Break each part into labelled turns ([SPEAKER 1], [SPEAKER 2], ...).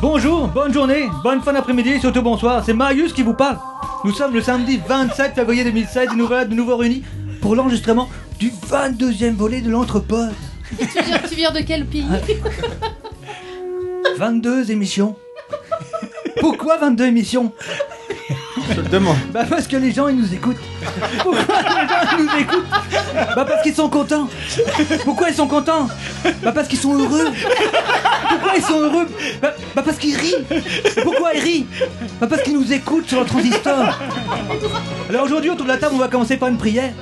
[SPEAKER 1] Bonjour, bonne journée, bonne fin d'après-midi, surtout bonsoir, c'est Marius qui vous parle. Nous sommes le samedi 27 février 2016 et nous voilà de nouveau réunis pour l'enregistrement du 22e volet de l'entrepôt.
[SPEAKER 2] tu, viens, tu viens de quel pays
[SPEAKER 1] 22 émissions. Pourquoi 22 émissions
[SPEAKER 3] Je le demande.
[SPEAKER 1] Bah parce que les gens ils nous écoutent. Pourquoi les gens ils nous écoutent Bah parce qu'ils sont contents. Pourquoi ils sont contents Bah parce qu'ils sont heureux. Pourquoi ils sont heureux bah, bah parce qu'ils rient. Pourquoi ils rient Bah parce qu'ils nous écoutent sur le transistor. Alors aujourd'hui autour de la table on va commencer par une prière.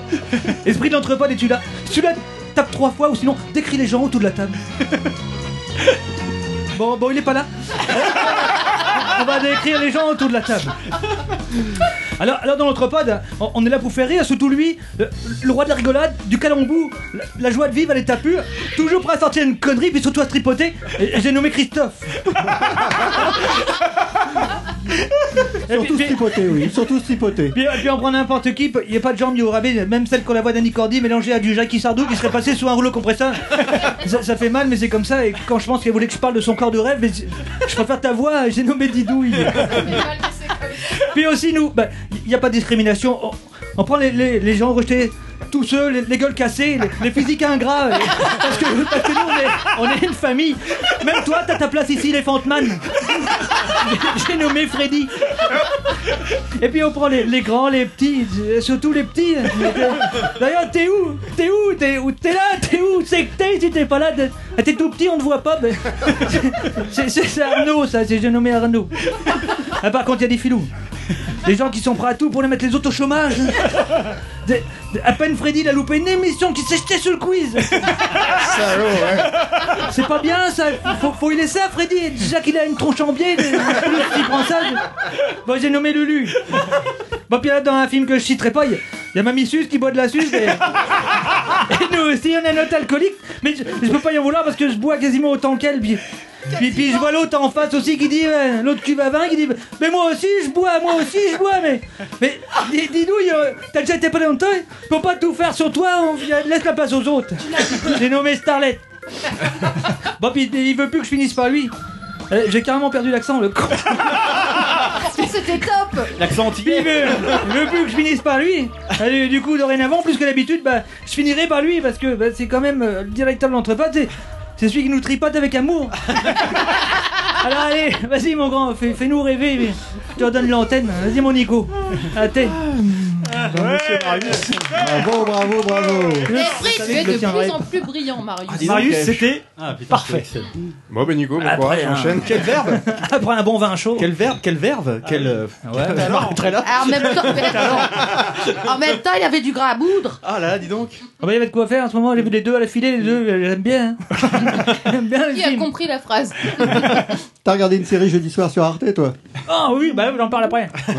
[SPEAKER 1] Esprit d'entrepôt es-tu là Si tu là, tape trois fois ou sinon décris les gens autour de la table. Bon, bon, il est pas là. On va décrire les gens autour de la table. Alors, alors dans l'entrepode, on, on est là pour faire rire, surtout lui, le, le roi de la rigolade, du calambou, la, la joie de vivre à l'état pur, toujours prêt à sortir une connerie, puis surtout à se tripoter. Et- et J'ai nommé Christophe. Et puis-
[SPEAKER 4] Surtout
[SPEAKER 1] puis-
[SPEAKER 4] tripotés, oui. Surtout tripotés.
[SPEAKER 1] puis, puis on prend n'importe qui, il n'y a pas de jambes ni au rabais, même celle qu'on la voit d'Annie Cordy mélangée à du Jackie Sardou qui serait passé sous un rouleau compresseur. ça, ça fait mal, mais c'est comme ça. Et quand je pense qu'elle voulait que je parle de son corps de rêve, mais je- je préfère ta voix, j'ai nommé Didouille. Puis aussi, nous, bah, il n'y a pas de discrimination. On, on prend les, les- les gens rejetés, tous ceux, les, les gueules cassées, les, les physiques ingrats. et- parce, que, parce que nous, on est, on est une famille. Même toi, t'as ta place ici, les Fantman. J'ai nommé Freddy. Et puis on prend les, les grands, les petits, euh, surtout les petits. D'ailleurs, t'es où T'es où T'es où T'es là T'es où C'est que t'es si t'es pas là t'es- ah, T'es tout petit, on ne voit pas. mais- C'est c'est- c'est Arnaud, ça, c'est j'ai nommé Arnaud. Ah, par contre, il y a des filous. Des gens qui sont prêts à tout pour les mettre les autres au chômage. Des- des- à peine Freddy, il a loupé une émission qui s'est jetée sur le quiz. C'est pas bien ça, faut, faut y laisser à Freddy. Déjà qu'il a une tronche en biais, le- le- il prend ça. je- Bon, j'ai nommé Lulu. Bon, puis là, dans un film que je citerai pas, il y a- il y a Mamie Sus qui boit de la suce. Et, et nous aussi, on a notre alcoolique. Mais je, je peux pas y en vouloir parce que je bois quasiment autant qu'elle. Puis, puis, puis je vois l'autre en face aussi qui dit, euh, l'autre cuve à vin, qui dit Mais moi aussi, je bois, moi aussi, je bois. Mais, mais dis- dis-nous, il y a- t'as déjà été pas longtemps Faut pas tout faire sur toi, on, laisse la place aux autres. J'ai nommé Starlet. Bon, puis il veut plus que je finisse par lui. Euh, J'ai carrément perdu l'accent, le con.
[SPEAKER 2] Parce que c'était top
[SPEAKER 3] L'accent
[SPEAKER 1] Puis il
[SPEAKER 3] antillais.
[SPEAKER 1] veut, il veut plus que je finisse par lui. Allez, du coup, dorénavant, plus que d'habitude, bah, je finirai par lui parce que bah, c'est quand même euh, le directeur de l'entrepôt. C'est, c'est celui qui nous tripote avec amour. Alors allez, vas-y mon grand, fais, nous rêver. mais je te redonne l'antenne. Vas-y mon Nico. À t'es.
[SPEAKER 4] Bravo, bravo, bravo.
[SPEAKER 2] L'esprit, tu
[SPEAKER 1] savais
[SPEAKER 2] es
[SPEAKER 1] que je
[SPEAKER 2] de
[SPEAKER 1] le tiendrai
[SPEAKER 2] plus en plus brillant, Marius.
[SPEAKER 3] Marius,
[SPEAKER 4] Marius,
[SPEAKER 3] c'était
[SPEAKER 5] Ah,
[SPEAKER 3] parfait.
[SPEAKER 6] Bon ben Nico, bon courage,
[SPEAKER 1] un-
[SPEAKER 6] enchaîne.
[SPEAKER 4] Quelle verve
[SPEAKER 1] Après un bon vin chaud. Ah, bah
[SPEAKER 4] Quelle verve Quelle verve Quelle. euh, Marc Trella
[SPEAKER 2] Alors, en même temps, en même temps, il y avait du gras à boudre.
[SPEAKER 4] Ah là là, dis donc.
[SPEAKER 1] Ah bah, il y avait de quoi faire en ce moment. J'ai vu les deux à la filée. Les deux, euh, j'aime bien. hein. j'aime bien les
[SPEAKER 2] Qui a
[SPEAKER 1] films.
[SPEAKER 2] compris la phrase
[SPEAKER 4] T'as regardé une série jeudi soir sur Arte, toi
[SPEAKER 1] Ah oui, bah j'en parle après.
[SPEAKER 3] Ah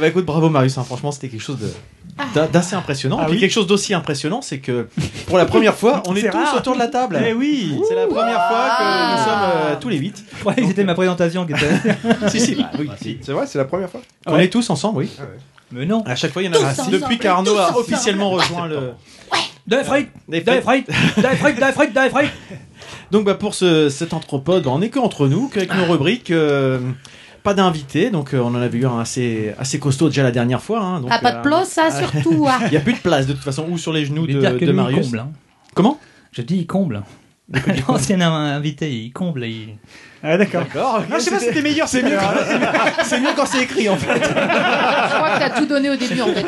[SPEAKER 3] Bah écoute, bravo Marius, hein. franchement c'était quelque chose de
[SPEAKER 2] Ah.
[SPEAKER 3] d'a- d'assez impressionnant. Et puis quelque chose d'aussi impressionnant, c'est que pour la première fois, on est,
[SPEAKER 1] C'est
[SPEAKER 3] tous
[SPEAKER 1] rare.
[SPEAKER 3] autour de la table.
[SPEAKER 1] Eh oui.
[SPEAKER 3] C'est la première fois que nous
[SPEAKER 2] Ah.
[SPEAKER 3] sommes euh, tous les huit.
[SPEAKER 1] Je croyais que c'était ma présentation qui était. Ah
[SPEAKER 3] si si, bah, oui.
[SPEAKER 6] C'est vrai, c'est la première fois.
[SPEAKER 3] On est tous ensemble, oui.
[SPEAKER 1] Mais non.
[SPEAKER 3] À chaque fois, il y en a
[SPEAKER 2] Tous
[SPEAKER 3] un.
[SPEAKER 2] ensemble,
[SPEAKER 3] Depuis qu'Arnaud
[SPEAKER 2] tous
[SPEAKER 3] a
[SPEAKER 2] ensemble.
[SPEAKER 3] officiellement rejoint le.
[SPEAKER 1] Des frites,
[SPEAKER 3] les
[SPEAKER 1] des frites, des frites, des frites, des frites.
[SPEAKER 3] Donc bah pour ce, cet anthropode, bah, on n'est qu'entre nous, qu'avec nos rubriques. euh, pas d'invité, donc euh, on en avait eu un assez, assez costaud déjà la dernière fois. hein. donc,
[SPEAKER 2] Ah, pas
[SPEAKER 3] euh,
[SPEAKER 2] de place, ça, surtout. ah.
[SPEAKER 3] Il n'y a plus de place de toute façon, ou sur les genoux
[SPEAKER 1] Il est pire
[SPEAKER 3] de,
[SPEAKER 1] que
[SPEAKER 3] de
[SPEAKER 1] lui, il
[SPEAKER 3] Marius.
[SPEAKER 1] comble. hein.
[SPEAKER 3] Comment
[SPEAKER 1] Je dis, il comble. L'ancien invité, il comble. Il...
[SPEAKER 4] Ah, d'accord.
[SPEAKER 3] D'accord. ok,
[SPEAKER 4] Ah, je sais pas,
[SPEAKER 3] c'était-
[SPEAKER 4] c'était meilleur, c'est mieux.
[SPEAKER 3] C'est mieux quand c'est écrit en fait.
[SPEAKER 2] Je crois que t'as tout donné au début, en fait.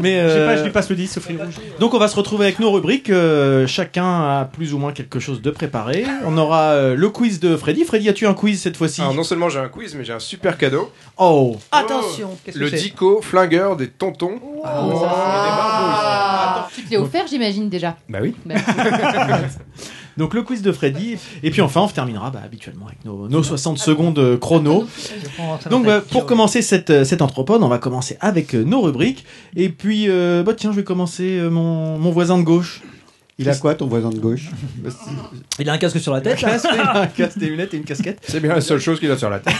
[SPEAKER 3] Mais
[SPEAKER 4] Je sais
[SPEAKER 3] euh,
[SPEAKER 4] pas, je lui passe le 10, au fil rouge.
[SPEAKER 3] donc on va se retrouver avec nos rubriques. euh, chacun a plus ou moins quelque chose de préparé. On aura euh, le quiz de Freddy. Freddy, as-tu un quiz cette fois-ci
[SPEAKER 6] Alors non seulement j'ai un quiz, mais j'ai un super cadeau.
[SPEAKER 3] Oh.
[SPEAKER 2] Attention.
[SPEAKER 1] Qu'est-ce que
[SPEAKER 6] Le
[SPEAKER 1] c'est
[SPEAKER 6] Dico flingueur des tontons.
[SPEAKER 2] Ah. Tu te l'es offert, j'imagine, déjà.
[SPEAKER 6] Bah oui.
[SPEAKER 2] Ben,
[SPEAKER 3] Donc le quiz de Freddy. Et puis enfin, on terminera bah, habituellement avec nos, nos 60 secondes euh, chrono.
[SPEAKER 1] Je prends ça dans
[SPEAKER 3] Donc
[SPEAKER 1] ta
[SPEAKER 3] bah, pour
[SPEAKER 1] cuillère.
[SPEAKER 3] commencer cette, euh, cet anthropode, on va commencer avec euh, nos rubriques. Et puis, euh, bah, tiens, je vais commencer euh, mon, mon voisin de gauche.
[SPEAKER 4] Il a quoi ton voisin de gauche
[SPEAKER 1] Il a un casque sur la tête.
[SPEAKER 3] casque, un casque, des lunettes et une casquette.
[SPEAKER 6] C'est bien la seule chose qu'il a sur la tête.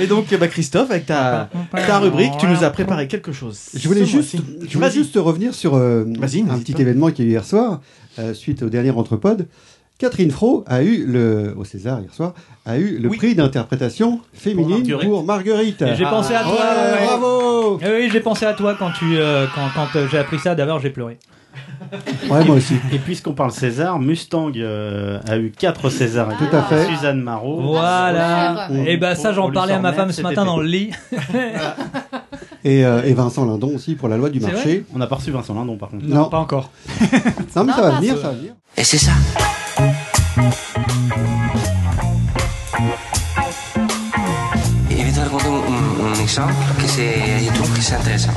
[SPEAKER 3] Et donc, eh ben, Christophe, avec ta, ta rubrique, tu nous as préparé quelque chose.
[SPEAKER 4] Je voulais
[SPEAKER 3] Ce
[SPEAKER 4] juste,
[SPEAKER 3] mois-ci.
[SPEAKER 4] je voulais
[SPEAKER 3] Vas-y.
[SPEAKER 4] juste revenir sur euh,
[SPEAKER 3] Vas-y,
[SPEAKER 4] un
[SPEAKER 3] n'hésite
[SPEAKER 4] petit
[SPEAKER 3] pas.
[SPEAKER 4] événement qui a eu hier soir, euh, suite au dernier entrepode. Catherine Fro a eu le au César hier soir a eu le
[SPEAKER 7] Oui.
[SPEAKER 4] prix d'interprétation féminine pour Marguerite. Ah,
[SPEAKER 7] Marguerite.
[SPEAKER 1] Et J'ai pensé à toi.
[SPEAKER 4] Ouais,
[SPEAKER 1] ouais.
[SPEAKER 4] Bravo
[SPEAKER 1] Eh oui, j'ai pensé à toi quand tu euh, quand, quand, euh, j'ai appris ça. D'abord, j'ai pleuré.
[SPEAKER 4] Ouais, moi aussi.
[SPEAKER 5] Et puisqu'on parle César, Mustang euh, a eu 4 Césars.
[SPEAKER 4] Tout à fait.
[SPEAKER 5] Suzanne Marot.
[SPEAKER 1] Voilà.
[SPEAKER 4] Ouais.
[SPEAKER 1] Et ben ça,
[SPEAKER 5] Faut- faut
[SPEAKER 1] j'en
[SPEAKER 5] lui
[SPEAKER 1] parlais à
[SPEAKER 5] s'en
[SPEAKER 1] ma femme
[SPEAKER 5] remettre,
[SPEAKER 1] ce
[SPEAKER 5] c'était
[SPEAKER 1] matin
[SPEAKER 5] fait.
[SPEAKER 1] dans le lit.
[SPEAKER 4] Et, euh, et Vincent Lindon aussi pour la loi du
[SPEAKER 1] C'est
[SPEAKER 4] marché.
[SPEAKER 5] On n'a pas reçu Vincent Lindon par contre.
[SPEAKER 4] Non.
[SPEAKER 1] pas encore.
[SPEAKER 4] Non, mais
[SPEAKER 2] Non,
[SPEAKER 4] ça va
[SPEAKER 2] pas
[SPEAKER 4] venir,
[SPEAKER 2] ça.
[SPEAKER 4] ça va venir.
[SPEAKER 8] Et c'est ça. Et je vais te raconter un, un- un exemple que c'est je trouve que c'est intéressant.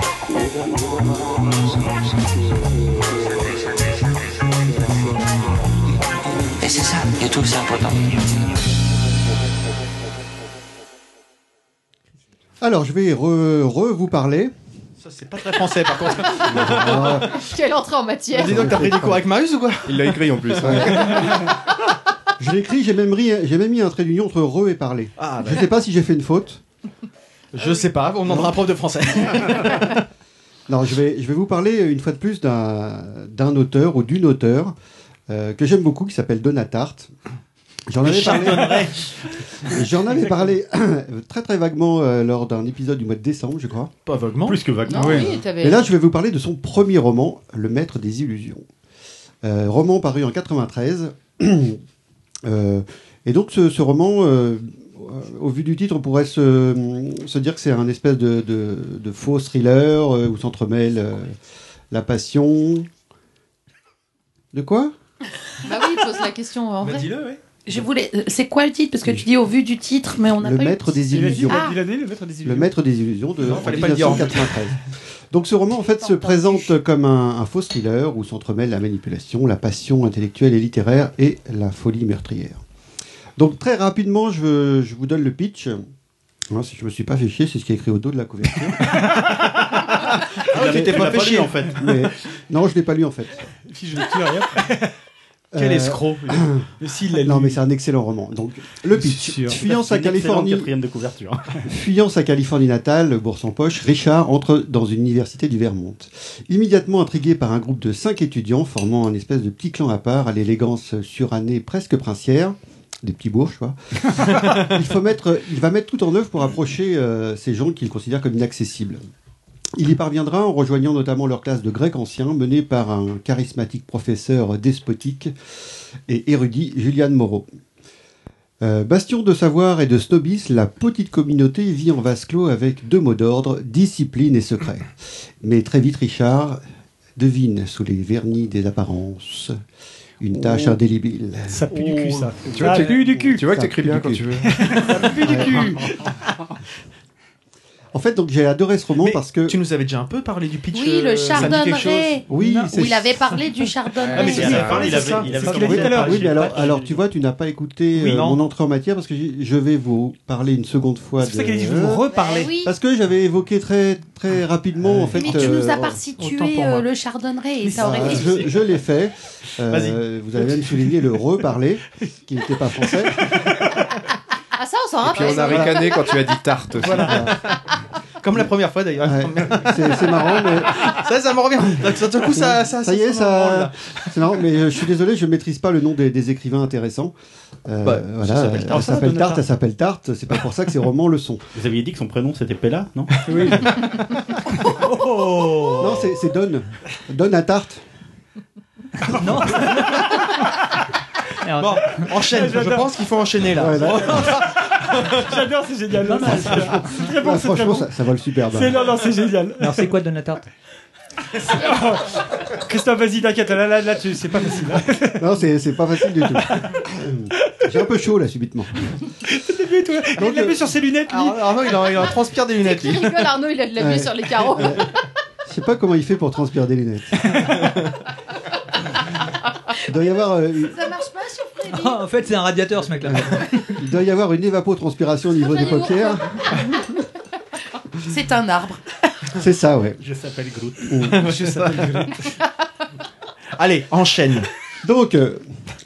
[SPEAKER 8] Et c'est ça, je trouve que c'est important.
[SPEAKER 4] Alors, je vais re, re- vous parler.
[SPEAKER 3] Ça, c'est pas très français, par contre.
[SPEAKER 2] Quelle entrée en matière
[SPEAKER 3] Bah, Dis donc, t'as pris des cours avec Marius ou quoi
[SPEAKER 6] Il l'a écrit en plus. hein.
[SPEAKER 4] Je l'écris, j'ai même, ri- j'ai même mis un trait d'union entre re et parler.
[SPEAKER 3] Ah, bah,
[SPEAKER 4] Je sais pas si j'ai fait une faute.
[SPEAKER 3] je sais pas, on demandera un prof de français.
[SPEAKER 4] Non, je vais, je vais vous parler euh, une fois de plus d'un d'un auteur ou d'une auteure euh, que j'aime beaucoup qui s'appelle Donna Tartt. J'en avais parlé, j'en avais parlé très très vaguement euh, lors d'un épisode du mois de décembre, je crois.
[SPEAKER 3] Pas vaguement.
[SPEAKER 5] Plus que vaguement.
[SPEAKER 2] Non, oui,
[SPEAKER 4] Et
[SPEAKER 2] t'avais.
[SPEAKER 4] là, je vais vous parler de son premier roman, Le Maître des Illusions. Euh, roman paru en 93. Euh, et donc, ce, ce roman, euh, au vu du titre, on pourrait se, se dire que c'est un espèce de, de, de faux thriller euh, où s'entremêlent euh, la passion. De quoi
[SPEAKER 2] Bah oui, pose la question
[SPEAKER 7] Bah,
[SPEAKER 2] en vrai.
[SPEAKER 3] Dis-le, ouais.
[SPEAKER 2] Je voulais. euh, C'est quoi le titre Parce que tu dis au vu du titre, mais on n'a
[SPEAKER 4] Le
[SPEAKER 2] pas eu-
[SPEAKER 4] Maître des
[SPEAKER 7] Il a dit-
[SPEAKER 4] Illusions.
[SPEAKER 7] il a
[SPEAKER 2] Ah.
[SPEAKER 7] dit l'année, le maître des
[SPEAKER 4] Le
[SPEAKER 7] illusions.
[SPEAKER 4] maître des illusions de
[SPEAKER 3] Non,
[SPEAKER 4] en
[SPEAKER 3] fallait pas le dire en fait.
[SPEAKER 4] 1993. Donc ce roman en fait se présente comme un, un faux thriller où s'entremêlent la manipulation, la passion intellectuelle et littéraire et la folie meurtrière. Donc très rapidement, je, je vous donne le pitch. Hein, si je me suis pas fait chier, c'est ce qui est écrit au dos de la couverture. Ah,
[SPEAKER 5] Tu l'as-
[SPEAKER 3] Ah, tu t'es
[SPEAKER 5] tu
[SPEAKER 3] pas
[SPEAKER 5] l'as
[SPEAKER 3] fait
[SPEAKER 5] lu,
[SPEAKER 3] chier.
[SPEAKER 5] en fait.
[SPEAKER 4] Mais non, je l'ai pas lu en fait.
[SPEAKER 7] Si je ne rien.
[SPEAKER 3] Quel
[SPEAKER 4] Euh,
[SPEAKER 3] escroc. Mais s'il l'a
[SPEAKER 4] Non,
[SPEAKER 3] lu.
[SPEAKER 4] mais c'est un excellent roman. Donc le
[SPEAKER 7] C'est
[SPEAKER 4] pitch.
[SPEAKER 7] sûr.
[SPEAKER 4] Fuyant sa
[SPEAKER 5] Une excellente
[SPEAKER 4] Californie,
[SPEAKER 5] quatrième de couverture.
[SPEAKER 4] Fuyant sa Californie natale, le bourse en poche, Richard entre dans une université du Vermont. Immédiatement intrigué par un groupe de cinq étudiants formant un espèce de petit clan à part à l'élégance surannée presque princière, des petits bourges, quoi. il, faut mettre, il va mettre tout en œuvre pour approcher euh, ces gens qu'il considère comme inaccessibles. Il y parviendra en rejoignant notamment leur classe de grec ancien menée par un charismatique professeur despotique et érudit Julian Moreau. Euh, bastion de savoir et de snobisme, la petite communauté vit en vase clos avec deux mots d'ordre, discipline et secret. Mais très vite, Richard devine sous les vernis des apparences une tâche indélébile.
[SPEAKER 7] Ça pue du cul, ça.
[SPEAKER 6] Tu vois,
[SPEAKER 7] Oh. ça
[SPEAKER 6] t'es-
[SPEAKER 7] pue du cul.
[SPEAKER 6] Tu vois que
[SPEAKER 4] Ça
[SPEAKER 6] t'écris
[SPEAKER 4] pue
[SPEAKER 6] bien
[SPEAKER 4] du
[SPEAKER 6] quand
[SPEAKER 4] cul.
[SPEAKER 6] tu veux.
[SPEAKER 4] En fait, donc j'ai adoré ce roman
[SPEAKER 3] Mais
[SPEAKER 4] parce que
[SPEAKER 3] Tu nous avais déjà un peu parlé du pitch.
[SPEAKER 2] Oui,
[SPEAKER 3] euh,
[SPEAKER 2] le
[SPEAKER 3] ça me dit quelque
[SPEAKER 2] chardonneret.
[SPEAKER 4] oui,
[SPEAKER 7] Non,
[SPEAKER 4] c'est-
[SPEAKER 2] Où il avait parlé du chardonneret.
[SPEAKER 6] Ah, mais c'est
[SPEAKER 5] Il
[SPEAKER 6] ça.
[SPEAKER 5] a parlé,
[SPEAKER 6] Il
[SPEAKER 5] il
[SPEAKER 6] avait-
[SPEAKER 5] avait- il
[SPEAKER 7] C'est ce
[SPEAKER 5] avait
[SPEAKER 7] qu'il a dit
[SPEAKER 5] commencé
[SPEAKER 7] tout à l'heure.
[SPEAKER 5] par-
[SPEAKER 4] Oui,
[SPEAKER 5] j'ai
[SPEAKER 4] mais alors,
[SPEAKER 5] pas-
[SPEAKER 4] alors tu vois, tu n'as pas écouté
[SPEAKER 7] Oui,
[SPEAKER 4] euh,
[SPEAKER 7] non.
[SPEAKER 4] mon entrée en matière parce que j'ai- je vais vous parler une seconde fois.
[SPEAKER 7] C'est pour ça
[SPEAKER 4] de-
[SPEAKER 7] qu'elle a dit je vais vous reparler.
[SPEAKER 2] Bah oui.
[SPEAKER 4] Parce que j'avais évoqué très très rapidement en fait.
[SPEAKER 2] Mais tu nous
[SPEAKER 4] euh,
[SPEAKER 2] as pas
[SPEAKER 7] autant pour
[SPEAKER 2] situé
[SPEAKER 7] moi.
[SPEAKER 2] euh, le chardonneret et
[SPEAKER 7] Mais
[SPEAKER 2] ça aurait
[SPEAKER 4] Ah,
[SPEAKER 2] été.
[SPEAKER 4] je, je l'ai fait. Euh, vous avez même souligné le reparler, qui n'était pas français.
[SPEAKER 2] Ah, ça, on s'en
[SPEAKER 6] Et puis on a
[SPEAKER 2] rappelle.
[SPEAKER 6] ricané quand tu as dit tarte. aussi.
[SPEAKER 3] chose. Comme la première fois d'ailleurs.
[SPEAKER 4] Ouais. C'est c'est marrant, mais
[SPEAKER 3] Ça, ça me revient. Donc, tout d'un coup, ça, ça,
[SPEAKER 4] ça y est,
[SPEAKER 3] me revient,
[SPEAKER 4] ça.
[SPEAKER 3] là.
[SPEAKER 4] C'est marrant, mais euh, je suis désolé, je maîtrise pas le nom des, des écrivains intéressants. Euh,
[SPEAKER 3] Bah,
[SPEAKER 4] voilà,
[SPEAKER 3] ça s'appelle
[SPEAKER 4] euh,
[SPEAKER 3] Tarte.
[SPEAKER 4] elle s'appelle Tarte, elle s'appelle Tarte. C'est pas pour ça que ces romans le sont.
[SPEAKER 5] Vous aviez dit que son prénom c'était Pella, non
[SPEAKER 4] Non, c'est- c'est Donne. Donne à Tarte.
[SPEAKER 1] Non. Alors,
[SPEAKER 3] Bon, enchaîne. Je pense qu'il faut enchaîner là.
[SPEAKER 4] Ouais, là-
[SPEAKER 7] J'adore, c'est génial. Non, non, c'est c'est très
[SPEAKER 4] Bah,
[SPEAKER 7] bon, c'est très
[SPEAKER 4] franchement,
[SPEAKER 7] bon.
[SPEAKER 4] ça, ça vole superbe.
[SPEAKER 7] C'est non, non, c'est génial.
[SPEAKER 1] Alors c'est quoi Donatart
[SPEAKER 7] Christophe, vas-y, t'inquiète, là, là, là, tu- c'est pas facile. hein.
[SPEAKER 4] Non, c'est c'est pas facile du tout. J'ai un peu chaud là subitement. euh, Ah,
[SPEAKER 7] Il l'a mis sur ses lunettes, lui.
[SPEAKER 3] Ar- Arnaud, il en, il en transpire des lunettes.
[SPEAKER 2] Qui rigole, Arnaud, il a de la vue
[SPEAKER 4] Ouais.
[SPEAKER 2] sur les carreaux.
[SPEAKER 4] Ouais. Je sais pas comment il fait pour transpirer des lunettes. Il doit y avoir, euh,
[SPEAKER 2] Ça marche pas sur Freddy.
[SPEAKER 1] Ah, En fait, c'est un radiateur ce mec-là.
[SPEAKER 4] il doit y avoir une évapotranspiration au niveau des paupières.
[SPEAKER 2] C'est un arbre.
[SPEAKER 4] C'est ça, ouais.
[SPEAKER 5] Je s'appelle Groot.
[SPEAKER 3] Je s'appelle Groot. Allez, enchaîne.
[SPEAKER 4] Donc, euh,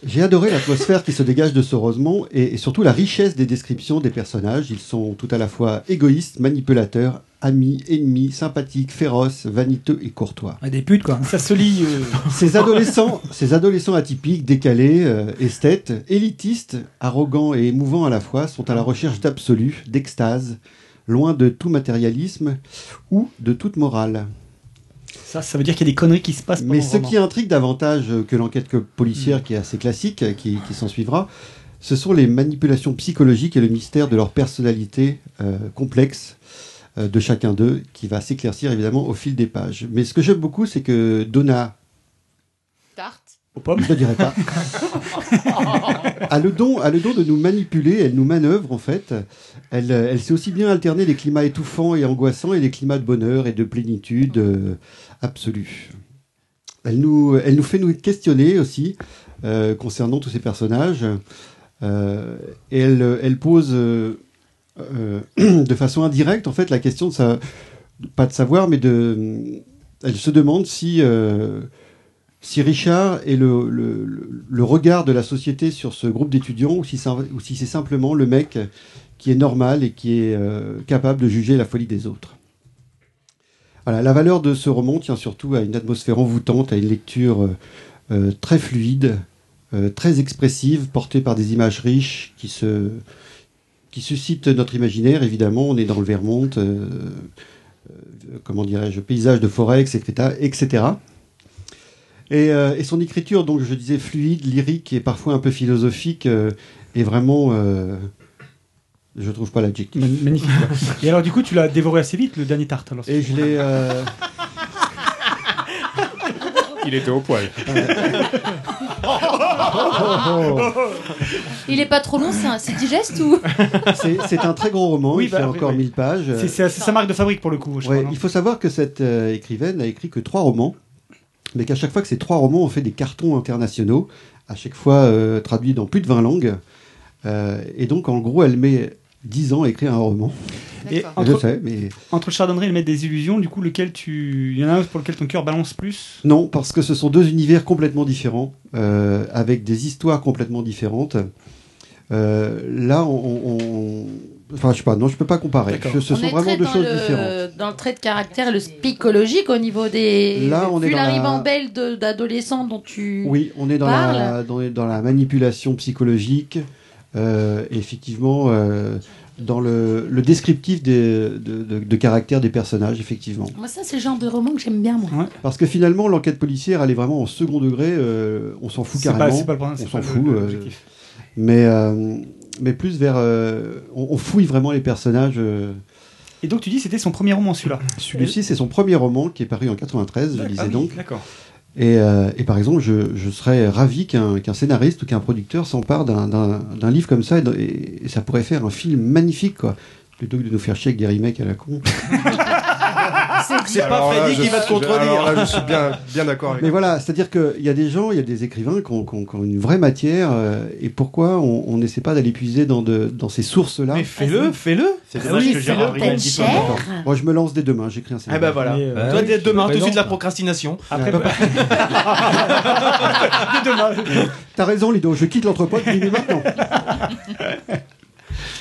[SPEAKER 4] j'ai adoré l'atmosphère qui se dégage de ce Rosemont et, et surtout la richesse des descriptions des personnages. Ils sont tout à la fois égoïstes, manipulateurs, amis, ennemis, sympathiques, féroces, vaniteux et courtois.
[SPEAKER 1] Des putes, quoi.
[SPEAKER 7] Ça se lit. euh,
[SPEAKER 4] Ces adolescents, ces adolescents atypiques, décalés, euh, esthètes, élitistes, arrogants et émouvants à la fois, sont à la recherche d'absolu, d'extase, loin de tout matérialisme ou de toute morale.
[SPEAKER 7] Ça, ça veut dire qu'il y a des conneries qui se passent. pendant
[SPEAKER 4] Mais
[SPEAKER 7] le
[SPEAKER 4] ce
[SPEAKER 7] roman.
[SPEAKER 4] qui intrigue davantage euh, que l'enquête que-
[SPEAKER 7] Mm.
[SPEAKER 4] policière, qui est assez classique, euh, qui, qui s'en suivra, ce sont les manipulations psychologiques et le mystère de leur personnalité euh, complexe euh, de chacun d'eux, qui va s'éclaircir évidemment au fil des pages. Mais ce que j'aime beaucoup, c'est que Donna,
[SPEAKER 2] Tarte.
[SPEAKER 7] Aux pommes.
[SPEAKER 4] je ne dirais pas, a le, don, a le don de nous manipuler, elle nous manœuvre en fait. Elle, euh, elle sait aussi bien alterner les climats étouffants et angoissants et les climats de bonheur et de plénitude euh, absolue. Elle nous, elle nous fait nous questionner aussi euh, concernant tous ces personnages. Euh, et elle, euh, elle pose euh, euh, de façon indirecte en fait la question de sa, pas de savoir, mais de, elle se demande si euh, si Richard est le, le- le- le regard de la société sur ce groupe d'étudiants ou si, c'est- ou si c'est simplement le mec qui est normal et qui est euh, capable de juger la folie des autres. Voilà, la valeur de ce roman tient surtout à une atmosphère envoûtante, à une lecture euh, euh, très fluide, euh, très expressive, portée par des images riches qui, se, qui suscitent notre imaginaire. Évidemment, on est dans le Vermont, euh, euh, comment dirais-je, paysage de forêt, etc. etc. Et, euh, et son écriture, donc je disais fluide, lyrique et parfois un peu philosophique, euh, est vraiment. euh, je trouve pas l'adjectif.
[SPEAKER 7] Man- Magnifique. quoi. Et alors, du coup, tu l'as dévoré assez vite, le dernier tarte. Alors,
[SPEAKER 4] Et je l'ai. euh,
[SPEAKER 6] Il était au poil.
[SPEAKER 2] Il est pas trop long, c'est un- c'est digeste ou
[SPEAKER 4] c'est c'est un très grand roman,
[SPEAKER 7] Oui,
[SPEAKER 4] il
[SPEAKER 7] bah,
[SPEAKER 4] fait
[SPEAKER 7] oui,
[SPEAKER 4] encore
[SPEAKER 7] oui.
[SPEAKER 4] 1000 pages.
[SPEAKER 7] c'est c'est- c'est sa marque de fabrique pour le coup. Je
[SPEAKER 4] Ouais,
[SPEAKER 7] crois, non
[SPEAKER 4] il faut savoir que cette euh, écrivaine n'a écrit que trois romans, mais qu'à chaque fois que ces trois romans ont fait des cartons internationaux, à chaque fois euh, traduits dans plus de 20 langues. Euh, et donc, en gros, elle met 10 ans à écrire un roman.
[SPEAKER 7] Et
[SPEAKER 2] D'accord.
[SPEAKER 4] Je
[SPEAKER 7] entre,
[SPEAKER 4] sais, mais.
[SPEAKER 7] entre le Chardonneret et le Maître des Illusions, du coup, lequel tu. Il y en a un pour lequel ton cœur balance plus
[SPEAKER 4] Non, parce que ce sont deux univers complètement différents, euh, avec des histoires complètement différentes. Euh, là, on, on- Enfin, je sais pas, non, je peux pas comparer.
[SPEAKER 7] D'accord.
[SPEAKER 4] Je- ce
[SPEAKER 2] On
[SPEAKER 4] sont
[SPEAKER 2] est
[SPEAKER 4] vraiment
[SPEAKER 2] très
[SPEAKER 4] deux
[SPEAKER 2] dans
[SPEAKER 4] choses
[SPEAKER 2] le,
[SPEAKER 4] différentes.
[SPEAKER 2] dans le trait de caractère et le psychologique au niveau des.
[SPEAKER 4] Là, on est
[SPEAKER 2] Vu
[SPEAKER 4] dans
[SPEAKER 2] la
[SPEAKER 4] la-
[SPEAKER 2] ribambelle de- d'adolescents dont tu.
[SPEAKER 4] Oui, on est dans,
[SPEAKER 2] Mm. parle.
[SPEAKER 4] la, dans, les- dans la manipulation psychologique, euh, effectivement, euh, dans le, le descriptif des- de, de- de caractère des personnages, effectivement.
[SPEAKER 2] Moi, ça, c'est le genre de roman que j'aime bien, moi.
[SPEAKER 4] Parce que finalement, l'enquête policière, elle est vraiment en second degré, euh, on s'en fout
[SPEAKER 7] C'est
[SPEAKER 4] carrément.
[SPEAKER 7] pas, c'est pas le problème,
[SPEAKER 4] on
[SPEAKER 7] c'est
[SPEAKER 4] s'en
[SPEAKER 7] pas le-
[SPEAKER 4] fout, euh,
[SPEAKER 7] l'objectif.
[SPEAKER 4] mais euh, mais plus vers euh, on, on fouille vraiment les personnages euh.
[SPEAKER 7] Et donc, tu dis c'était son premier roman, celui-là.
[SPEAKER 4] celui-ci c'est son premier roman qui est paru en 93 je
[SPEAKER 7] Ah
[SPEAKER 4] disais
[SPEAKER 7] oui,
[SPEAKER 4] donc
[SPEAKER 7] D'accord.
[SPEAKER 4] et, euh, et par exemple je, je serais ravi qu'un qu'un scénariste ou qu'un producteur s'empare d'un- d'un d'un livre comme ça et, d'un- et- et ça pourrait faire un film magnifique quoi plutôt que de nous faire chier avec des remakes à la con
[SPEAKER 3] Ah, C'est pas
[SPEAKER 6] Alors là,
[SPEAKER 3] Freddy
[SPEAKER 6] je
[SPEAKER 3] qui va te
[SPEAKER 6] suis- Alors
[SPEAKER 3] contredire.
[SPEAKER 6] là, je suis bien, bien d'accord avec
[SPEAKER 4] mais voilà c'est à dire qu'il y a des gens il y a des écrivains qui ont, qui ont- qui ont une vraie matière euh, et pourquoi on on n'essaie pas d'aller puiser dans, de, dans ces sources là
[SPEAKER 3] Mais fais-le, fais-le.
[SPEAKER 5] Ah, C'est
[SPEAKER 7] Ah oui,
[SPEAKER 5] dommage que
[SPEAKER 7] c'est
[SPEAKER 5] Gérard
[SPEAKER 7] le
[SPEAKER 5] Riel
[SPEAKER 2] Open
[SPEAKER 5] dit pas
[SPEAKER 2] Chair.
[SPEAKER 5] encore.
[SPEAKER 4] moi je me lance dès demain j'écris un
[SPEAKER 3] Ah
[SPEAKER 4] scénario
[SPEAKER 3] bah voilà.
[SPEAKER 7] Mais, euh,
[SPEAKER 3] Toi,
[SPEAKER 7] oui,
[SPEAKER 3] dès demain, tout de
[SPEAKER 7] non.
[SPEAKER 3] suite la procrastination.
[SPEAKER 7] Après, Dès demain.
[SPEAKER 4] T'as raison, Lido, je quitte l'entrepôt de minuit maintenant.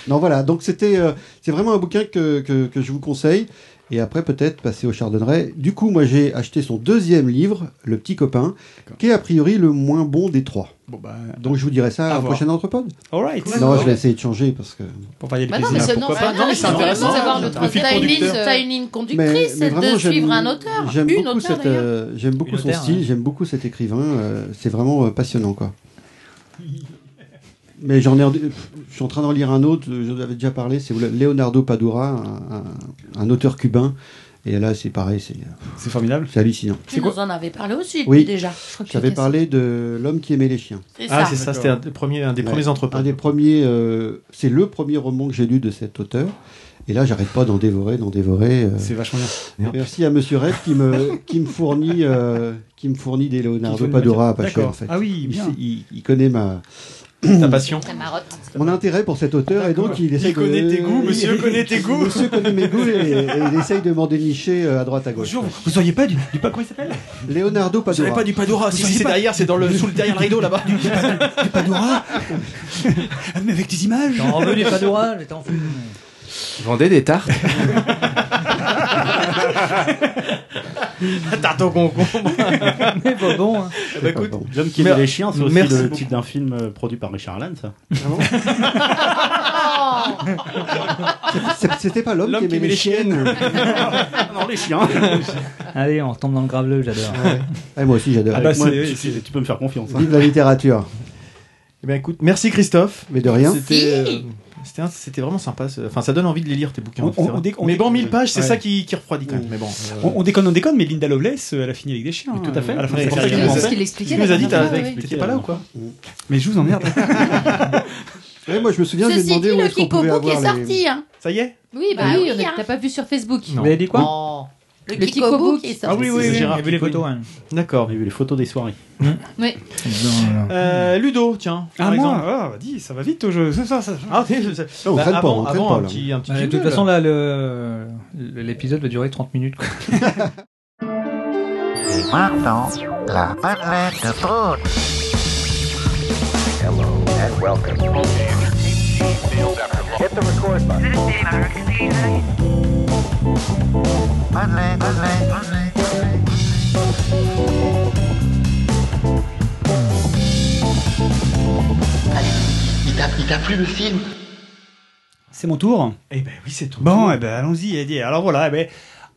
[SPEAKER 4] non, voilà, donc c'était, euh, c'est vraiment un bouquin que, que, que je vous conseille. Et après, peut-être passer au Chardonneret. Du coup, moi, j'ai acheté son deuxième livre, Le Petit Copain, qui est a priori le moins bon des trois.
[SPEAKER 7] Bon, bah.
[SPEAKER 4] Donc, je vous dirai ça
[SPEAKER 7] À
[SPEAKER 4] à la
[SPEAKER 7] voir.
[SPEAKER 4] prochaine entrepode.
[SPEAKER 7] Alright.
[SPEAKER 4] Non, je vais essayer de changer parce que.
[SPEAKER 7] Pour varier le
[SPEAKER 2] Bah non, mais
[SPEAKER 7] plaisir.
[SPEAKER 2] c'est non,
[SPEAKER 3] pourquoi pas
[SPEAKER 2] bah
[SPEAKER 3] Non, mais
[SPEAKER 2] je
[SPEAKER 3] c'est
[SPEAKER 2] voudrais
[SPEAKER 3] intéressant.
[SPEAKER 2] pas savoir le
[SPEAKER 3] Un fil
[SPEAKER 2] T'as une ligne,
[SPEAKER 3] conducteur.
[SPEAKER 2] t'as une ligne conductrice, c'est de
[SPEAKER 4] j'aime-
[SPEAKER 2] suivre un auteur.
[SPEAKER 4] J'aime
[SPEAKER 2] une
[SPEAKER 4] beaucoup,
[SPEAKER 2] auteur
[SPEAKER 4] cette,
[SPEAKER 2] d'ailleurs.
[SPEAKER 4] euh, j'aime beaucoup
[SPEAKER 3] Une
[SPEAKER 4] son
[SPEAKER 3] auteure,
[SPEAKER 4] style,
[SPEAKER 3] hein.
[SPEAKER 4] j'aime beaucoup cet écrivain. euh, c'est vraiment euh, passionnant, quoi. Mais j'en ai, pff, je suis en train d'en lire un autre. euh, Je vous avais déjà parlé. C'est Leonardo Padura, un, un- un auteur cubain. Et là, c'est pareil, c'est euh,
[SPEAKER 7] C'est formidable.
[SPEAKER 4] c'est hallucinant.
[SPEAKER 2] Tu nous en avais parlé aussi
[SPEAKER 4] Oui.
[SPEAKER 2] Ah déjà. Je crois que
[SPEAKER 4] J'avais
[SPEAKER 2] c'était ça.
[SPEAKER 4] parlé de l'homme qui aimait les chiens.
[SPEAKER 2] C'est
[SPEAKER 3] Ah,
[SPEAKER 2] ça.
[SPEAKER 3] c'est ça, c'était un des premiers, un des
[SPEAKER 4] Ouais.
[SPEAKER 3] premiers entrepôts.
[SPEAKER 4] Un des premiers, euh, c'est le premier roman que j'ai lu de cet auteur. Et là, j'arrête pas d'en dévorer, d'en dévorer. euh,
[SPEAKER 7] C'est vachement bien.
[SPEAKER 4] Merci à Monsieur Rêve qui me, qui me fournit, euh, qui me fournit des
[SPEAKER 7] Qui
[SPEAKER 4] Leonardo
[SPEAKER 7] fait-
[SPEAKER 4] Padura à pas cher,
[SPEAKER 7] D'accord.
[SPEAKER 4] en fait.
[SPEAKER 7] Ah oui,
[SPEAKER 4] Il,
[SPEAKER 7] bien.
[SPEAKER 4] sait- il- il connaît ma,
[SPEAKER 3] Ta passion
[SPEAKER 9] La marotte.
[SPEAKER 4] Mon intérêt pour cet auteur et donc il essaie de...
[SPEAKER 3] connaît tes goûts, monsieur connaît tes goûts.
[SPEAKER 4] Monsieur connaît mes goûts et, et il essaye de m'en dénicher euh, à droite à gauche.
[SPEAKER 1] Vous auriez pas du, du pas comment il s'appelle
[SPEAKER 4] Leonardo
[SPEAKER 3] Vous savez
[SPEAKER 4] Padura.
[SPEAKER 3] pas du Padora, si
[SPEAKER 1] savez
[SPEAKER 3] c'est
[SPEAKER 1] pas-
[SPEAKER 3] derrière, c'est dans le sous le derrière le rideau là-bas.
[SPEAKER 1] Du Padora Ah, Mais avec tes images Non, mais du Padora, Ah, mais t'en fous.
[SPEAKER 6] Vendez des tartes.
[SPEAKER 3] Tarte au concombre.
[SPEAKER 1] Mais pas bon, hein.
[SPEAKER 3] Bah écoute,
[SPEAKER 5] L'homme qui aimait
[SPEAKER 3] Mer-
[SPEAKER 5] les chiens, c'est aussi
[SPEAKER 3] merci
[SPEAKER 5] le
[SPEAKER 3] beaucoup.
[SPEAKER 5] titre d'un film euh, produit par Richard Land, ça.
[SPEAKER 4] C'est- C'était pas l'homme qui aimait les chiennes.
[SPEAKER 5] non, les chiens
[SPEAKER 1] Allez, on tombe dans le graveleux, j'adore.
[SPEAKER 4] Ouais, moi aussi j'adore.
[SPEAKER 3] Ah bah,
[SPEAKER 5] Moi,
[SPEAKER 3] c'est-
[SPEAKER 5] tu, tu- tu peux me faire confiance. hein.
[SPEAKER 4] Vive la littérature.
[SPEAKER 3] Eh ben écoute, merci Christophe.
[SPEAKER 4] Mais de rien.
[SPEAKER 3] C'était
[SPEAKER 9] Si.
[SPEAKER 3] euh, c'était un- c'était vraiment sympa. ce- Enfin, ça donne envie de les lire tes bouquins.
[SPEAKER 7] On-
[SPEAKER 3] c'est
[SPEAKER 7] on-
[SPEAKER 3] vrai.
[SPEAKER 7] on dé- on
[SPEAKER 3] mais
[SPEAKER 7] dé-
[SPEAKER 3] bon, 1000 pages, c'est
[SPEAKER 7] Ouais.
[SPEAKER 3] ça qui, qui refroidit quand même. Mais bon. euh,
[SPEAKER 7] On, on déconne, on déconne, mais Linda Lovelace, euh, elle a fini avec des chiens.
[SPEAKER 5] tout à fait.
[SPEAKER 7] euh, À la fin de
[SPEAKER 5] Mais
[SPEAKER 7] sa
[SPEAKER 5] c'est
[SPEAKER 7] carrière.
[SPEAKER 5] vrai.
[SPEAKER 9] C'est ce qu'il expliquait.
[SPEAKER 3] Tu nous
[SPEAKER 9] la
[SPEAKER 3] as dit,
[SPEAKER 9] dernière
[SPEAKER 3] t'as-
[SPEAKER 9] fois,
[SPEAKER 3] t'étais pas là ou quoi
[SPEAKER 7] Mais je vous emmerde.
[SPEAKER 4] Ouais, moi je me souviens,
[SPEAKER 9] oui.
[SPEAKER 4] j'ai
[SPEAKER 9] Ceci
[SPEAKER 4] demandé
[SPEAKER 9] dit,
[SPEAKER 4] où
[SPEAKER 9] le
[SPEAKER 4] est-ce qu'on pouvait
[SPEAKER 9] Kikobook
[SPEAKER 4] avoir
[SPEAKER 9] est
[SPEAKER 4] les...
[SPEAKER 9] sorti. hein.
[SPEAKER 3] Ça y est
[SPEAKER 9] Oui, bah
[SPEAKER 2] Bah
[SPEAKER 9] oui,
[SPEAKER 2] oui, on est- t'as pas vu sur Facebook.
[SPEAKER 3] Non. Ah
[SPEAKER 1] Vous avez dit quoi
[SPEAKER 2] Oh.
[SPEAKER 9] Le
[SPEAKER 2] Le
[SPEAKER 9] Kikobook
[SPEAKER 2] Kikobook
[SPEAKER 9] est
[SPEAKER 2] est
[SPEAKER 9] sorti.
[SPEAKER 2] sorti.
[SPEAKER 3] oui, oui, oui,
[SPEAKER 1] Gérard
[SPEAKER 3] j'ai vu les photos,
[SPEAKER 1] Hein.
[SPEAKER 3] D'accord.
[SPEAKER 5] On a vu les photos des soirées.
[SPEAKER 3] Euh, Ludo, tiens.
[SPEAKER 7] Ah,
[SPEAKER 3] par
[SPEAKER 7] moi
[SPEAKER 3] exemple.
[SPEAKER 7] Ah, bah, dis, ça va vite au jeu. Ça, ça, ça.
[SPEAKER 3] Ah, t'es- c'est-
[SPEAKER 4] Ah, on
[SPEAKER 3] bah,
[SPEAKER 4] traîne pas,
[SPEAKER 3] avant,
[SPEAKER 4] on traîne
[SPEAKER 3] avant
[SPEAKER 4] pas,
[SPEAKER 3] un
[SPEAKER 4] là.
[SPEAKER 3] petit, un petit
[SPEAKER 1] Bah, de toute
[SPEAKER 3] jingle.
[SPEAKER 1] façon, là, le- l'épisode va durer 30 minutes. quoi.
[SPEAKER 7] C'est mon tour.
[SPEAKER 3] Eh ben oui, c'est tout.
[SPEAKER 7] Bon, eh ben, allons-y, Eddie. Alors voilà, eh ben,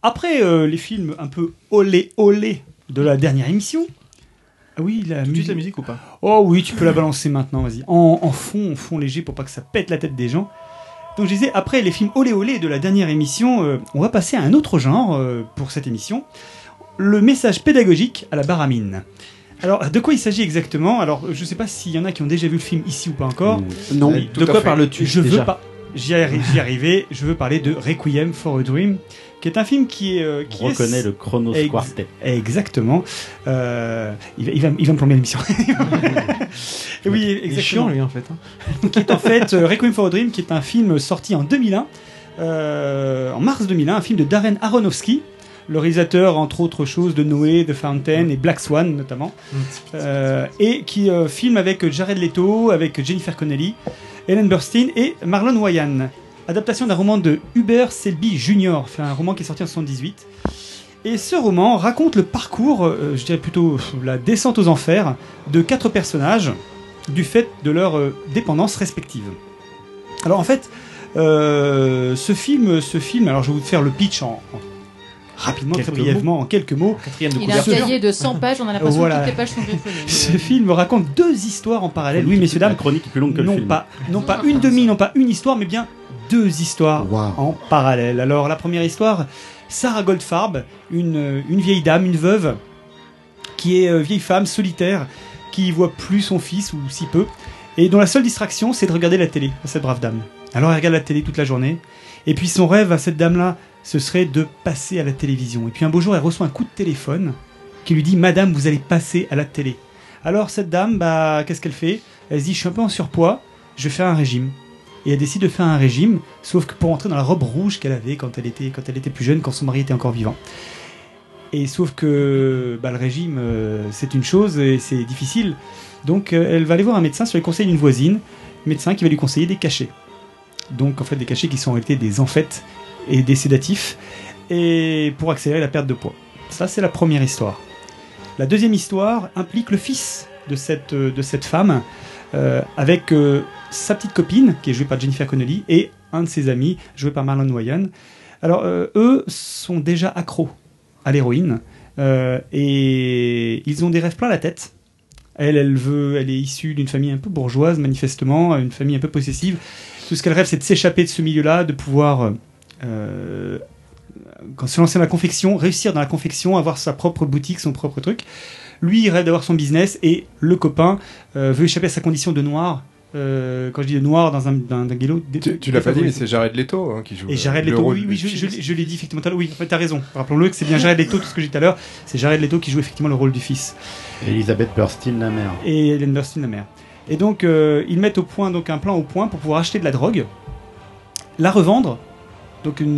[SPEAKER 7] après euh, les films un peu olé olé de la dernière émission. Ah oui, la
[SPEAKER 3] Tu dis
[SPEAKER 7] musique.
[SPEAKER 3] la musique ou pas
[SPEAKER 7] Oh oui, tu peux la balancer maintenant, vas-y. En, en fond, en fond léger pour pas que ça pète la tête des gens. Donc je disais, après les films olé olé de la dernière émission, euh, on va passer à un autre genre euh, pour cette émission. Le message pédagogique à la baramine. Alors, de quoi il s'agit exactement Alors, je sais pas s'il y en a qui ont déjà vu le film ici ou pas encore.
[SPEAKER 4] Non.
[SPEAKER 3] Euh,
[SPEAKER 6] tout
[SPEAKER 3] De
[SPEAKER 6] à
[SPEAKER 3] quoi
[SPEAKER 6] fait.
[SPEAKER 3] parles-tu
[SPEAKER 7] Je
[SPEAKER 3] déjà
[SPEAKER 7] veux pas. J'y arri- j'y arrivais. Je veux parler de Requiem for a Dream, qui est un film qui est. euh, qui
[SPEAKER 5] On
[SPEAKER 7] est-
[SPEAKER 5] reconnaît le Chronos
[SPEAKER 7] Ex-
[SPEAKER 5] Quartet.
[SPEAKER 7] Exactement. Euh, il, va, il, va, il va me plomber l'émission. oui,
[SPEAKER 3] Il est chiant,
[SPEAKER 7] exactement.
[SPEAKER 3] lui, en fait. hein.
[SPEAKER 7] Qui est en fait euh, Requiem for a Dream, qui est un film sorti en 2001, euh, en mars 2001, un film de Darren Aronofsky, le réalisateur, entre autres choses, de Noé, de Fountain et Black Swan, notamment. Euh, et qui euh, filme avec Jared Leto, avec Jennifer Connelly, Ellen Burstyn et Marlon Wayan. Adaptation d'un roman de Hubert Selby Jr., fait un roman qui est sorti en 78. Et ce roman raconte le parcours, euh, je dirais plutôt pff, la descente aux enfers, de quatre personnages du fait de leur euh, dépendance respective. Alors en fait, euh, ce film, ce film, alors je vais vous faire le pitch en, en- rapidement, très
[SPEAKER 3] Quelques
[SPEAKER 7] brièvement, en quelques mots.
[SPEAKER 3] Quatrième de
[SPEAKER 2] Il a un
[SPEAKER 3] couverture.
[SPEAKER 2] cahier de 100 pages, on a l'impression
[SPEAKER 7] Voilà.
[SPEAKER 2] que toutes les pages sont griffonnées.
[SPEAKER 7] Ce film raconte deux histoires en parallèle. Oui, messieurs, dames,
[SPEAKER 5] La chronique est plus longue que le
[SPEAKER 7] non
[SPEAKER 5] film.
[SPEAKER 7] pas, non pas une demi, non pas une histoire, mais bien deux histoires
[SPEAKER 4] Waouh.
[SPEAKER 7] en parallèle. Alors la première histoire, Sarah Goldfarb, une, euh, une vieille dame, une veuve, qui est euh, vieille femme solitaire, qui voit plus son fils ou si peu, et dont la seule distraction c'est de regarder la télé à cette brave dame. Alors elle regarde la télé toute la journée, et puis son rêve à cette dame-là, ce serait de passer à la télévision. Et puis un beau jour, elle reçoit un coup de téléphone qui lui dit Madame, vous allez passer à la télé. Alors cette dame, bah qu'est-ce qu'elle fait Elle se dit Je suis un peu en surpoids, je fais un régime et elle décide de faire un régime, sauf que pour entrer dans la robe rouge qu'elle avait quand elle était quand elle était plus jeune, quand son mari était encore vivant. Et sauf que bah, le régime, euh, c'est une chose et c'est difficile. Donc euh, elle va aller voir un médecin sur les conseils d'une voisine, médecin qui va lui conseiller des cachets. Donc en fait des cachets qui sont en réalité des enfêtes et des sédatifs, et pour accélérer la perte de poids. Ça c'est la première histoire. La deuxième histoire implique le fils de cette, euh, de cette femme, euh, avec euh, sa petite copine, qui est jouée par Jennifer Connelly, et un de ses amis, joué par Marlon Wayan. Alors, euh, eux sont déjà accros à l'héroïne, euh, et ils ont des rêves plein la tête. Elle, elle veut, elle est issue d'une famille un peu bourgeoise, manifestement, une famille un peu possessive. Tout ce qu'elle rêve, c'est de s'échapper de ce milieu-là, de pouvoir euh, euh, quand se lancer dans la confection, réussir dans la confection, avoir sa propre boutique, son propre truc. Lui, il rêve d'avoir son business, et le copain euh, veut échapper à sa condition de noir. Euh, quand je dis de noir dans un, dans un galop, dé-
[SPEAKER 6] Tu, tu l'as pas dit, mais
[SPEAKER 7] défavorisé.
[SPEAKER 6] c'est Jared Leto hein, qui joue.
[SPEAKER 7] Et
[SPEAKER 6] euh,
[SPEAKER 7] Jared
[SPEAKER 6] le
[SPEAKER 7] Leto,
[SPEAKER 6] rôle
[SPEAKER 7] oui,
[SPEAKER 6] du
[SPEAKER 7] oui, je,
[SPEAKER 6] fils.
[SPEAKER 7] je l'ai- je l'ai dit effectivement tout à l'heure. Oui, en fait, t'as raison. Rappelons-le que c'est bien Jared Leto, tout ce que j'ai dit tout à l'heure. C'est Jared Leto qui joue effectivement le rôle du fils.
[SPEAKER 5] Elisabeth Burstyn, la mère.
[SPEAKER 7] Et Ellen Burstyn, la mère. Et donc, euh, ils mettent au point donc un plan au point pour pouvoir acheter de la drogue, la revendre, donc une,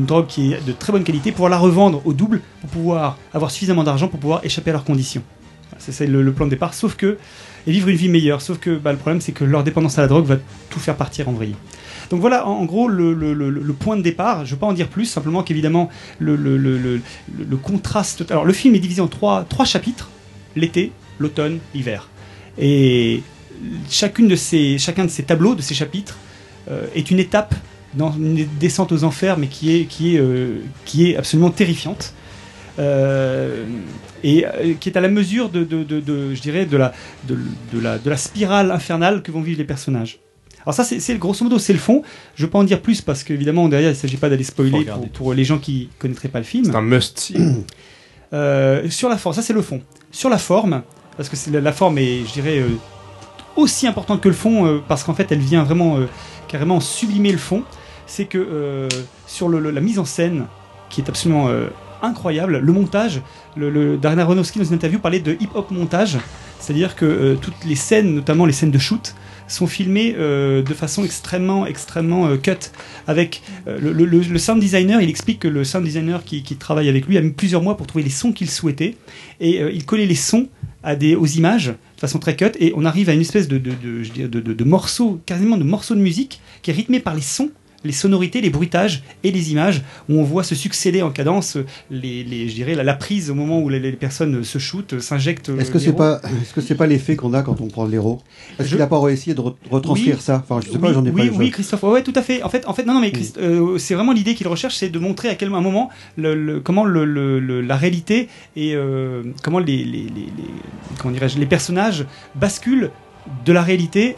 [SPEAKER 7] une drogue qui est de très bonne qualité, pouvoir la revendre au double pour pouvoir avoir suffisamment d'argent pour pouvoir échapper à leurs conditions. Voilà, Ça, c'est le, le plan de départ. Sauf que et vivre une vie meilleure. Sauf que bah, le problème, c'est que leur dépendance à la drogue va tout faire partir en vrille. Donc voilà, en, en gros, le, le- le- le point de départ. Je ne veux pas en dire plus, simplement qu'évidemment, le, le- le- le- le- le contraste. Alors, le film est divisé en trois, trois chapitres l'été, l'automne, l'hiver. Et chacune de ces, chacun de ces tableaux, de ces chapitres, euh, est une étape dans une descente aux enfers, mais qui est, qui est, euh, qui est absolument terrifiante. Euh, et euh, qui est à la mesure de, de- de- de- je dirais, de la, de, de la, de la spirale infernale que vont vivre les personnages. Alors ça, c'est c'est le- grosso modo, c'est le fond. Je ne veux pas en dire plus parce qu'évidemment, derrière, il ne s'agit pas d'aller spoiler pour, pour les gens qui ne connaîtraient pas le film.
[SPEAKER 6] C'est un must.
[SPEAKER 7] Euh, sur la forme, ça c'est le fond. Sur la forme, parce que c'est la, la forme est, je dirais, euh, aussi importante que le fond, euh, parce qu'en fait elle vient vraiment euh, carrément sublimer le fond, c'est que euh, sur le- le- la mise en scène, qui est absolument euh, incroyable, le montage, le, le, Darren Aronofsky dans une interview parlait de hip-hop montage, c'est-à-dire que euh, toutes les scènes, notamment les scènes de shoot, sont filmées euh, de façon extrêmement, extrêmement euh, cut, avec euh, le, le- le- le sound designer, il explique que le sound designer qui, qui travaille avec lui a mis plusieurs mois pour trouver les sons qu'il souhaitait. Et euh, il collait les sons à des, aux images de façon très cut. Et on arrive à une espèce de, de, de, je dirais de, de- de morceau, quasiment de morceau de musique qui est rythmé par les sons. Les sonorités, les bruitages et les images, où on voit se succéder en cadence euh, les, les- je dirais, la, la prise au moment où les, les personnes euh, se shootent, euh, s'injectent. euh,
[SPEAKER 4] Est-ce que
[SPEAKER 7] les
[SPEAKER 4] c'est
[SPEAKER 7] rois.
[SPEAKER 4] pas, est-ce que c'est pas l'effet qu'on a quand on prend l'héros Est-ce
[SPEAKER 7] Je-
[SPEAKER 4] qu'il a pas essayé de re- retranscrire
[SPEAKER 7] Oui.
[SPEAKER 4] ça Enfin, je sais
[SPEAKER 7] oui,
[SPEAKER 4] pas, j'en ai pas.
[SPEAKER 7] oui,
[SPEAKER 4] les
[SPEAKER 7] oui,
[SPEAKER 4] choses. Mm.
[SPEAKER 7] Christophe. Ouais, ouais, tout à fait. En fait, en fait, non, non, mais Christ- euh, c'est vraiment l'idée qu'il recherche, c'est de montrer à quel un moment le, le- comment le, le- le- la réalité et euh, comment les, les, les- les- comment dirais-je les personnages basculent de la réalité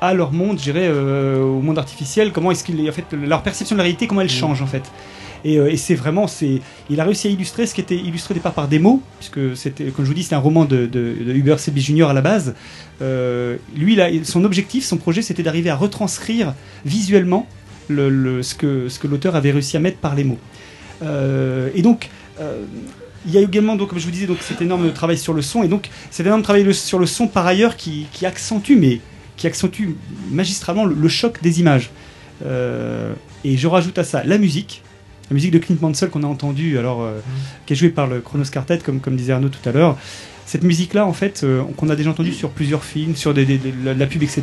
[SPEAKER 7] à leur monde, je dirais, euh, au monde artificiel. Comment est-ce qu'ils, en fait, leur perception de la réalité, comment elle change en fait. Et, euh, et c'est vraiment, c'est, il a réussi à illustrer ce qui était illustré au départ par des mots, puisque c'était, comme je vous dis, c'était un roman de, de, de Hubert Selby Jr. à la base. Euh, lui, là, il- son objectif, son projet, c'était d'arriver à retranscrire visuellement le, le- ce que, ce que l'auteur avait réussi à mettre par les mots. Euh, et donc, euh, il y a également, donc, comme je vous disais, donc, cet énorme travail sur le son, et donc cet énorme travail le- sur le son par ailleurs qui, qui accentue, mais qui accentue magistralement le, le choc des images. Euh, et je rajoute à ça la musique, la musique de Clint Mansell qu'on a entendue, alors euh, qui est jouée par le Chronos Quartet, comme, comme disait Arnaud tout à l'heure. Cette musique-là, en fait, euh, qu'on a déjà entendue sur plusieurs films, sur des, des- de la- de la pub, etc.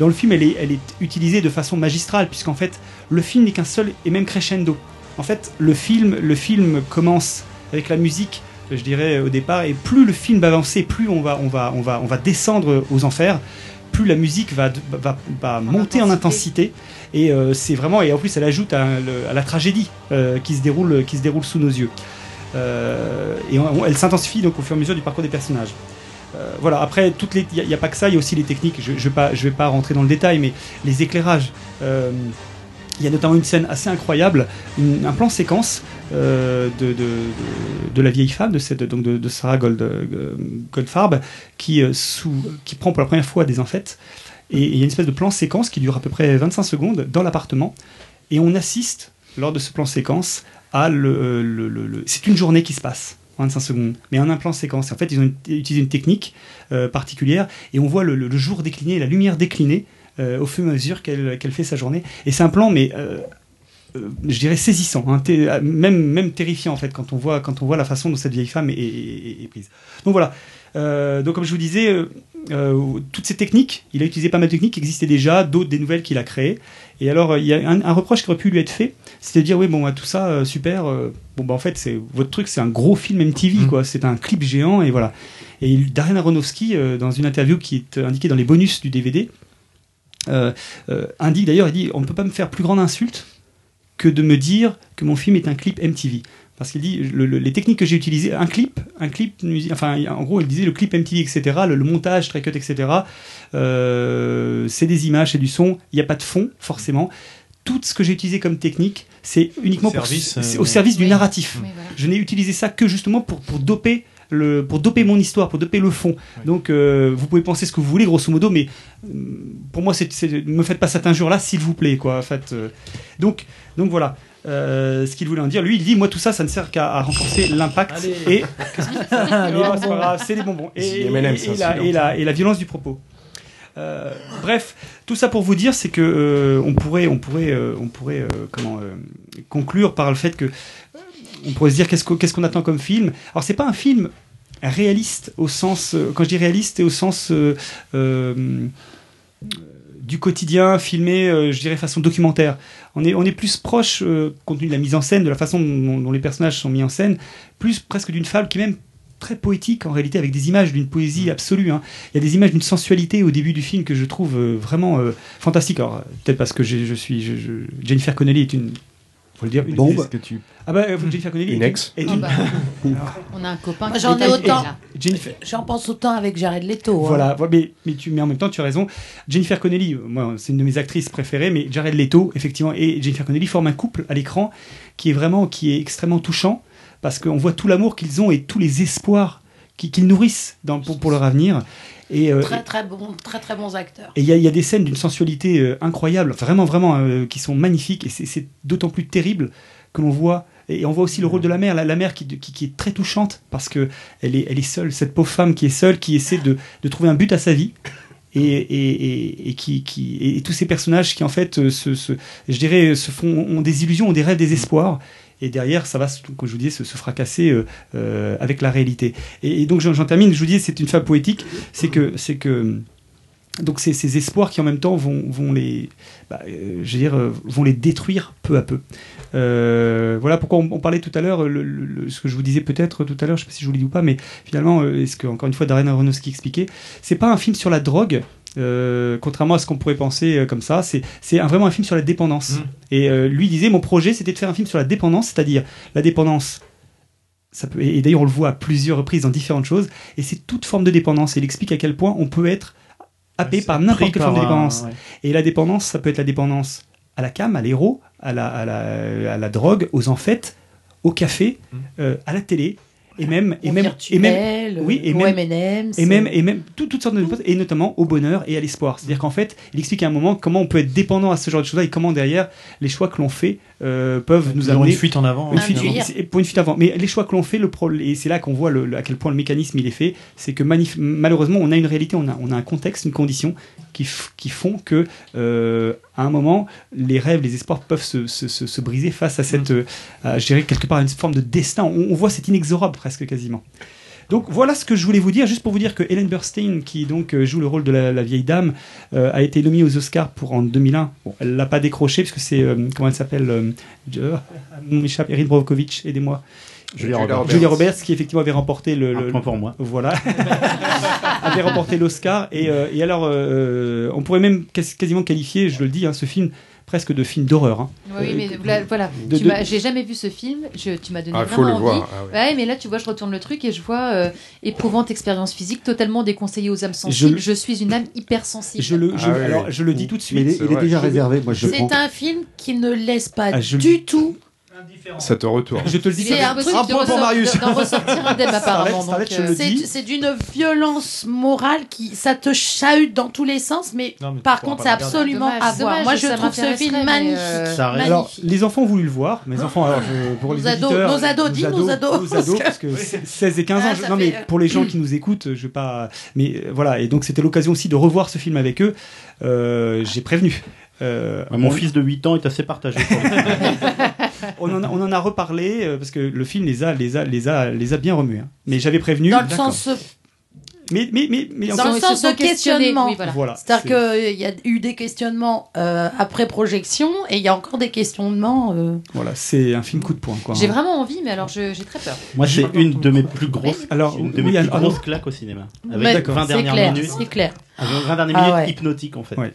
[SPEAKER 7] Dans le film, elle est, elle est utilisée de façon magistrale, puisqu'en fait, le film n'est qu'un seul et même crescendo. En fait, le film, le film commence avec la musique, je dirais, au départ, et plus le film va avancer, plus on va, on va, on va, on va descendre aux enfers, plus la musique va, de- va, va monter en intensité. Et euh, c'est vraiment, et en plus, elle ajoute à, le- à la tragédie euh, qui, se déroule, qui se déroule sous nos yeux. Euh, et on- on- elle s'intensifie donc au fur et à mesure du parcours des personnages. Euh, voilà, après, toutes les- il n'y a, pas que ça, il y a aussi les techniques. Je ne je vais, pas- je vais pas rentrer dans le détail, mais les éclairages. Euh, il y a notamment une scène assez incroyable, une- un plan séquence euh, de, de- de- de la vieille femme, de, cette, donc de, de Sarah Gold, euh, Goldfarb, qui, euh, sous, qui prend pour la première fois des infectes. Et il y a une espèce de plan séquence qui dure à peu près 25 secondes dans l'appartement. Et on assiste, lors de ce plan séquence, à le. le- le- le- C'est une journée qui se passe. 25 secondes, mais en un plan séquence. En fait, ils ont une- utilisé une technique euh, particulière et on voit le, le- le jour décliner, la lumière décliner euh, au fur et à mesure qu'elle qu'elle fait sa journée. Et c'est un plan, mais euh, euh, je dirais saisissant, hein, té- euh, même, même terrifiant en fait quand on, voit, quand on voit la façon dont cette vieille femme est, est- est- est prise. Donc voilà, Euh, donc comme je vous disais, euh, euh, toutes ces techniques, il a utilisé pas mal de techniques qui existaient déjà, d'autres des nouvelles qu'il a créées. Et alors euh, il y a un, un reproche qui aurait pu lui être fait, c'était de dire oui bon bah, tout ça euh, super, euh, bon bah en fait c'est votre truc c'est un gros film MTV quoi, c'est un clip géant et voilà. Et il- Darren Aronofsky euh, dans une interview qui est indiquée dans les bonus du DVD euh, euh, indique d'ailleurs il dit on ne peut pas me faire plus grande insulte que de me dire que mon film est un clip MTV. Parce qu'il dit, le- le- les techniques que j'ai utilisées, un clip, un clip, musi- enfin, en gros, il disait le clip MTV, etc., le, le montage très cut, etc., euh, c'est des images, c'est du son, il n'y a pas de fond, forcément. Tout ce que j'ai utilisé comme technique, c'est uniquement pour-
[SPEAKER 3] Service,
[SPEAKER 7] c'est
[SPEAKER 3] euh,
[SPEAKER 7] au service du
[SPEAKER 2] Oui.
[SPEAKER 7] narratif.
[SPEAKER 2] Oui, voilà.
[SPEAKER 7] Je n'ai utilisé ça que justement pour, pour doper. Le, pour doper mon histoire, pour doper le fond. Donc, euh, vous pouvez penser ce que vous voulez, grosso modo, mais euh, pour moi, c'est, c'est- ne me faites pas cette injure-là, s'il vous plaît, quoi. En fait, euh, donc, donc voilà. Euh, ce qu'il voulait en dire, lui, il dit moi tout ça, ça ne sert qu'à à renforcer l'impact et Oh, c'est pas grave, c'est des bonbons et,
[SPEAKER 6] Les M&M's,
[SPEAKER 7] et- et
[SPEAKER 6] ça,
[SPEAKER 7] la,
[SPEAKER 6] c'est
[SPEAKER 7] et la- et la violence du propos. Euh, bref, tout ça pour vous dire, c'est que euh, on pourrait, on pourrait, euh, on pourrait euh, comment euh, conclure par le fait que euh, on pourrait se dire qu'est-ce qu'on qu'est-ce qu'on attend comme film. Alors c'est pas un film réaliste au sens, euh, quand je dis réaliste, c'est au sens euh, euh, du quotidien filmé, euh, je dirais, façon documentaire. On est, on est plus proche, euh, compte tenu de la mise en scène, de la façon dont, dont les personnages sont mis en scène, plus presque d'une fable qui est même très poétique en réalité, avec des images d'une poésie absolue. hein. Il y a des images d'une sensualité au début du film que je trouve euh, vraiment euh, fantastique. Alors, euh, peut-être parce que j'ai- je suis. je- je- Jennifer Connelly est une. Faut le dire, une
[SPEAKER 4] Bombe.
[SPEAKER 6] que tu...
[SPEAKER 7] Ah bah, euh, Jennifer Connelly.
[SPEAKER 6] Une
[SPEAKER 7] est
[SPEAKER 6] ex.
[SPEAKER 7] est
[SPEAKER 2] Ah
[SPEAKER 7] une-
[SPEAKER 2] bah, On a un copain. Moi, qui j'en ai est autant. là.
[SPEAKER 7] Jennifer,
[SPEAKER 2] J'en pense autant avec Jared Leto. hein.
[SPEAKER 7] Voilà, voilà, mais, mais, tu, mais en même temps, tu as raison. Jennifer Connelly, euh, moi, c'est une de mes actrices préférées, mais Jared Leto, effectivement, et Jennifer Connelly forment un couple à l'écran qui est vraiment, qui est extrêmement touchant, parce qu'on voit tout l'amour qu'ils ont et tous les espoirs qui- qu'ils nourrissent dans, pour, pour leur avenir. Et, euh,
[SPEAKER 2] Très très bon, très très bons acteurs.
[SPEAKER 7] et il y, a- il y a des scènes d'une sensualité euh, incroyable, vraiment, vraiment, euh, qui sont magnifiques. Et c'est- c'est d'autant plus terrible que l'on voit. Et on voit aussi le rôle de la mère, la, la mère qui, qui- qui est très touchante parce que elle est, elle est seule, cette pauvre femme qui est seule, qui essaie de, de trouver un but à sa vie. Et, et, et, et qui, qui, et, et tous ces personnages qui, en fait, euh, se, se- je dirais, euh, se font, ont des illusions, ont des rêves, des espoirs. Et derrière, ça va, se- comme je vous disais, se, se fracasser euh, euh, avec la réalité. Et, et donc, j'en j'en termine, je vous disais, c'est une femme poétique. C'est que. c'est que donc c'est ces espoirs qui en même temps vont, vont les, bah, euh, je veux dire, euh, vont les détruire peu à peu. Euh, voilà pourquoi on, on parlait tout à l'heure, euh, le- le- le- ce que je vous disais peut-être tout à l'heure, je sais pas si je vous l'ai dit ou pas, mais finalement, euh, et ce que encore une fois Darren Aronofsky expliquait, c'est pas un film sur la drogue. euh, contrairement à ce qu'on pourrait penser euh, comme ça, c'est c'est un- vraiment un film sur la dépendance. Et euh, lui disait, mon projet, c'était de faire un film sur la dépendance, c'est-à-dire la dépendance. Ça peut, et et d'ailleurs, on le voit à plusieurs reprises dans différentes choses. Et c'est toute forme de dépendance. Et il explique à quel point on peut être happé par n'importe quelle forme de dépendance. Et la dépendance, ça peut être la dépendance à la cam, à l'héros, à la, à, la, à la drogue, aux enfêtes, au café, euh, à la télé, et même, et
[SPEAKER 2] Au
[SPEAKER 7] même, et même,
[SPEAKER 2] virtuel,
[SPEAKER 7] oui, et
[SPEAKER 2] au
[SPEAKER 7] même-
[SPEAKER 2] M&M's.
[SPEAKER 7] et même, et même tout- toutes sortes de et notamment au bonheur et à l'espoir. C'est-à-dire qu'en fait, il explique à un moment comment on peut être dépendant à ce genre de choses-là et comment derrière les choix que l'on fait euh, peuvent nous
[SPEAKER 3] Nous avons une
[SPEAKER 7] amener
[SPEAKER 3] fuite en avant. hein,
[SPEAKER 7] une
[SPEAKER 2] Ah,
[SPEAKER 7] fuite,
[SPEAKER 2] mais
[SPEAKER 7] et c'est- pour une fuite avant. Mais les choix que l'on fait, le pro- et c'est là qu'on voit le- le- à quel point le mécanisme il est fait, c'est que manif- malheureusement on a une réalité, on a, on a un contexte, une condition qui, f- qui font que euh, à un moment les rêves, les espoirs peuvent se, se- se- se briser face à
[SPEAKER 3] Mm.
[SPEAKER 7] cette, euh, à, je dirais quelque part une forme de destin. On, on voit c'est inexorable presque quasiment. Donc voilà ce que je voulais vous dire, juste pour vous dire que Helen Burstein, qui donc euh, joue le rôle de la, la vieille dame, euh, a été nominée aux Oscars pour en 2001. Bon, elle l'a pas décroché parce que c'est euh, comment elle s'appelle euh, je- ah, mon échappe, Erin Brockovich, aidez-moi.
[SPEAKER 6] Julia Roberts.
[SPEAKER 7] Julia Roberts, qui effectivement avait remporté le. le-
[SPEAKER 5] Un point pour moi.
[SPEAKER 7] voilà, avait remporté l'Oscar et, euh, et alors euh, on pourrait même quas- quasiment qualifier, je le dis, hein, ce film presque de film d'horreur. hein.
[SPEAKER 9] Oui, mais là, voilà,
[SPEAKER 7] De-
[SPEAKER 9] Tu
[SPEAKER 7] de-
[SPEAKER 9] m'as- j'ai jamais vu ce film, je- tu m'as donné
[SPEAKER 6] Ah, faut
[SPEAKER 9] vraiment
[SPEAKER 6] le
[SPEAKER 9] envie.
[SPEAKER 6] voir. ah ouais.
[SPEAKER 9] Ouais, mais là, tu vois, je retourne le truc et je vois euh, éprouvante expérience physique totalement déconseillée aux âmes sensibles.
[SPEAKER 7] le-
[SPEAKER 9] Je, suis une âme hypersensible.
[SPEAKER 7] Je le, je-
[SPEAKER 6] Ah oui,
[SPEAKER 7] alors,
[SPEAKER 6] oui.
[SPEAKER 7] je le dis tout de
[SPEAKER 4] Mais il
[SPEAKER 7] suite.
[SPEAKER 4] est,
[SPEAKER 6] c'est
[SPEAKER 4] il est
[SPEAKER 6] vrai.
[SPEAKER 4] déjà réservé, moi je le prends.
[SPEAKER 2] C'est un film qui ne laisse pas
[SPEAKER 7] Ah, je-
[SPEAKER 2] du tout.
[SPEAKER 6] Ça te retourne.
[SPEAKER 7] Je te le dis.
[SPEAKER 9] C'est
[SPEAKER 7] ça-
[SPEAKER 9] impossible
[SPEAKER 7] Un
[SPEAKER 9] de
[SPEAKER 7] point pour
[SPEAKER 9] ressort-
[SPEAKER 7] Marius.
[SPEAKER 9] d'en ressortir indemne apparemment.
[SPEAKER 7] Starlet,
[SPEAKER 9] donc,
[SPEAKER 7] je
[SPEAKER 9] euh,
[SPEAKER 7] le
[SPEAKER 2] C'est
[SPEAKER 7] dis.
[SPEAKER 2] c'est d'une violence morale qui ça te chahute dans tous les sens, mais
[SPEAKER 3] Non, mais tu
[SPEAKER 2] par
[SPEAKER 3] pourras
[SPEAKER 2] contre
[SPEAKER 3] pas
[SPEAKER 2] c'est
[SPEAKER 3] la regarder.
[SPEAKER 2] absolument
[SPEAKER 9] Dommage,
[SPEAKER 2] à voir.
[SPEAKER 9] dommage,
[SPEAKER 2] Moi je
[SPEAKER 9] ça
[SPEAKER 2] trouve ce film
[SPEAKER 9] m'intéresserait, mais,
[SPEAKER 2] magnifique.
[SPEAKER 9] euh,
[SPEAKER 5] Ça reste-
[SPEAKER 7] Alors,
[SPEAKER 2] magnifique.
[SPEAKER 7] les enfants ont voulu le voir. Mes enfants, alors, je- pour les
[SPEAKER 2] Nos ados,
[SPEAKER 7] auditeurs,
[SPEAKER 2] nos ados, dis nos ados.
[SPEAKER 7] nos ados, parce que 16 et 15 ans.
[SPEAKER 2] Ah,
[SPEAKER 7] je-
[SPEAKER 2] ça
[SPEAKER 7] non,
[SPEAKER 2] fait,
[SPEAKER 7] mais
[SPEAKER 2] euh,
[SPEAKER 7] pour les gens qui nous écoutent, je vais pas. Mais euh, voilà, et donc c'était l'occasion aussi de revoir ce film avec eux. Euh, J'ai prévenu. Euh,
[SPEAKER 5] Ouais, Mon
[SPEAKER 7] on-
[SPEAKER 5] fils de 8 ans est assez partagé. pour le coup.
[SPEAKER 7] on, en a, on en a reparlé euh, parce que le film les a, les a, les a, les a bien remués. hein. Mais j'avais prévenu.
[SPEAKER 2] Dans le
[SPEAKER 7] D'accord.
[SPEAKER 2] sens, euh,
[SPEAKER 7] Mais, mais, mais, mais
[SPEAKER 2] Dans
[SPEAKER 9] ils
[SPEAKER 2] le
[SPEAKER 9] se
[SPEAKER 2] sens
[SPEAKER 9] sont
[SPEAKER 2] de
[SPEAKER 9] questionnés.
[SPEAKER 2] questionnement.
[SPEAKER 9] Oui, voilà.
[SPEAKER 7] voilà.
[SPEAKER 2] c'est-à-dire
[SPEAKER 7] c'est-
[SPEAKER 2] qu'il y a eu des questionnements euh, après projection et il y a encore des questionnements. euh,
[SPEAKER 7] Voilà, c'est un film coup de poing. quoi. hein.
[SPEAKER 9] J'ai vraiment envie, mais alors je- j'ai très peur.
[SPEAKER 5] Moi, c'est une de mes plus grosses,
[SPEAKER 7] Alors,
[SPEAKER 5] une de mes
[SPEAKER 7] oui,
[SPEAKER 5] plus
[SPEAKER 7] alors-
[SPEAKER 5] grosses claques au cinéma.
[SPEAKER 2] mais
[SPEAKER 5] Avec 20
[SPEAKER 2] c'est
[SPEAKER 5] dernières
[SPEAKER 2] clair,
[SPEAKER 5] minutes.
[SPEAKER 2] c'est clair.
[SPEAKER 5] Avec 20 dernières
[SPEAKER 2] Ah
[SPEAKER 5] minutes
[SPEAKER 2] ouais.
[SPEAKER 5] hypnotiques, en fait.
[SPEAKER 7] Ouais.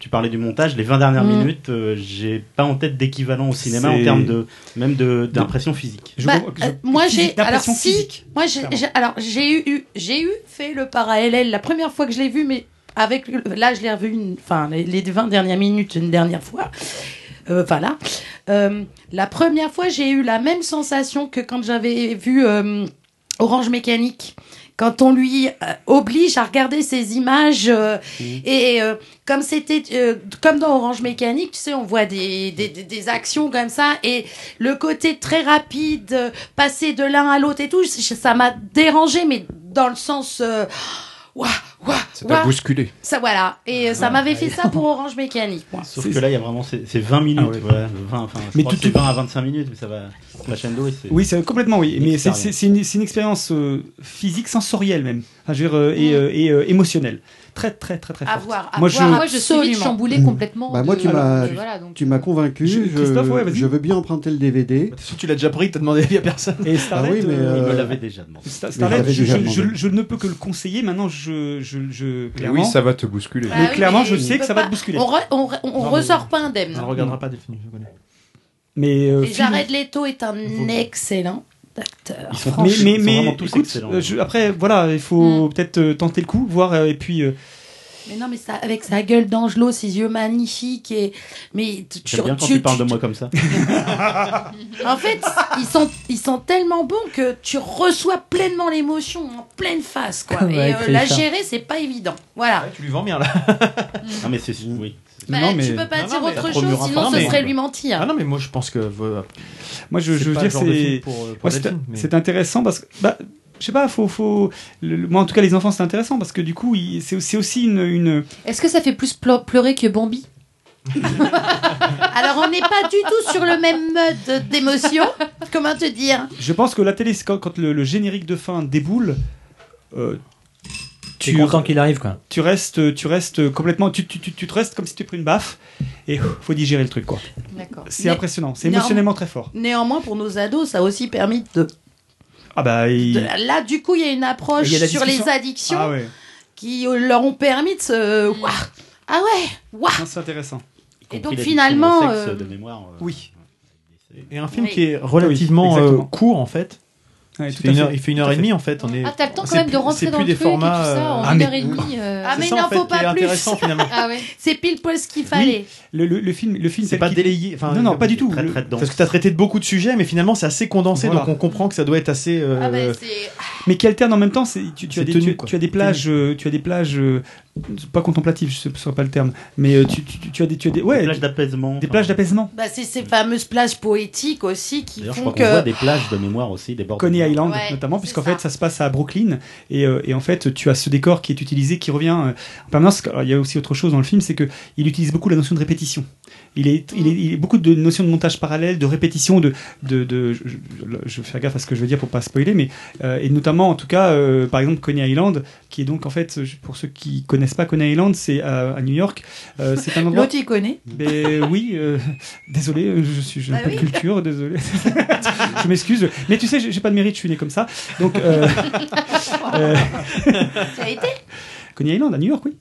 [SPEAKER 5] Tu parlais du montage, les 20 dernières
[SPEAKER 2] Mm.
[SPEAKER 5] minutes, euh, j'ai pas en tête d'équivalent au cinéma
[SPEAKER 7] C'est-
[SPEAKER 5] en termes de même de- d'impression physique.
[SPEAKER 7] Je
[SPEAKER 2] Bah,
[SPEAKER 7] vois- je-
[SPEAKER 2] euh, moi,
[SPEAKER 7] physique,
[SPEAKER 2] j'ai- alors,
[SPEAKER 7] d'impression
[SPEAKER 2] si-
[SPEAKER 7] physique.
[SPEAKER 2] Moi, j'ai,
[SPEAKER 7] Clairement.
[SPEAKER 2] j'ai- alors j'ai eu, eu- j'ai eu fait le parallèle la première fois que je l'ai vu, mais avec le- là, je l'ai revu, une, enfin les, les 20 dernières minutes une dernière fois. Euh, Enfin là, Euh, la première fois, j'ai eu la même sensation que quand j'avais vu euh, Orange Mécanique. Quand on lui euh, oblige à regarder ces images euh,
[SPEAKER 7] Mmh.
[SPEAKER 2] et euh, comme c'était euh, comme dans Orange Mécanique, tu sais, on voit des, des, des- des actions comme ça et le côté très rapide, euh, passer de l'un à l'autre et tout, c- ça m'a dérangé, mais dans le sens. euh, Ouah, ouah,
[SPEAKER 5] Ça
[SPEAKER 2] ouah.
[SPEAKER 5] t'a bousculé.
[SPEAKER 2] Ça, voilà. Et euh, ça
[SPEAKER 5] Ah,
[SPEAKER 2] m'avait
[SPEAKER 5] ouais.
[SPEAKER 2] fait ça pour Orange Mécanique, moi.
[SPEAKER 5] Sauf que là, il y a vraiment ces, ces 20 minutes. voilà, 20, enfin, je
[SPEAKER 7] Mais
[SPEAKER 5] crois
[SPEAKER 7] tout-
[SPEAKER 5] que c'est 20 à 25 minutes, mais ça va crescendo. et c'est-
[SPEAKER 7] Oui, c'est complètement oui.
[SPEAKER 5] Une
[SPEAKER 7] Mais c'est- c'est
[SPEAKER 5] expérience.
[SPEAKER 7] c'est une, c'est une expérience euh, physique, sensorielle même, Enfin, je veux dire, euh, et, euh, et, euh, émotionnelle, très très très très
[SPEAKER 9] À
[SPEAKER 7] forte. Mmh.
[SPEAKER 9] voir, à voir. Ah, Moi, je suis vite
[SPEAKER 7] absolument.
[SPEAKER 9] chamboulée complètement
[SPEAKER 4] Bah, moi,
[SPEAKER 9] de-
[SPEAKER 4] tu m'as
[SPEAKER 9] de- voilà, donc, euh,
[SPEAKER 4] tu m'as convaincu. Je,
[SPEAKER 7] Christophe, ouais, vas-y.
[SPEAKER 4] je veux bien emprunter le DVD.
[SPEAKER 3] Si tu l'as déjà pris, t'as demandé à personne.
[SPEAKER 7] Et Starlet,
[SPEAKER 4] Ah oui, mais,
[SPEAKER 7] euh,
[SPEAKER 4] euh,
[SPEAKER 5] Il me l'avait déjà demandé.
[SPEAKER 7] Star-
[SPEAKER 4] Mais
[SPEAKER 7] Starlet,
[SPEAKER 4] je l'avais
[SPEAKER 7] je,
[SPEAKER 4] déjà
[SPEAKER 7] je-
[SPEAKER 4] demandé.
[SPEAKER 7] je- je ne peux que le conseiller. Maintenant, je, je, je clairement.
[SPEAKER 6] Eh oui, ça va te bousculer.
[SPEAKER 7] Mais
[SPEAKER 9] Ah oui,
[SPEAKER 7] clairement,
[SPEAKER 9] mais
[SPEAKER 7] je
[SPEAKER 9] tu
[SPEAKER 7] sais que
[SPEAKER 9] peux
[SPEAKER 7] ça va
[SPEAKER 9] pas-
[SPEAKER 7] te bousculer.
[SPEAKER 9] On, re- on re- on
[SPEAKER 7] Non, mais-
[SPEAKER 9] ressort pas indemne.
[SPEAKER 3] On ne regardera pas des films, je connais.
[SPEAKER 7] Mais euh,
[SPEAKER 2] Et
[SPEAKER 7] film-
[SPEAKER 2] Jared Leto est un excellent acteur.
[SPEAKER 5] Ils sont
[SPEAKER 7] mais
[SPEAKER 5] franchis,
[SPEAKER 7] mais,
[SPEAKER 5] ils sont
[SPEAKER 7] mais
[SPEAKER 5] vraiment tous
[SPEAKER 7] écoute,
[SPEAKER 5] excellents. hein.
[SPEAKER 7] euh, je- après voilà, il faut
[SPEAKER 9] Mmh.
[SPEAKER 7] peut-être euh, tenter le coup, voir euh, et puis. euh,
[SPEAKER 2] Mais non, mais ça, avec sa gueule d'angelot, ses yeux magnifiques et. Mais tu,
[SPEAKER 5] J'aime bien quand
[SPEAKER 2] tu-
[SPEAKER 5] tu parles
[SPEAKER 2] tu-
[SPEAKER 5] de moi comme ça.
[SPEAKER 2] En fait, ils sont, ils sont tellement bons que tu reçois pleinement l'émotion en pleine face, quoi.
[SPEAKER 7] Ouais,
[SPEAKER 2] et euh,
[SPEAKER 7] c'est
[SPEAKER 5] hein.
[SPEAKER 2] la
[SPEAKER 7] ça.
[SPEAKER 2] gérer, c'est pas évident. Voilà.
[SPEAKER 3] Tu lui vends bien là.
[SPEAKER 5] Non, mais c'est. Oui.
[SPEAKER 2] Bah,
[SPEAKER 7] non, mais-
[SPEAKER 2] Tu peux pas
[SPEAKER 3] Non, non,
[SPEAKER 2] dire
[SPEAKER 3] mais
[SPEAKER 2] autre
[SPEAKER 3] t'as
[SPEAKER 2] chose,
[SPEAKER 3] promu un
[SPEAKER 2] sinon
[SPEAKER 3] parent,
[SPEAKER 2] ce
[SPEAKER 3] mais-
[SPEAKER 2] serait lui mentir.
[SPEAKER 3] Ah non, mais moi je pense que. euh,
[SPEAKER 7] Moi, je, je veux
[SPEAKER 3] pas
[SPEAKER 7] dire,
[SPEAKER 3] le genre de film
[SPEAKER 7] c'est
[SPEAKER 3] pour, euh, pour les
[SPEAKER 7] Ouais, c'est
[SPEAKER 3] films, mais-
[SPEAKER 7] c'est intéressant parce que bah, je sais pas, faut faut. le- le- moi, en tout cas, les enfants, c'est intéressant parce que du coup, il- c'est c'est aussi une, une-
[SPEAKER 9] Est-ce que ça fait plus pleu- pleurer que Bambi
[SPEAKER 2] Alors, on n'est pas du tout sur le même mode d'émotion. Comment te dire
[SPEAKER 7] Je pense que la télé, c'est quand, quand le, le générique de fin déboule. euh,
[SPEAKER 10] Tu es content qu'il arrive, quoi.
[SPEAKER 7] tu restes, tu restes complètement, tu, tu, tu, tu te restes comme si tu pris une baffe et ouf, faut digérer le truc quoi.
[SPEAKER 9] D'accord.
[SPEAKER 7] C'est
[SPEAKER 2] Mais-
[SPEAKER 7] impressionnant, c'est
[SPEAKER 2] Néanmo-
[SPEAKER 7] émotionnellement très fort.
[SPEAKER 2] Néanmoins, pour nos ados, ça a aussi permis de.
[SPEAKER 7] Ah bah il-
[SPEAKER 2] de- Là, du coup, il y a une approche
[SPEAKER 7] Il y a la
[SPEAKER 2] sur les
[SPEAKER 7] discussion.
[SPEAKER 2] addictions
[SPEAKER 7] ah ouais,
[SPEAKER 2] qui euh, leur ont permis de se.
[SPEAKER 9] Hmm.
[SPEAKER 2] Ouah. Ah ouais Ouah.
[SPEAKER 7] Non, c'est intéressant.
[SPEAKER 2] Et donc,
[SPEAKER 5] Compris l'addiction
[SPEAKER 2] finalement,
[SPEAKER 5] au sexe
[SPEAKER 2] euh,
[SPEAKER 5] de mémoire. euh,
[SPEAKER 7] Oui,
[SPEAKER 3] Et un film
[SPEAKER 2] Oui.
[SPEAKER 3] qui est relativement
[SPEAKER 7] Oui, exactement.
[SPEAKER 3] euh, court en fait.
[SPEAKER 7] Ouais,
[SPEAKER 3] Il
[SPEAKER 7] tout
[SPEAKER 3] fait,
[SPEAKER 7] à
[SPEAKER 3] une heure,
[SPEAKER 7] fait.
[SPEAKER 3] il fait une heure et demie en fait. On est.
[SPEAKER 9] Ah, t'as le temps
[SPEAKER 3] c'est
[SPEAKER 9] quand même de
[SPEAKER 3] plus-
[SPEAKER 9] rentrer
[SPEAKER 3] c'est
[SPEAKER 9] dans
[SPEAKER 3] plus
[SPEAKER 9] le
[SPEAKER 3] des
[SPEAKER 9] truc et tout
[SPEAKER 3] formats,
[SPEAKER 9] ça, en
[SPEAKER 3] euh,
[SPEAKER 7] ah,
[SPEAKER 9] une
[SPEAKER 7] mais-
[SPEAKER 9] heure et demie. euh,
[SPEAKER 2] Ah,
[SPEAKER 3] c'est
[SPEAKER 2] mais
[SPEAKER 3] ça,
[SPEAKER 2] n'en
[SPEAKER 3] en fait,
[SPEAKER 2] faut
[SPEAKER 3] qui est
[SPEAKER 2] pas plus.
[SPEAKER 3] intéressant finalement.
[SPEAKER 9] Ah ouais.
[SPEAKER 2] C'est pile poil ce qu'il fallait.
[SPEAKER 7] Le, le, le film, le film,
[SPEAKER 3] C'est
[SPEAKER 7] le
[SPEAKER 3] pas
[SPEAKER 7] qui-
[SPEAKER 3] délayé. Enfin,
[SPEAKER 7] Non non, pas du tout.
[SPEAKER 5] Très
[SPEAKER 7] Le-
[SPEAKER 5] très dense.
[SPEAKER 3] Parce que tu as traité de beaucoup de sujets, mais finalement c'est assez condensé,
[SPEAKER 7] Voilà.
[SPEAKER 3] donc on comprend que ça doit être assez. euh,
[SPEAKER 2] Ah bah, c'est-
[SPEAKER 7] mais qui alterne en même temps. C'est tu, tu as
[SPEAKER 3] C'est
[SPEAKER 7] des
[SPEAKER 3] tenu,
[SPEAKER 7] tu,
[SPEAKER 3] quoi.
[SPEAKER 7] tu as des plages, euh, tu as des plages euh, pas contemplatives, je sais ce sera pas le terme, mais euh, tu, tu, tu- tu as des tu as des ouais
[SPEAKER 5] Des plages d'apaisement.
[SPEAKER 7] des plages d'apaisement.
[SPEAKER 2] bah, c'est ces fameuses plages poétiques aussi qui
[SPEAKER 5] D'ailleurs, je
[SPEAKER 2] font
[SPEAKER 5] crois qu'on voit
[SPEAKER 2] que.
[SPEAKER 5] des plages de mémoire aussi, des bords. de
[SPEAKER 7] Coney
[SPEAKER 5] mer.
[SPEAKER 7] Island
[SPEAKER 2] Ouais,
[SPEAKER 7] notamment,
[SPEAKER 2] c'est
[SPEAKER 7] puisqu'en
[SPEAKER 2] ça.
[SPEAKER 7] fait ça se passe à Brooklyn et, euh, et en fait tu as ce décor qui est utilisé, qui revient euh, en permanence. Alors, il y a aussi autre chose dans le film, c'est que il utilise beaucoup la notion de répétition. Il est, il est, il est beaucoup de notions de montage parallèle, de répétition, de, de, de je, je- je vais faire gaffe à ce que je veux dire pour pas spoiler, mais euh, et notamment en tout cas euh, par exemple Coney Island, qui est donc en fait je- pour ceux qui connaissent pas Coney Island, c'est à, à New York, euh, c'est un endroit.
[SPEAKER 2] L'autre, il connaît.
[SPEAKER 7] Ben oui, euh, désolé, euh, je suis, je n'ai
[SPEAKER 2] Bah
[SPEAKER 7] pas de
[SPEAKER 2] oui.
[SPEAKER 7] culture, désolé. je m'excuse, mais tu sais, j'ai j'ai pas de mérite, je suis né comme ça. Donc, euh, euh,
[SPEAKER 2] Ça a été
[SPEAKER 7] Coney Island à New York, oui.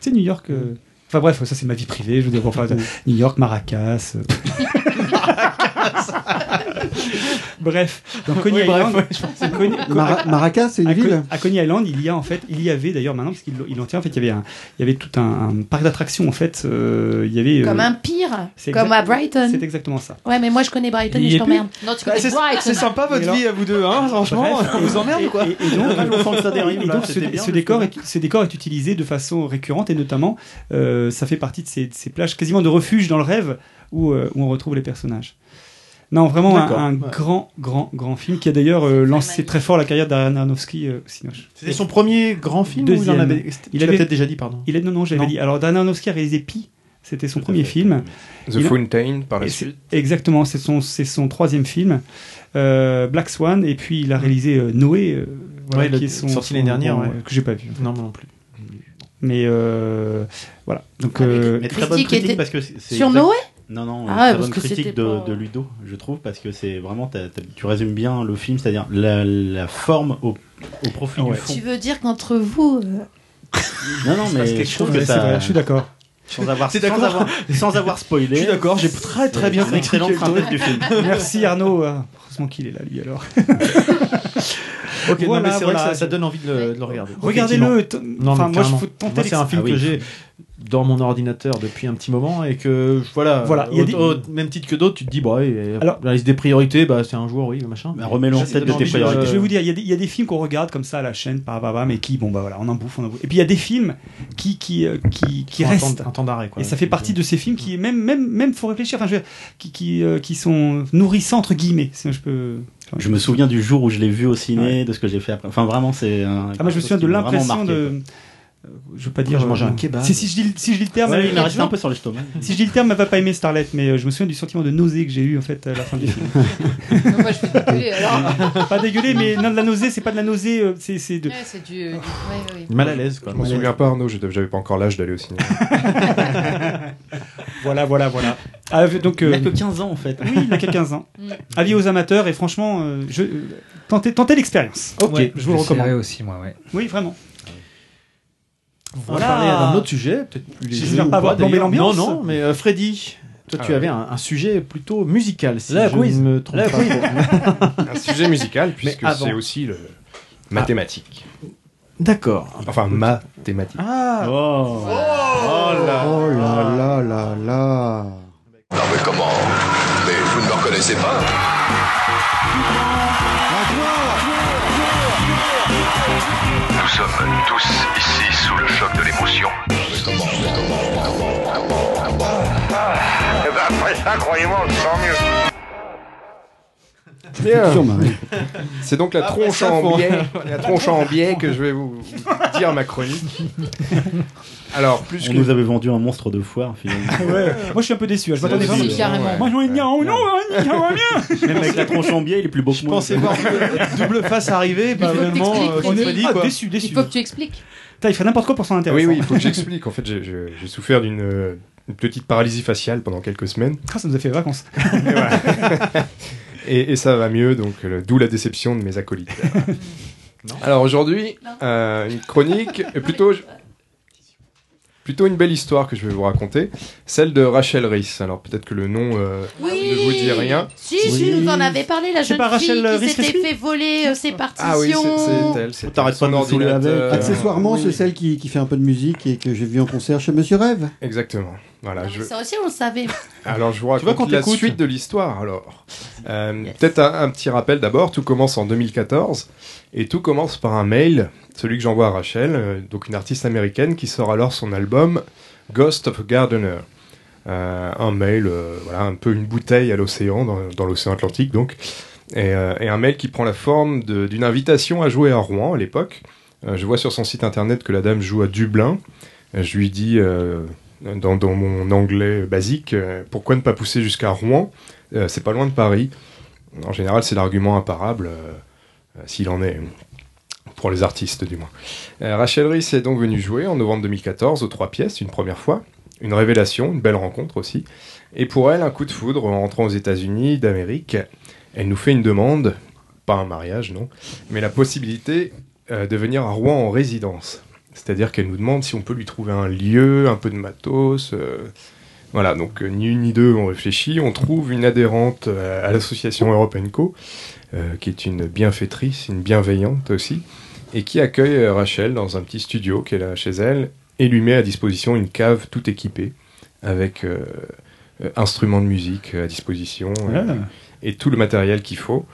[SPEAKER 7] C'est New York. euh, Enfin bref, ça c'est ma vie privée. Je veux dire, bon, enfin, New York, Maracas. euh. bref, donc Coney
[SPEAKER 3] Oui, bref,
[SPEAKER 7] Island.
[SPEAKER 3] ouais, je pense.
[SPEAKER 7] Coney-
[SPEAKER 4] Mara- Maracas, c'est une
[SPEAKER 7] à, Co-
[SPEAKER 4] ville.
[SPEAKER 7] à Coney Island, il y a en fait, il y avait d'ailleurs maintenant, parce qu'il il en tient, en fait, il y avait, un- il y avait tout un, un parc d'attractions en fait. euh, il y avait. euh,
[SPEAKER 2] Comme un pire,
[SPEAKER 7] c'est
[SPEAKER 2] comme à
[SPEAKER 7] exact-
[SPEAKER 2] Brighton.
[SPEAKER 7] C'est exactement ça.
[SPEAKER 2] Ouais, mais moi je connais Brighton
[SPEAKER 10] Il
[SPEAKER 2] et
[SPEAKER 10] y
[SPEAKER 2] je
[SPEAKER 10] est
[SPEAKER 2] t'emmerde.
[SPEAKER 9] Non, tu
[SPEAKER 3] Bah,
[SPEAKER 9] connais
[SPEAKER 3] c'est-
[SPEAKER 9] Brighton.
[SPEAKER 2] hein.
[SPEAKER 3] c'est sympa votre
[SPEAKER 7] Et alors-
[SPEAKER 3] vie à vous deux, hein, franchement,
[SPEAKER 7] Bref,
[SPEAKER 3] on vous emmerde
[SPEAKER 7] et-
[SPEAKER 3] quoi.
[SPEAKER 7] Et, et donc,
[SPEAKER 5] Dommage, on sent que ça dérive,
[SPEAKER 7] et
[SPEAKER 5] là,
[SPEAKER 7] donc, ce,
[SPEAKER 5] c'était bien,
[SPEAKER 7] ce
[SPEAKER 5] justement.
[SPEAKER 7] décor est, ce décor est utilisé de façon récurrente et notamment, euh, ça fait partie de ces, de ces plages quasiment de refuge dans le rêve où, euh, où on retrouve les personnages. Non, vraiment un,
[SPEAKER 3] D'accord,
[SPEAKER 7] un
[SPEAKER 3] ouais.
[SPEAKER 7] grand, grand, grand film qui a d'ailleurs euh, lancé
[SPEAKER 2] magnifique.
[SPEAKER 7] très fort la carrière d'Aaron Aronofsky euh, Sinoche.
[SPEAKER 3] C'était son premier grand film ou il
[SPEAKER 7] Deuxième.
[SPEAKER 3] en avait.
[SPEAKER 7] Il
[SPEAKER 3] Il l'as
[SPEAKER 7] avait-
[SPEAKER 3] peut-être déjà dit, pardon.
[SPEAKER 7] Il est non, non, j'avais
[SPEAKER 3] Non.
[SPEAKER 7] dit. Alors, Darren Aronofsky a réalisé Pi, c'était son
[SPEAKER 5] Tout à
[SPEAKER 7] premier
[SPEAKER 5] fait.
[SPEAKER 7] film.
[SPEAKER 6] The
[SPEAKER 7] Il a-
[SPEAKER 6] Fountain par la
[SPEAKER 7] Et c'est-
[SPEAKER 6] suite.
[SPEAKER 7] Exactement, c'est son, c'est son troisième film, euh, Black Swan, et puis il a réalisé euh, Noé, euh, voilà,
[SPEAKER 3] Ouais, il a
[SPEAKER 7] qui est son,
[SPEAKER 3] sorti
[SPEAKER 7] son-
[SPEAKER 3] l'année dernière,
[SPEAKER 7] son-
[SPEAKER 3] ouais.
[SPEAKER 7] que j'ai pas vu.
[SPEAKER 3] Non, moi non plus.
[SPEAKER 7] Mais euh, voilà, donc
[SPEAKER 2] Avec-
[SPEAKER 7] euh,
[SPEAKER 5] Mais très bonne
[SPEAKER 2] Critique
[SPEAKER 5] critique
[SPEAKER 2] était-
[SPEAKER 5] parce que c'est. c'est
[SPEAKER 2] Sur
[SPEAKER 5] exact-
[SPEAKER 2] Noé
[SPEAKER 5] Non, non,
[SPEAKER 2] Ah ouais,
[SPEAKER 5] euh, très
[SPEAKER 2] parce
[SPEAKER 5] bonne
[SPEAKER 2] que c'était
[SPEAKER 5] critique de,
[SPEAKER 2] pas-
[SPEAKER 5] de Ludo, je trouve, parce que c'est vraiment, t'as- t'as- tu résumes bien le film, c'est-à-dire la, la forme au, au profit
[SPEAKER 7] Ah Ouais.
[SPEAKER 5] du fond.
[SPEAKER 2] Tu veux dire qu'entre vous. euh,
[SPEAKER 5] Non, non,
[SPEAKER 3] passe
[SPEAKER 5] mais
[SPEAKER 3] quelque
[SPEAKER 5] je
[SPEAKER 7] ouais,
[SPEAKER 5] trouve que
[SPEAKER 7] c'est vrai,
[SPEAKER 5] ça.
[SPEAKER 7] je suis d'accord.
[SPEAKER 5] Sans avoir,
[SPEAKER 3] C'est
[SPEAKER 5] sans
[SPEAKER 3] d'accord.
[SPEAKER 5] avoir, sans avoir spoilé.
[SPEAKER 3] Je suis d'accord, j'ai très très bien
[SPEAKER 5] C'est une excellente
[SPEAKER 3] compris.
[SPEAKER 5] synthèse du film.
[SPEAKER 7] Merci Arnaud. Ah, Heureusement qu'il est là lui alors.
[SPEAKER 3] Ok, non,
[SPEAKER 7] Voilà,
[SPEAKER 3] mais c'est vrai que
[SPEAKER 7] voilà,
[SPEAKER 3] ça, ça donne envie de le, de le regarder.
[SPEAKER 7] Regardez-le. t-
[SPEAKER 3] Non,
[SPEAKER 7] Enfin
[SPEAKER 3] mais
[SPEAKER 7] moi je
[SPEAKER 3] carrément.
[SPEAKER 7] faut tenter.
[SPEAKER 3] Moi, c'est un
[SPEAKER 7] l'expérience.
[SPEAKER 3] film
[SPEAKER 5] Ah oui.
[SPEAKER 3] que j'ai dans mon ordinateur depuis un petit moment et que je- voilà,
[SPEAKER 7] Voilà, il y a
[SPEAKER 3] au,
[SPEAKER 7] des-
[SPEAKER 3] au même titre que d'autres, tu te dis bah, et-
[SPEAKER 7] Alors-
[SPEAKER 3] la liste des priorités, bah, c'est un jour, oui, machin.
[SPEAKER 7] Je- je- je- Je vais vous dire, il y a des- il y, a des films qu'on regarde comme ça à la chaîne, par mais qui, bon, bah voilà, on en bouffe, on en bouffe. Et puis il y a des films qui, qui, euh, qui, qui
[SPEAKER 3] font un
[SPEAKER 7] restent.
[SPEAKER 3] temps- un temps d'arrêt, quoi.
[SPEAKER 7] Et ça fait partie de ces films qui, même, même, même, faut réfléchir, enfin, je veux dire, qui, qui, euh, qui sont nourrissants, entre guillemets, si je peux.
[SPEAKER 5] Je me souviens du jour où je l'ai vu au ciné, de ce que j'ai fait après. Enfin, vraiment, c'est. un-
[SPEAKER 7] Ah, moi, je me souviens de
[SPEAKER 5] qui m'a vraiment
[SPEAKER 7] l'impression
[SPEAKER 5] marqué, quoi.
[SPEAKER 7] de. euh, Je veux pas dire.
[SPEAKER 5] Je mangeais
[SPEAKER 7] euh,
[SPEAKER 5] un kebab.
[SPEAKER 7] Si, si je dis, si je dis le terme.
[SPEAKER 5] Ouais,
[SPEAKER 7] elle-
[SPEAKER 5] il m'a resté
[SPEAKER 7] non.
[SPEAKER 5] un peu sur l'estomac.
[SPEAKER 7] Si je dis le terme, elle va pas aimer Starlet, mais euh, je me souviens du sentiment de nausée que j'ai eu en fait à la fin du film.
[SPEAKER 9] moi, je vais dégueuler, alors.
[SPEAKER 7] pas dégueuler, mais non, de la nausée, c'est pas de la nausée, euh, c'est c'est de.
[SPEAKER 9] Ouais, c'est du. du- ouais, ouais, ouais.
[SPEAKER 7] Mal à l'aise, quoi.
[SPEAKER 6] Je m'en souviens pas, Arnaud, j'étais- j'avais pas encore l'âge d'aller au cinéma.
[SPEAKER 7] Voilà, voilà, voilà. Ah, donc,
[SPEAKER 6] Il a que 15
[SPEAKER 5] ans en fait.
[SPEAKER 7] Oui, il a que 15 ans.
[SPEAKER 5] Mm.
[SPEAKER 7] Avis aux amateurs et franchement, euh, je, euh, tentez, tentez l'expérience. Ok,
[SPEAKER 10] Ouais,
[SPEAKER 7] je vous le recommande.
[SPEAKER 10] l'essaierai aussi, moi, ouais.
[SPEAKER 7] Oui, vraiment.
[SPEAKER 3] On va parler d'un autre sujet, peut-être plus léger
[SPEAKER 7] J'espère
[SPEAKER 3] ou
[SPEAKER 7] pas avoir plombé
[SPEAKER 3] d'ailleurs.
[SPEAKER 7] l'ambiance.
[SPEAKER 3] Non, non, mais euh, Freddy, toi
[SPEAKER 7] Ah
[SPEAKER 3] tu
[SPEAKER 7] ouais.
[SPEAKER 3] avais un, un sujet plutôt musical, si
[SPEAKER 6] La
[SPEAKER 3] je
[SPEAKER 6] quiz.
[SPEAKER 3] ne me trompe
[SPEAKER 6] La
[SPEAKER 3] pas.
[SPEAKER 6] quiz. Un sujet musical,
[SPEAKER 3] Mais
[SPEAKER 6] puisque
[SPEAKER 3] avant.
[SPEAKER 6] c'est aussi le mathématique.
[SPEAKER 3] D'accord.
[SPEAKER 6] Enfin, mathématique.
[SPEAKER 3] Ah
[SPEAKER 6] Oh,
[SPEAKER 4] Oh là là là là
[SPEAKER 11] Non Ah, mais comment Mais vous ne me reconnaissez pas Nous sommes tous ici sous le choc de l'émotion. Comment Comment Comment Comment Comment Et ben après ça, croyez-moi, on se sent mieux.
[SPEAKER 6] Bien.
[SPEAKER 4] Sûr, Marie.
[SPEAKER 6] C'est donc la
[SPEAKER 4] Après
[SPEAKER 6] tronche
[SPEAKER 4] ça,
[SPEAKER 6] en
[SPEAKER 4] faut-
[SPEAKER 6] biais, la tronche en biais que je vais vous vous dire ma chronique. Alors, plus
[SPEAKER 5] On
[SPEAKER 6] que
[SPEAKER 5] nous avait vendu un monstre de foire, finalement.
[SPEAKER 7] Ouais. euh, Moi, je suis un peu déçu. là, Je
[SPEAKER 5] C'est
[SPEAKER 7] m'attendais
[SPEAKER 5] aussi,
[SPEAKER 7] vraiment.
[SPEAKER 5] euh, carrément.
[SPEAKER 7] Moi, je m'en ai dit, oh non, oh non, oh non.
[SPEAKER 5] Même avec la tronche en biais, il est plus beau que moi.
[SPEAKER 3] pensais voir double face arriver,
[SPEAKER 7] bah,
[SPEAKER 5] finalement,
[SPEAKER 6] euh,
[SPEAKER 7] on est
[SPEAKER 6] Freddy,
[SPEAKER 7] ah,
[SPEAKER 6] quoi.
[SPEAKER 7] déçu, déçu.
[SPEAKER 9] Il faut que tu expliques.
[SPEAKER 7] Putain, il fait n'importe quoi pour s'en intéresser.
[SPEAKER 6] Oui, oui, il faut que j'explique. En fait, j'ai- j'ai j'ai souffert d'une euh, une petite paralysie faciale pendant quelques semaines.
[SPEAKER 7] Ah, ça nous a fait vacances.
[SPEAKER 6] Et, voilà. Et- et ça va mieux, donc euh, d'où la déception de mes acolytes. Alors aujourd'hui, euh, une chronique, euh, plutôt, plutôt une belle histoire que je vais vous raconter, celle de Rachel Rice. Alors peut-être que le nom euh, ne vous dit rien.
[SPEAKER 2] Si, si, nous en avait parlé, la
[SPEAKER 6] C'est
[SPEAKER 2] jeune
[SPEAKER 6] pas Rachel
[SPEAKER 2] fille qui
[SPEAKER 6] Rice
[SPEAKER 2] s'était
[SPEAKER 6] Leslie
[SPEAKER 2] fait voler euh, ses partitions.
[SPEAKER 6] Ah oui, c'est c'est elle. c'est elle, son
[SPEAKER 7] euh,
[SPEAKER 6] ordinateur.
[SPEAKER 4] Accessoirement, c'est celle qui, qui fait un peu de musique et que j'ai vu en concert chez Monsieur Rêve.
[SPEAKER 6] Exactement. Voilà, je...
[SPEAKER 2] Ça aussi, on le savait.
[SPEAKER 6] Alors, je vous
[SPEAKER 4] Tu vois,
[SPEAKER 6] raconte
[SPEAKER 4] quand
[SPEAKER 6] la
[SPEAKER 4] t'écoutes-
[SPEAKER 6] suite de l'histoire. Alors, Euh, peut-être un, un petit rappel d'abord. Tout commence en 2014 et tout commence par un mail, celui que j'envoie à Rachel, euh, donc une artiste américaine qui sort alors son album Ghost of a Gardener. Euh, un mail, euh, voilà, un peu une bouteille à l'océan, dans, dans l'océan Atlantique donc, et, euh, et un mail qui prend la forme de- d'une invitation à jouer à Rouen à l'époque. Euh, je vois sur son site internet que la dame joue à Dublin. Euh, Je lui dis euh, dans, dans mon anglais basique euh, pourquoi ne pas pousser jusqu'à Rouen Euh, C'est pas loin de Paris. En général, c'est l'argument imparable, euh, euh, s'il en est, pour les artistes du moins. Euh, Rachel Rice est donc venue jouer en novembre 2014 aux trois pièces, une première fois. Une révélation, une belle rencontre aussi. Et pour elle, un coup de foudre en rentrant aux États-Unis d'Amérique. Elle nous fait une demande, pas un mariage, non, mais la possibilité euh, de venir à Rouen en résidence. C'est-à-dire qu'elle nous demande si on peut lui trouver un lieu, un peu de matos. euh, voilà, donc euh, ni une ni deux, on réfléchit. On trouve une adhérente euh, à l'association Europe Co, euh, qui est une bienfaitrice, une bienveillante aussi, et qui accueille euh, Rachel dans un petit studio qu'elle a chez elle et lui met à disposition une cave tout équipée avec euh, euh, instruments de musique à disposition euh,
[SPEAKER 7] Ah.
[SPEAKER 6] et tout le matériel qu'il faut.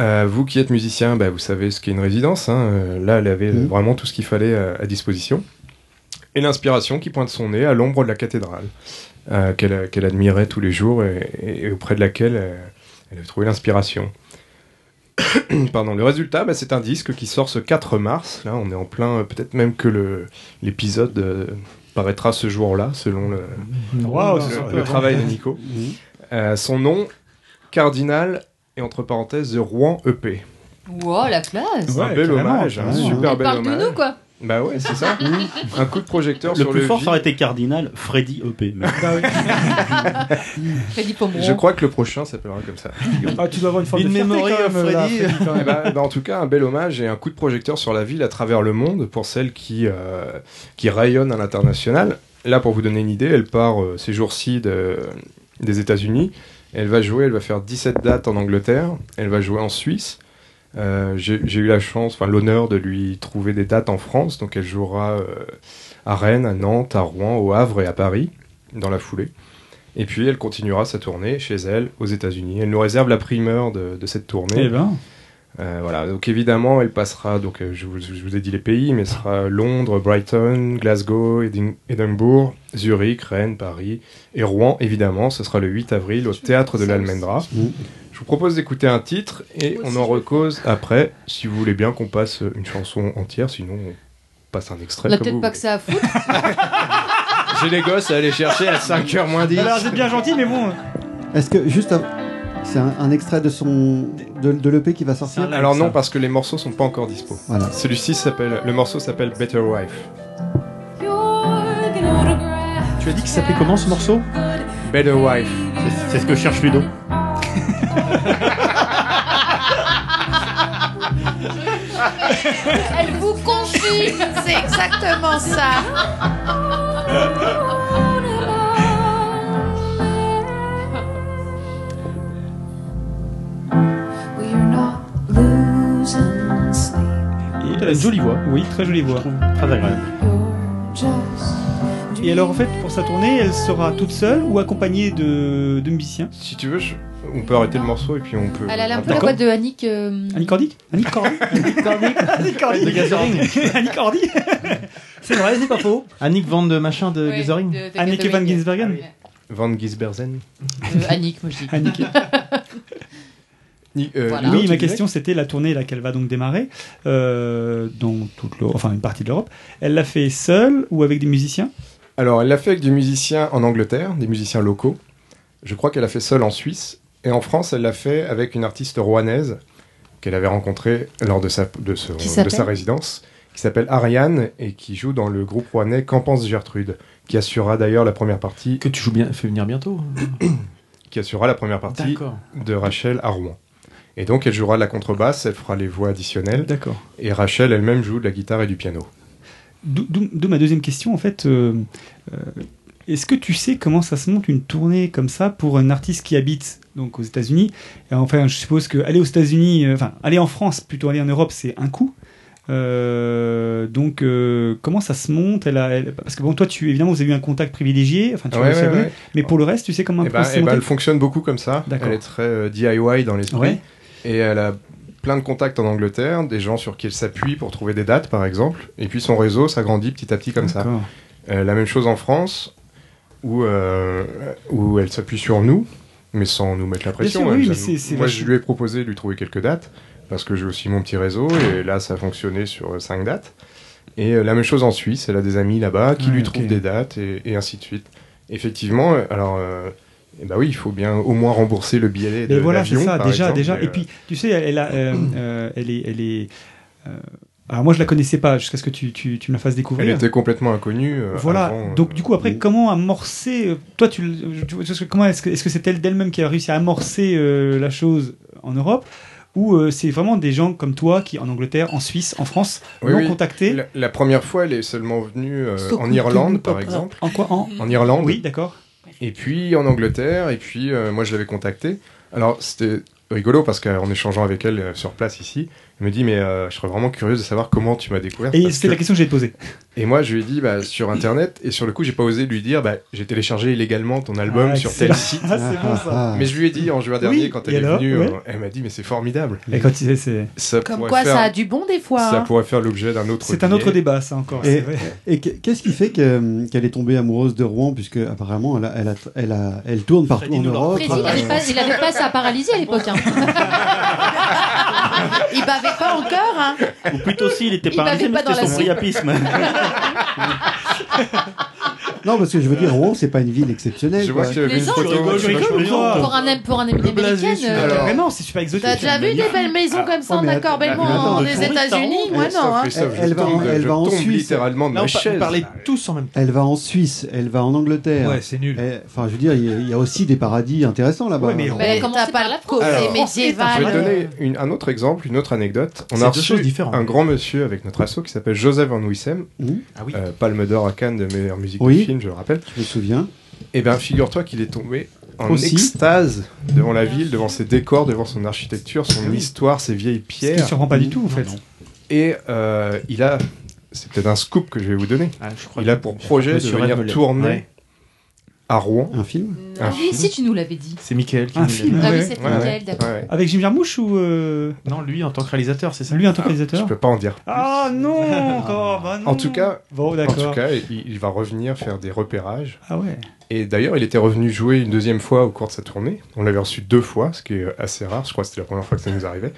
[SPEAKER 6] Euh, vous qui êtes musicien, bah, vous savez ce qu'est une résidence. hein. Euh, Là, elle avait euh, vraiment tout ce qu'il fallait euh, à disposition. Et l'inspiration qui pointe son nez à l'ombre de la cathédrale, euh, qu'elle qu'elle admirait tous les jours et, et- et auprès de laquelle euh, elle avait trouvé l'inspiration. Pardon, le résultat, bah, c'est un disque qui sort ce 4 mars. Là, on est en plein, euh, peut-être même que le- l'épisode euh, paraîtra ce jour-là, selon le,
[SPEAKER 7] Waouh,
[SPEAKER 6] le-
[SPEAKER 7] ça sort
[SPEAKER 6] le
[SPEAKER 7] peu avant.
[SPEAKER 6] travail de Nico. Euh, son nom, Cardinal, et entre parenthèses, de Rouen E EP.
[SPEAKER 9] Wow, la classe.
[SPEAKER 6] un bel hommage, un super
[SPEAKER 9] Elle
[SPEAKER 6] bel
[SPEAKER 9] parle
[SPEAKER 6] hommage.
[SPEAKER 9] de nous, quoi.
[SPEAKER 6] Bah ouais, c'est ça. un coup de projecteur
[SPEAKER 5] Le
[SPEAKER 6] sur
[SPEAKER 5] plus
[SPEAKER 6] le
[SPEAKER 5] fort,
[SPEAKER 6] vide.
[SPEAKER 5] ça aurait été Cardinal, Freddy EP. mais-
[SPEAKER 7] Bah
[SPEAKER 9] Freddy Pomeron.
[SPEAKER 6] Je crois que le prochain s'appellera comme ça.
[SPEAKER 7] Ah, tu dois avoir une forme de fierté
[SPEAKER 3] memory
[SPEAKER 7] quand
[SPEAKER 3] of
[SPEAKER 7] même, là,
[SPEAKER 3] Freddy.
[SPEAKER 7] Freddy, quand même.
[SPEAKER 6] Eh ben, eh ben, en tout cas, un bel hommage et un coup de projecteur sur la ville à travers le monde pour celle qui, euh, qui rayonne à l'international. Là, pour vous donner une idée, elle part euh, ces jours-ci de- des États-Unis. Elle va jouer, elle va faire 17 dates en Angleterre. Elle va jouer en Suisse. Euh, J'ai j'ai eu la chance, enfin l'honneur de lui trouver des dates en France. Donc elle jouera euh, à Rennes, à Nantes, à Rouen, au Havre et à Paris dans la foulée. Et puis elle continuera sa tournée chez elle aux États-Unis. Elle nous réserve la primeur de, de cette tournée.
[SPEAKER 7] Eh ben.
[SPEAKER 6] Euh, voilà, donc évidemment, elle passera, donc euh, je, vous, je vous ai dit les pays, mais ce sera Londres, Brighton, Glasgow, Édin- Édimbourg, Zurich, Rennes, Paris et Rouen, évidemment. Ce sera le 8 avril au théâtre de l'Almendra. Je vous propose d'écouter un titre et on en recose après, si vous voulez bien qu'on passe une chanson entière, sinon on passe un extrait.
[SPEAKER 9] On a
[SPEAKER 6] comme
[SPEAKER 9] peut-être
[SPEAKER 6] vous
[SPEAKER 9] pas que ça à foutre.
[SPEAKER 6] voulez. J'ai les gosses à aller chercher à 5h moins 10.
[SPEAKER 7] Alors, Ah, vous êtes bien gentil, mais bon.
[SPEAKER 4] Est-ce que juste av- c'est un, un extrait de son de, de l'EP qui va sortir
[SPEAKER 6] Alors non, parce que les morceaux sont pas encore dispo.
[SPEAKER 4] Voilà.
[SPEAKER 6] Celui-ci s'appelle, le morceau s'appelle Better Wife.
[SPEAKER 5] Tu as dit qu'il s'appelait comment ce morceau
[SPEAKER 6] Better Wife.
[SPEAKER 5] C'est ce que cherche Ludo.
[SPEAKER 11] Elle vous confie, c'est exactement ça.
[SPEAKER 7] Il a une jolie voix. Oui, très jolie voix.
[SPEAKER 5] Très agréable.
[SPEAKER 7] Et alors, en fait, pour sa tournée, elle sera toute seule ou accompagnée de, de musiciens
[SPEAKER 6] Si tu veux, je- on peut arrêter le morceau et puis on peut.
[SPEAKER 9] Elle a un peu la voix de Annick. euh,
[SPEAKER 7] Annie Cordy Annie Cordy Annie
[SPEAKER 3] Ah,
[SPEAKER 7] Cordy
[SPEAKER 5] De Gathering.
[SPEAKER 7] Annie Cordy C'est vrai, c'est pas faux.
[SPEAKER 3] Annick Van de machin de Gathering Ah
[SPEAKER 7] Annick Van Ginsbergen
[SPEAKER 6] Van Gisbergen.
[SPEAKER 9] euh, Annick, moi je dis.
[SPEAKER 7] Annick.
[SPEAKER 6] Ni- euh, Ludo,
[SPEAKER 7] Oui,
[SPEAKER 6] tu
[SPEAKER 7] ma
[SPEAKER 6] disais
[SPEAKER 7] question c'était la tournée là qu'elle va donc démarrer euh, dans toute l'Europe, enfin une partie de l'Europe. Elle l'a fait seule ou avec des musiciens
[SPEAKER 6] Alors, elle l'a fait avec des musiciens en Angleterre, des musiciens locaux. Je crois qu'elle l'a fait seule en Suisse. Et en France, elle l'a fait avec une artiste rouennaise qu'elle avait rencontrée lors de sa, de ce-
[SPEAKER 9] Qui
[SPEAKER 6] de
[SPEAKER 9] s'appelle
[SPEAKER 6] sa résidence, qui s'appelle Ariane et qui joue dans le groupe rouennais Qu'en pense Gertrude, qui assurera d'ailleurs la première partie.
[SPEAKER 3] Que tu joues bien, fais venir bientôt. hein.
[SPEAKER 6] qui assurera la première partie
[SPEAKER 3] D'accord.
[SPEAKER 6] de Rachel à Rouen. Et donc, elle jouera de la contrebasse, elle fera les voix additionnelles.
[SPEAKER 7] D'accord.
[SPEAKER 6] Et Rachel elle-même joue de la guitare et du piano.
[SPEAKER 7] D'où d'où- d'où ma deuxième question en fait. euh, euh, Est-ce que tu sais comment ça se monte une tournée comme ça pour un artiste qui habite donc aux États-Unis Et Enfin, je suppose que aller aux États-Unis, euh, enfin aller en France plutôt aller en Europe, c'est un coup. Euh, donc, euh, comment ça se monte elle a- elle- Parce que bon, toi, tu évidemment, vous avez eu un contact privilégié. Enfin, tu
[SPEAKER 6] Ouais,
[SPEAKER 7] l'as aussi
[SPEAKER 6] ouais,
[SPEAKER 7] abonné,
[SPEAKER 6] ouais.
[SPEAKER 7] Mais pour le reste, tu sais comment
[SPEAKER 6] Eh ben,
[SPEAKER 7] ça se
[SPEAKER 6] eh ben,
[SPEAKER 7] monte
[SPEAKER 6] elle fonctionne beaucoup comme ça.
[SPEAKER 7] D'accord.
[SPEAKER 6] Elle est très euh, DIY dans l'esprit.
[SPEAKER 7] Ouais.
[SPEAKER 6] Et elle a plein de contacts en Angleterre, des gens sur qui elle s'appuie pour trouver des dates, par exemple. Et puis son réseau s'agrandit petit à petit comme ça.
[SPEAKER 7] D'accord.
[SPEAKER 6] Euh, la même chose en France, où, euh, où elle s'appuie sur nous, mais sans nous mettre la pression.
[SPEAKER 7] sûr,
[SPEAKER 6] elle
[SPEAKER 7] oui,
[SPEAKER 6] nous a-
[SPEAKER 7] mais c'est- c'est
[SPEAKER 6] Moi,
[SPEAKER 7] vachement-
[SPEAKER 6] je lui ai proposé de lui trouver quelques dates, parce que j'ai aussi mon petit réseau, et là, ça a fonctionné sur 5 dates. Et euh, la même chose en Suisse, elle a des amis là-bas qui
[SPEAKER 7] Ouais,
[SPEAKER 6] lui
[SPEAKER 7] Ah, ok.
[SPEAKER 6] trouvent des dates, et, et ainsi de suite. Effectivement, euh, alors, euh, eh ben oui, il faut bien au moins rembourser le billet de
[SPEAKER 7] Mais voilà, c'est
[SPEAKER 6] l'avion,
[SPEAKER 7] ça,
[SPEAKER 6] par
[SPEAKER 7] déjà,
[SPEAKER 6] exemple,
[SPEAKER 7] déjà.
[SPEAKER 6] mais,
[SPEAKER 7] Et
[SPEAKER 6] euh,
[SPEAKER 7] puis, tu sais, elle, elle a, euh, euh, elle est, elle est. euh, alors moi, je la connaissais pas jusqu'à ce que tu, tu, tu me la fasses découvrir.
[SPEAKER 6] elle était complètement inconnue. euh,
[SPEAKER 7] Voilà.
[SPEAKER 6] avant, euh,
[SPEAKER 7] Donc du coup après comment amorcer euh, toi tu, le- tu vois, parce que comment est-ce que est-ce que c'est elle d'elle-même qui a réussi à amorcer euh, la chose en Europe ou euh, c'est vraiment des gens comme toi qui en Angleterre, en Suisse, en France
[SPEAKER 6] Oui,
[SPEAKER 7] l'ont
[SPEAKER 6] oui.
[SPEAKER 7] contacté
[SPEAKER 6] La, la première fois, elle est seulement venue euh,
[SPEAKER 7] So
[SPEAKER 6] en
[SPEAKER 7] cool,
[SPEAKER 6] Irlande,
[SPEAKER 7] cool,
[SPEAKER 6] par
[SPEAKER 7] pop.
[SPEAKER 6] exemple.
[SPEAKER 7] En quoi en...
[SPEAKER 6] En Irlande.
[SPEAKER 7] Oui, d'accord.
[SPEAKER 6] Et puis en Angleterre, et puis euh, moi je l'avais contactée. Alors c'était rigolo parce qu'en échangeant avec elle euh, sur place ici, elle me dit mais euh, je serais vraiment curieuse de savoir comment tu m'as découvert.
[SPEAKER 7] Et
[SPEAKER 6] parce
[SPEAKER 7] c'est
[SPEAKER 6] que-
[SPEAKER 7] la question que j'ai posée.
[SPEAKER 6] Et moi je lui ai dit bah, sur internet, et sur le coup j'ai pas osé lui dire bah, j'ai téléchargé illégalement ton album
[SPEAKER 7] Ah,
[SPEAKER 6] sur tel
[SPEAKER 7] excellent.
[SPEAKER 6] site.
[SPEAKER 7] Ah, c'est bon, ça.
[SPEAKER 6] Mais je lui ai dit en juin
[SPEAKER 7] Oui,
[SPEAKER 6] dernier quand
[SPEAKER 7] et
[SPEAKER 6] elle est
[SPEAKER 7] alors,
[SPEAKER 6] venue,
[SPEAKER 7] ouais.
[SPEAKER 6] euh, elle m'a dit mais c'est formidable.
[SPEAKER 7] Et quand tu sais, c'est
[SPEAKER 6] Ça
[SPEAKER 2] Comme
[SPEAKER 6] pourrait
[SPEAKER 2] quoi,
[SPEAKER 6] faire-
[SPEAKER 2] ça a du bon des fois.
[SPEAKER 6] ça
[SPEAKER 2] hein.
[SPEAKER 6] pourrait faire l'objet d'un autre.
[SPEAKER 7] C'est un
[SPEAKER 6] billet.
[SPEAKER 7] autre débat Bah, ça encore, c'est
[SPEAKER 4] Et,
[SPEAKER 7] vrai.
[SPEAKER 4] et que- qu'est-ce qui fait que- qu'elle est tombée amoureuse de Rouen puisque apparemment elle a- elle, a- elle a- elle tourne partout en Europe.
[SPEAKER 9] Précis, il n'avait pas, il avait pas sa paralysie à l'époque. hein.
[SPEAKER 2] Il bavait pas encore, hein.
[SPEAKER 4] Euh,
[SPEAKER 5] Ou plutôt si, il était
[SPEAKER 2] Il
[SPEAKER 5] paralysé,
[SPEAKER 2] m'avait
[SPEAKER 5] mais
[SPEAKER 2] pas dans
[SPEAKER 5] c'était
[SPEAKER 2] la
[SPEAKER 5] son priapisme.
[SPEAKER 4] Non parce que je veux dire Rouen c'est pas une ville exceptionnelle.
[SPEAKER 6] Je vois
[SPEAKER 4] quoi.
[SPEAKER 6] qu'il y avait
[SPEAKER 9] Les
[SPEAKER 6] une
[SPEAKER 9] gens,
[SPEAKER 6] photo.
[SPEAKER 7] je rigole,
[SPEAKER 6] vachement
[SPEAKER 7] mais
[SPEAKER 6] bien.
[SPEAKER 7] toi.
[SPEAKER 9] Pour un, am- pour un ami américain. euh,
[SPEAKER 6] Alors-
[SPEAKER 7] Vraiment, c'est super exotique.
[SPEAKER 2] T'as déjà vu des belles maisons comme ça
[SPEAKER 4] Oh,
[SPEAKER 2] en
[SPEAKER 4] mais
[SPEAKER 2] accord
[SPEAKER 4] attends,
[SPEAKER 2] belmont
[SPEAKER 4] mais attends,
[SPEAKER 2] en-
[SPEAKER 4] de
[SPEAKER 2] des
[SPEAKER 5] touristes,
[SPEAKER 2] États-Unis
[SPEAKER 5] hein.
[SPEAKER 2] Moi, non, hein.
[SPEAKER 6] Christophe, je
[SPEAKER 4] Elle va en-
[SPEAKER 6] tombe,
[SPEAKER 4] elle
[SPEAKER 6] je
[SPEAKER 4] va en
[SPEAKER 6] tombe
[SPEAKER 4] Suisse.
[SPEAKER 6] littéralement de
[SPEAKER 3] Là,
[SPEAKER 6] ma
[SPEAKER 3] on,
[SPEAKER 6] chaise.
[SPEAKER 3] parlait tous en même temps.
[SPEAKER 4] Elle va en Suisse, elle va en Angleterre.
[SPEAKER 10] Ouais, c'est nul.
[SPEAKER 4] Eh, Enfin, je veux dire, il y a- il y, a aussi des paradis intéressants là-bas.
[SPEAKER 7] Ouais, mais
[SPEAKER 4] Hein.
[SPEAKER 7] on-
[SPEAKER 2] Mais
[SPEAKER 9] Comment
[SPEAKER 2] t'as
[SPEAKER 9] c'est
[SPEAKER 2] pas
[SPEAKER 9] par
[SPEAKER 2] la
[SPEAKER 9] la
[SPEAKER 2] côte,
[SPEAKER 6] Alors,
[SPEAKER 2] c'est
[SPEAKER 6] Je vais
[SPEAKER 2] médiéval.
[SPEAKER 6] donner une- un autre exemple, une autre anecdote. On
[SPEAKER 3] C'est
[SPEAKER 6] a
[SPEAKER 3] deux
[SPEAKER 6] reçu
[SPEAKER 3] choses différentes.
[SPEAKER 6] un grand monsieur avec notre asso qui s'appelle Joseph Van Wissem,
[SPEAKER 4] Mhm.
[SPEAKER 3] Ah oui.
[SPEAKER 6] euh, palme d'or à Cannes de meilleure musique
[SPEAKER 4] Oui.
[SPEAKER 6] de film, je le rappelle.
[SPEAKER 4] Je me souviens.
[SPEAKER 6] Et bien, figure-toi qu'il est tombé en
[SPEAKER 7] Aussi.
[SPEAKER 6] extase devant la ville, devant ses décors, devant son architecture, son histoire, ses vieilles pierres.
[SPEAKER 7] Ah
[SPEAKER 6] Mmh.
[SPEAKER 7] qui surprend pas du tout, en fait.
[SPEAKER 6] Et euh, il a, c'est peut-être un scoop que je vais vous donner. il a pour projet de
[SPEAKER 5] Monsieur Red
[SPEAKER 6] venir
[SPEAKER 5] me l'a-
[SPEAKER 6] tourner
[SPEAKER 5] ouais.
[SPEAKER 6] à Rouen.
[SPEAKER 4] Un film.
[SPEAKER 7] Ah,
[SPEAKER 6] Un
[SPEAKER 9] Ah Oui, si tu nous l'avais dit.
[SPEAKER 6] C'est Michael qui
[SPEAKER 7] Un film.
[SPEAKER 9] Ah oui,
[SPEAKER 7] ouais.
[SPEAKER 9] c'était Michael, d'accord.
[SPEAKER 7] Avec Jim Jarmusch ou. euh,
[SPEAKER 3] Non, lui en tant que réalisateur, c'est ça
[SPEAKER 7] Lui en tant que réalisateur
[SPEAKER 6] Je peux pas en dire.
[SPEAKER 7] Ah non encore, bah non.
[SPEAKER 6] En tout cas,
[SPEAKER 7] Bon,
[SPEAKER 6] en tout
[SPEAKER 7] d'accord.
[SPEAKER 6] cas, il, il va revenir faire des repérages.
[SPEAKER 7] Ah ouais.
[SPEAKER 6] Et d'ailleurs, il était revenu jouer une deuxième fois au cours de sa tournée. On l'avait reçu deux fois, ce qui est assez rare. Je crois que c'était la première fois que ça nous arrivait.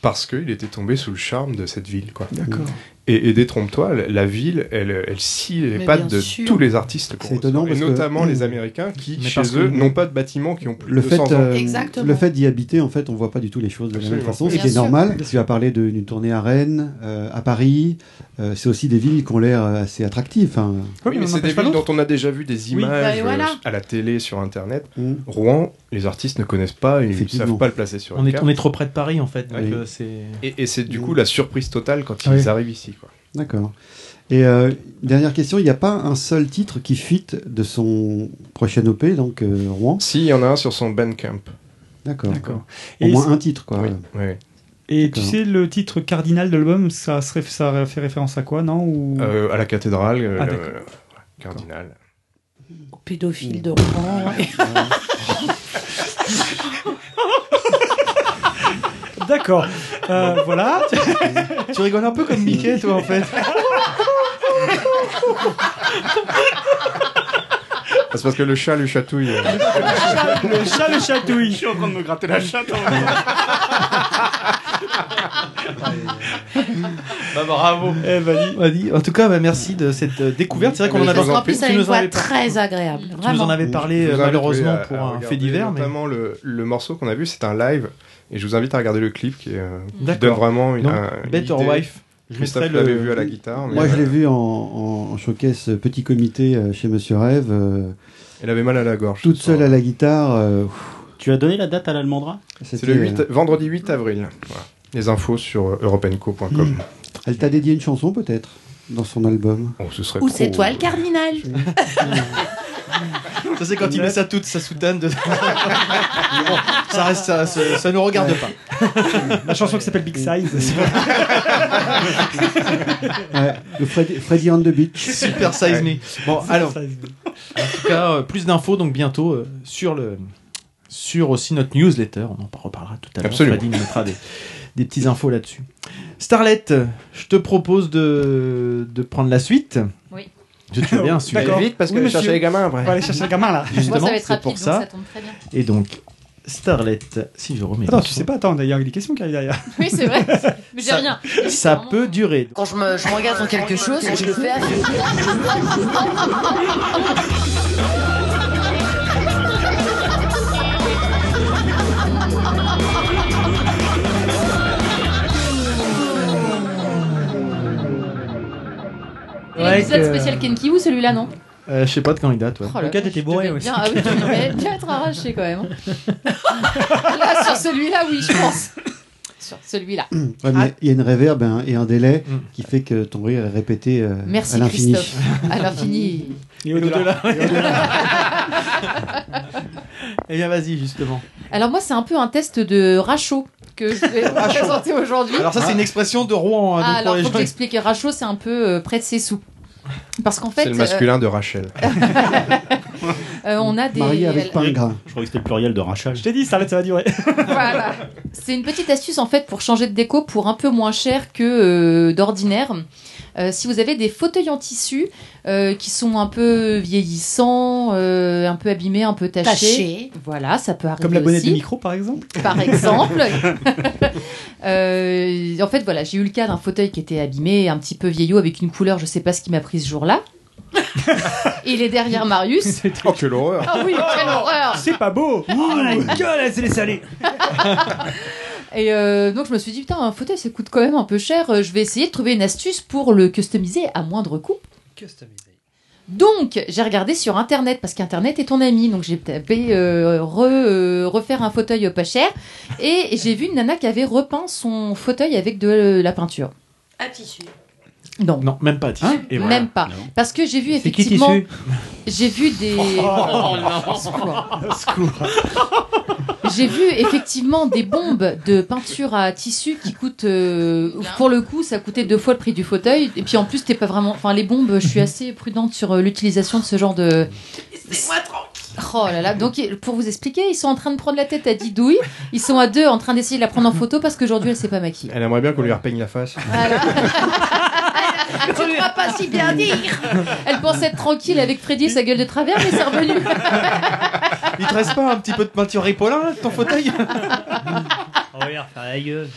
[SPEAKER 6] Parce qu'il était tombé sous le charme de cette ville. quoi.
[SPEAKER 7] D'accord.
[SPEAKER 6] Et, et détrompe-toi, la- la ville, elle, elle scie les
[SPEAKER 4] Mais bien
[SPEAKER 6] pattes de
[SPEAKER 4] sûr.
[SPEAKER 6] tous les artistes. qu'on
[SPEAKER 4] C'est
[SPEAKER 6] reçoit.
[SPEAKER 4] étonnant
[SPEAKER 6] Et
[SPEAKER 4] parce que-
[SPEAKER 6] notamment
[SPEAKER 4] Mm.
[SPEAKER 6] les Américains qui,
[SPEAKER 4] Mais
[SPEAKER 6] chez
[SPEAKER 4] parce que-
[SPEAKER 6] eux, n'ont pas de bâtiments qui ont plus
[SPEAKER 4] le
[SPEAKER 6] de
[SPEAKER 4] fait,
[SPEAKER 6] 100 ans.
[SPEAKER 4] euh, le fait d'y habiter, en fait, on voit pas du tout les choses de la
[SPEAKER 6] Absolument.
[SPEAKER 4] même façon, ce
[SPEAKER 6] Bien
[SPEAKER 4] qui est
[SPEAKER 6] sûr.
[SPEAKER 4] normal. Tu as parlé de- d'une tournée à Rennes, euh, à Paris. euh, c'est aussi des villes qui ont l'air euh, assez attractives. hein.
[SPEAKER 6] Oui, mais c'est des villes dont on a déjà vu des images
[SPEAKER 9] Bah, et voilà.
[SPEAKER 6] euh, à la télé, sur Internet. Rouen, les artistes ne connaissent pas, ils ne savent pas le placer sur
[SPEAKER 3] On
[SPEAKER 6] une
[SPEAKER 3] est,
[SPEAKER 6] carte.
[SPEAKER 3] on est trop près de Paris en fait. donc,
[SPEAKER 6] Oui.
[SPEAKER 3] euh, c'est-
[SPEAKER 6] Et, et c'est du coup la surprise totale quand ils
[SPEAKER 4] Oui.
[SPEAKER 6] arrivent ici. Quoi.
[SPEAKER 4] D'accord. Et euh, dernière question, il n'y a pas un seul titre qui fuite de son prochain OP, donc euh, Rouen.
[SPEAKER 6] Si, il y en a un sur son Bandcamp.
[SPEAKER 4] D'accord.
[SPEAKER 7] D'accord.
[SPEAKER 4] Au
[SPEAKER 7] Et
[SPEAKER 4] moins
[SPEAKER 7] c'est-
[SPEAKER 4] un titre, quoi.
[SPEAKER 6] Oui.
[SPEAKER 7] Et tu
[SPEAKER 4] D'accord.
[SPEAKER 7] sais, le titre cardinal de l'album, ça, serait- ça fait référence à quoi, non Ou...
[SPEAKER 6] Euh, à la cathédrale, euh,
[SPEAKER 7] Ah,
[SPEAKER 6] le-
[SPEAKER 7] d'accord.
[SPEAKER 6] cardinal.
[SPEAKER 2] Pédophile de Rouen.
[SPEAKER 7] D'accord. Euh, voilà.
[SPEAKER 3] tu rigoles un peu comme Mickey, toi, en fait.
[SPEAKER 6] Ah, C'est parce que le chat lui chatouille. euh.
[SPEAKER 7] Le chat le chatouille. Je
[SPEAKER 5] suis en train de me gratter la chatte.
[SPEAKER 3] Bah, bravo.
[SPEAKER 7] Eh, vas-y.
[SPEAKER 3] Vas-y. En tout cas, bah, merci de cette euh, découverte. C'est vrai qu'on en
[SPEAKER 2] Parce
[SPEAKER 3] avait
[SPEAKER 2] qu'en plus,
[SPEAKER 3] tu
[SPEAKER 2] elle a
[SPEAKER 3] nous
[SPEAKER 2] une
[SPEAKER 3] en
[SPEAKER 2] voix
[SPEAKER 3] avais parlé.
[SPEAKER 2] très agréable.
[SPEAKER 3] Tu nous en
[SPEAKER 2] Vraiment.
[SPEAKER 3] avais
[SPEAKER 6] Je
[SPEAKER 3] parlé
[SPEAKER 6] vous
[SPEAKER 3] euh,
[SPEAKER 6] invite,
[SPEAKER 3] malheureusement
[SPEAKER 6] oui, à-
[SPEAKER 3] pour
[SPEAKER 6] à
[SPEAKER 3] un
[SPEAKER 6] regarder
[SPEAKER 3] fait divers, mais
[SPEAKER 6] Notamment le, le morceau qu'on a vu, c'est un live. Et je vous invite à regarder le clip qui, est, euh, qui
[SPEAKER 3] D'accord.
[SPEAKER 6] donne vraiment une,
[SPEAKER 3] Donc,
[SPEAKER 6] un- une
[SPEAKER 3] Better
[SPEAKER 6] idée.
[SPEAKER 3] Wife. Je
[SPEAKER 6] Christophe
[SPEAKER 3] mettrai le-
[SPEAKER 6] l'avait vu à la guitare. mais,
[SPEAKER 4] Moi, je l'ai
[SPEAKER 6] euh,
[SPEAKER 4] vu en, en, en showcase euh, petit comité euh, chez Monsieur Rêve, euh,
[SPEAKER 6] Elle avait mal à la gorge.
[SPEAKER 4] toute seule à la guitare. euh,
[SPEAKER 5] Tu as donné la date à l'Almandra
[SPEAKER 6] C'est
[SPEAKER 4] C'était,
[SPEAKER 6] le 8
[SPEAKER 4] euh,
[SPEAKER 6] vendredi 8 avril. Voilà. Les infos sur euh, europenco.com.
[SPEAKER 4] Hmm. Elle t'a dédié une chanson, peut-être, dans son album.
[SPEAKER 6] Oh, ce serait
[SPEAKER 2] Ou c'est toi le cardinal
[SPEAKER 3] Ça, c'est quand il met sa toute, sa soutane. De... Mais bon, ça, reste, ça, ça- ça nous regarde pas.
[SPEAKER 7] La chanson qui s'appelle Big Size.
[SPEAKER 4] Ouais, le Freddy, Freddy on the Beach.
[SPEAKER 3] Super Size Me. Bon, alors, en tout cas, euh, plus d'infos donc bientôt euh, sur le sur aussi notre newsletter. On en reparlera tout à l'heure.
[SPEAKER 6] Absolument.
[SPEAKER 3] Freddy nous mettra des, des petites infos là-dessus. Starlet, je te propose de, de prendre la suite.
[SPEAKER 9] Oui.
[SPEAKER 3] Je te bien un sujet.
[SPEAKER 7] D'accord.
[SPEAKER 6] vite, parce
[SPEAKER 7] Oui,
[SPEAKER 6] que je
[SPEAKER 7] monsieur.
[SPEAKER 6] cherchais les gamins après.
[SPEAKER 7] On va aller chercher le gamin là.
[SPEAKER 9] Moi, ça va être
[SPEAKER 3] c'est
[SPEAKER 9] rapide,
[SPEAKER 3] pour
[SPEAKER 9] donc
[SPEAKER 3] ça.
[SPEAKER 9] ça tombe très bien.
[SPEAKER 3] Et donc, Starlet, si je remets.
[SPEAKER 7] Attends,
[SPEAKER 3] le
[SPEAKER 7] tu
[SPEAKER 3] son,
[SPEAKER 7] sais pas, attends, d'ailleurs, il y a des questions qui arrivent derrière.
[SPEAKER 9] Oui, c'est vrai. Mais j'ai rien.
[SPEAKER 3] Ça peut durer.
[SPEAKER 12] Quand je me, je me regarde dans quelque chose, je le fais à
[SPEAKER 9] Et
[SPEAKER 3] Ouais,
[SPEAKER 9] L'épisode
[SPEAKER 3] que-
[SPEAKER 9] spécial Kenki ou celui-là, non
[SPEAKER 3] Euh, je sais pas de quand il date. ouais.
[SPEAKER 9] Oh là là, je devais bien- Ah oui, tu devais bien être arraché quand même. hein. Là, sur celui-là, oui, je pense. Sur celui-là.
[SPEAKER 4] Ouais,
[SPEAKER 9] Ah.
[SPEAKER 4] mais Il y a une réverb et un- et un délai
[SPEAKER 3] Hmm.
[SPEAKER 4] qui fait que ton rire est répété euh, à
[SPEAKER 9] Merci
[SPEAKER 4] l'infini.
[SPEAKER 9] Christophe. À l'infini.
[SPEAKER 7] Et au-delà.
[SPEAKER 3] Eh bien, vas-y, justement.
[SPEAKER 9] Alors moi, c'est un peu un test de rachot que je vais vous
[SPEAKER 3] Rachot.
[SPEAKER 9] présenter aujourd'hui.
[SPEAKER 3] Ah, Alors, ça, c'est une expression de Rouen. hein,
[SPEAKER 9] Ah,
[SPEAKER 3] donc, pour
[SPEAKER 9] alors,
[SPEAKER 3] les
[SPEAKER 9] faut que
[SPEAKER 3] gens-
[SPEAKER 9] j'explique. Rachot, c'est un peu euh, près de ses sous. Parce qu'en fait,
[SPEAKER 6] C'est le masculin de Rachel.
[SPEAKER 9] euh, euh, on a des.
[SPEAKER 4] Marié avec pain gras.
[SPEAKER 5] Je crois que c'était le pluriel de rachage.
[SPEAKER 7] Je t'ai dit, Starlet, ça va durer.
[SPEAKER 9] Voilà. C'est une petite astuce en fait pour changer de déco pour un peu moins cher que euh, d'ordinaire. Euh, si vous avez des fauteuils en tissu euh, qui sont un peu vieillissants, euh, un peu abîmés, un peu tachés,
[SPEAKER 2] Tachés.
[SPEAKER 9] voilà, ça peut arriver
[SPEAKER 7] Comme la bonnette
[SPEAKER 9] aussi.
[SPEAKER 7] du micro, par exemple.
[SPEAKER 9] par exemple. Euh, en fait, voilà, j'ai eu le cas d'un fauteuil qui était abîmé, un petit peu vieillot, avec une couleur, je sais pas ce qui m'a pris ce jour-là. Il est derrière Marius.
[SPEAKER 6] Oh, quelle horreur
[SPEAKER 9] Ah oui, quelle horreur
[SPEAKER 7] C'est pas beau.
[SPEAKER 1] Oh la gueule, elle s'est laissée aller.
[SPEAKER 9] Et euh, donc je me suis dit, putain, un fauteuil, ça coûte quand même un peu cher. Euh, Je vais essayer de trouver une astuce pour le customiser à moindre coût. Donc, j'ai regardé sur Internet, parce qu'Internet est ton ami. Donc, j'ai tapé euh, re- euh, refaire un fauteuil pas cher. euh, Et j'ai vu une nana qui avait repeint son fauteuil avec de la peinture.
[SPEAKER 2] À tissu.
[SPEAKER 9] Non.
[SPEAKER 3] Non, même pas 10. Et voilà.
[SPEAKER 9] Même pas. Parce que j'ai vu
[SPEAKER 3] C'est qui
[SPEAKER 9] effectivement.
[SPEAKER 3] tissu
[SPEAKER 9] J'ai vu des.
[SPEAKER 3] Oh,
[SPEAKER 11] non.
[SPEAKER 9] Secours. J'ai vu effectivement des bombes de peinture à tissu qui coûtent. euh, pour le coup, ça coûtait deux fois le prix du fauteuil. Et puis en plus, t'es pas vraiment. Enfin, les bombes, je suis assez prudente sur euh, l'utilisation de ce genre de. Oh là là, donc pour vous expliquer, ils sont en train de prendre la tête à Didouille, ils sont à deux en train d'essayer de la prendre en photo parce qu'aujourd'hui elle s'est pas maquillée.
[SPEAKER 6] Elle aimerait bien qu'on lui repeigne la face.
[SPEAKER 9] tu ne vas pas si bien dire Elle pensait être tranquille avec Freddy et sa gueule de travers, mais c'est revenu.
[SPEAKER 3] Il te reste pas un petit peu de peinture Ripollin, là, de ton fauteuil
[SPEAKER 10] Regarde, faire la gueule.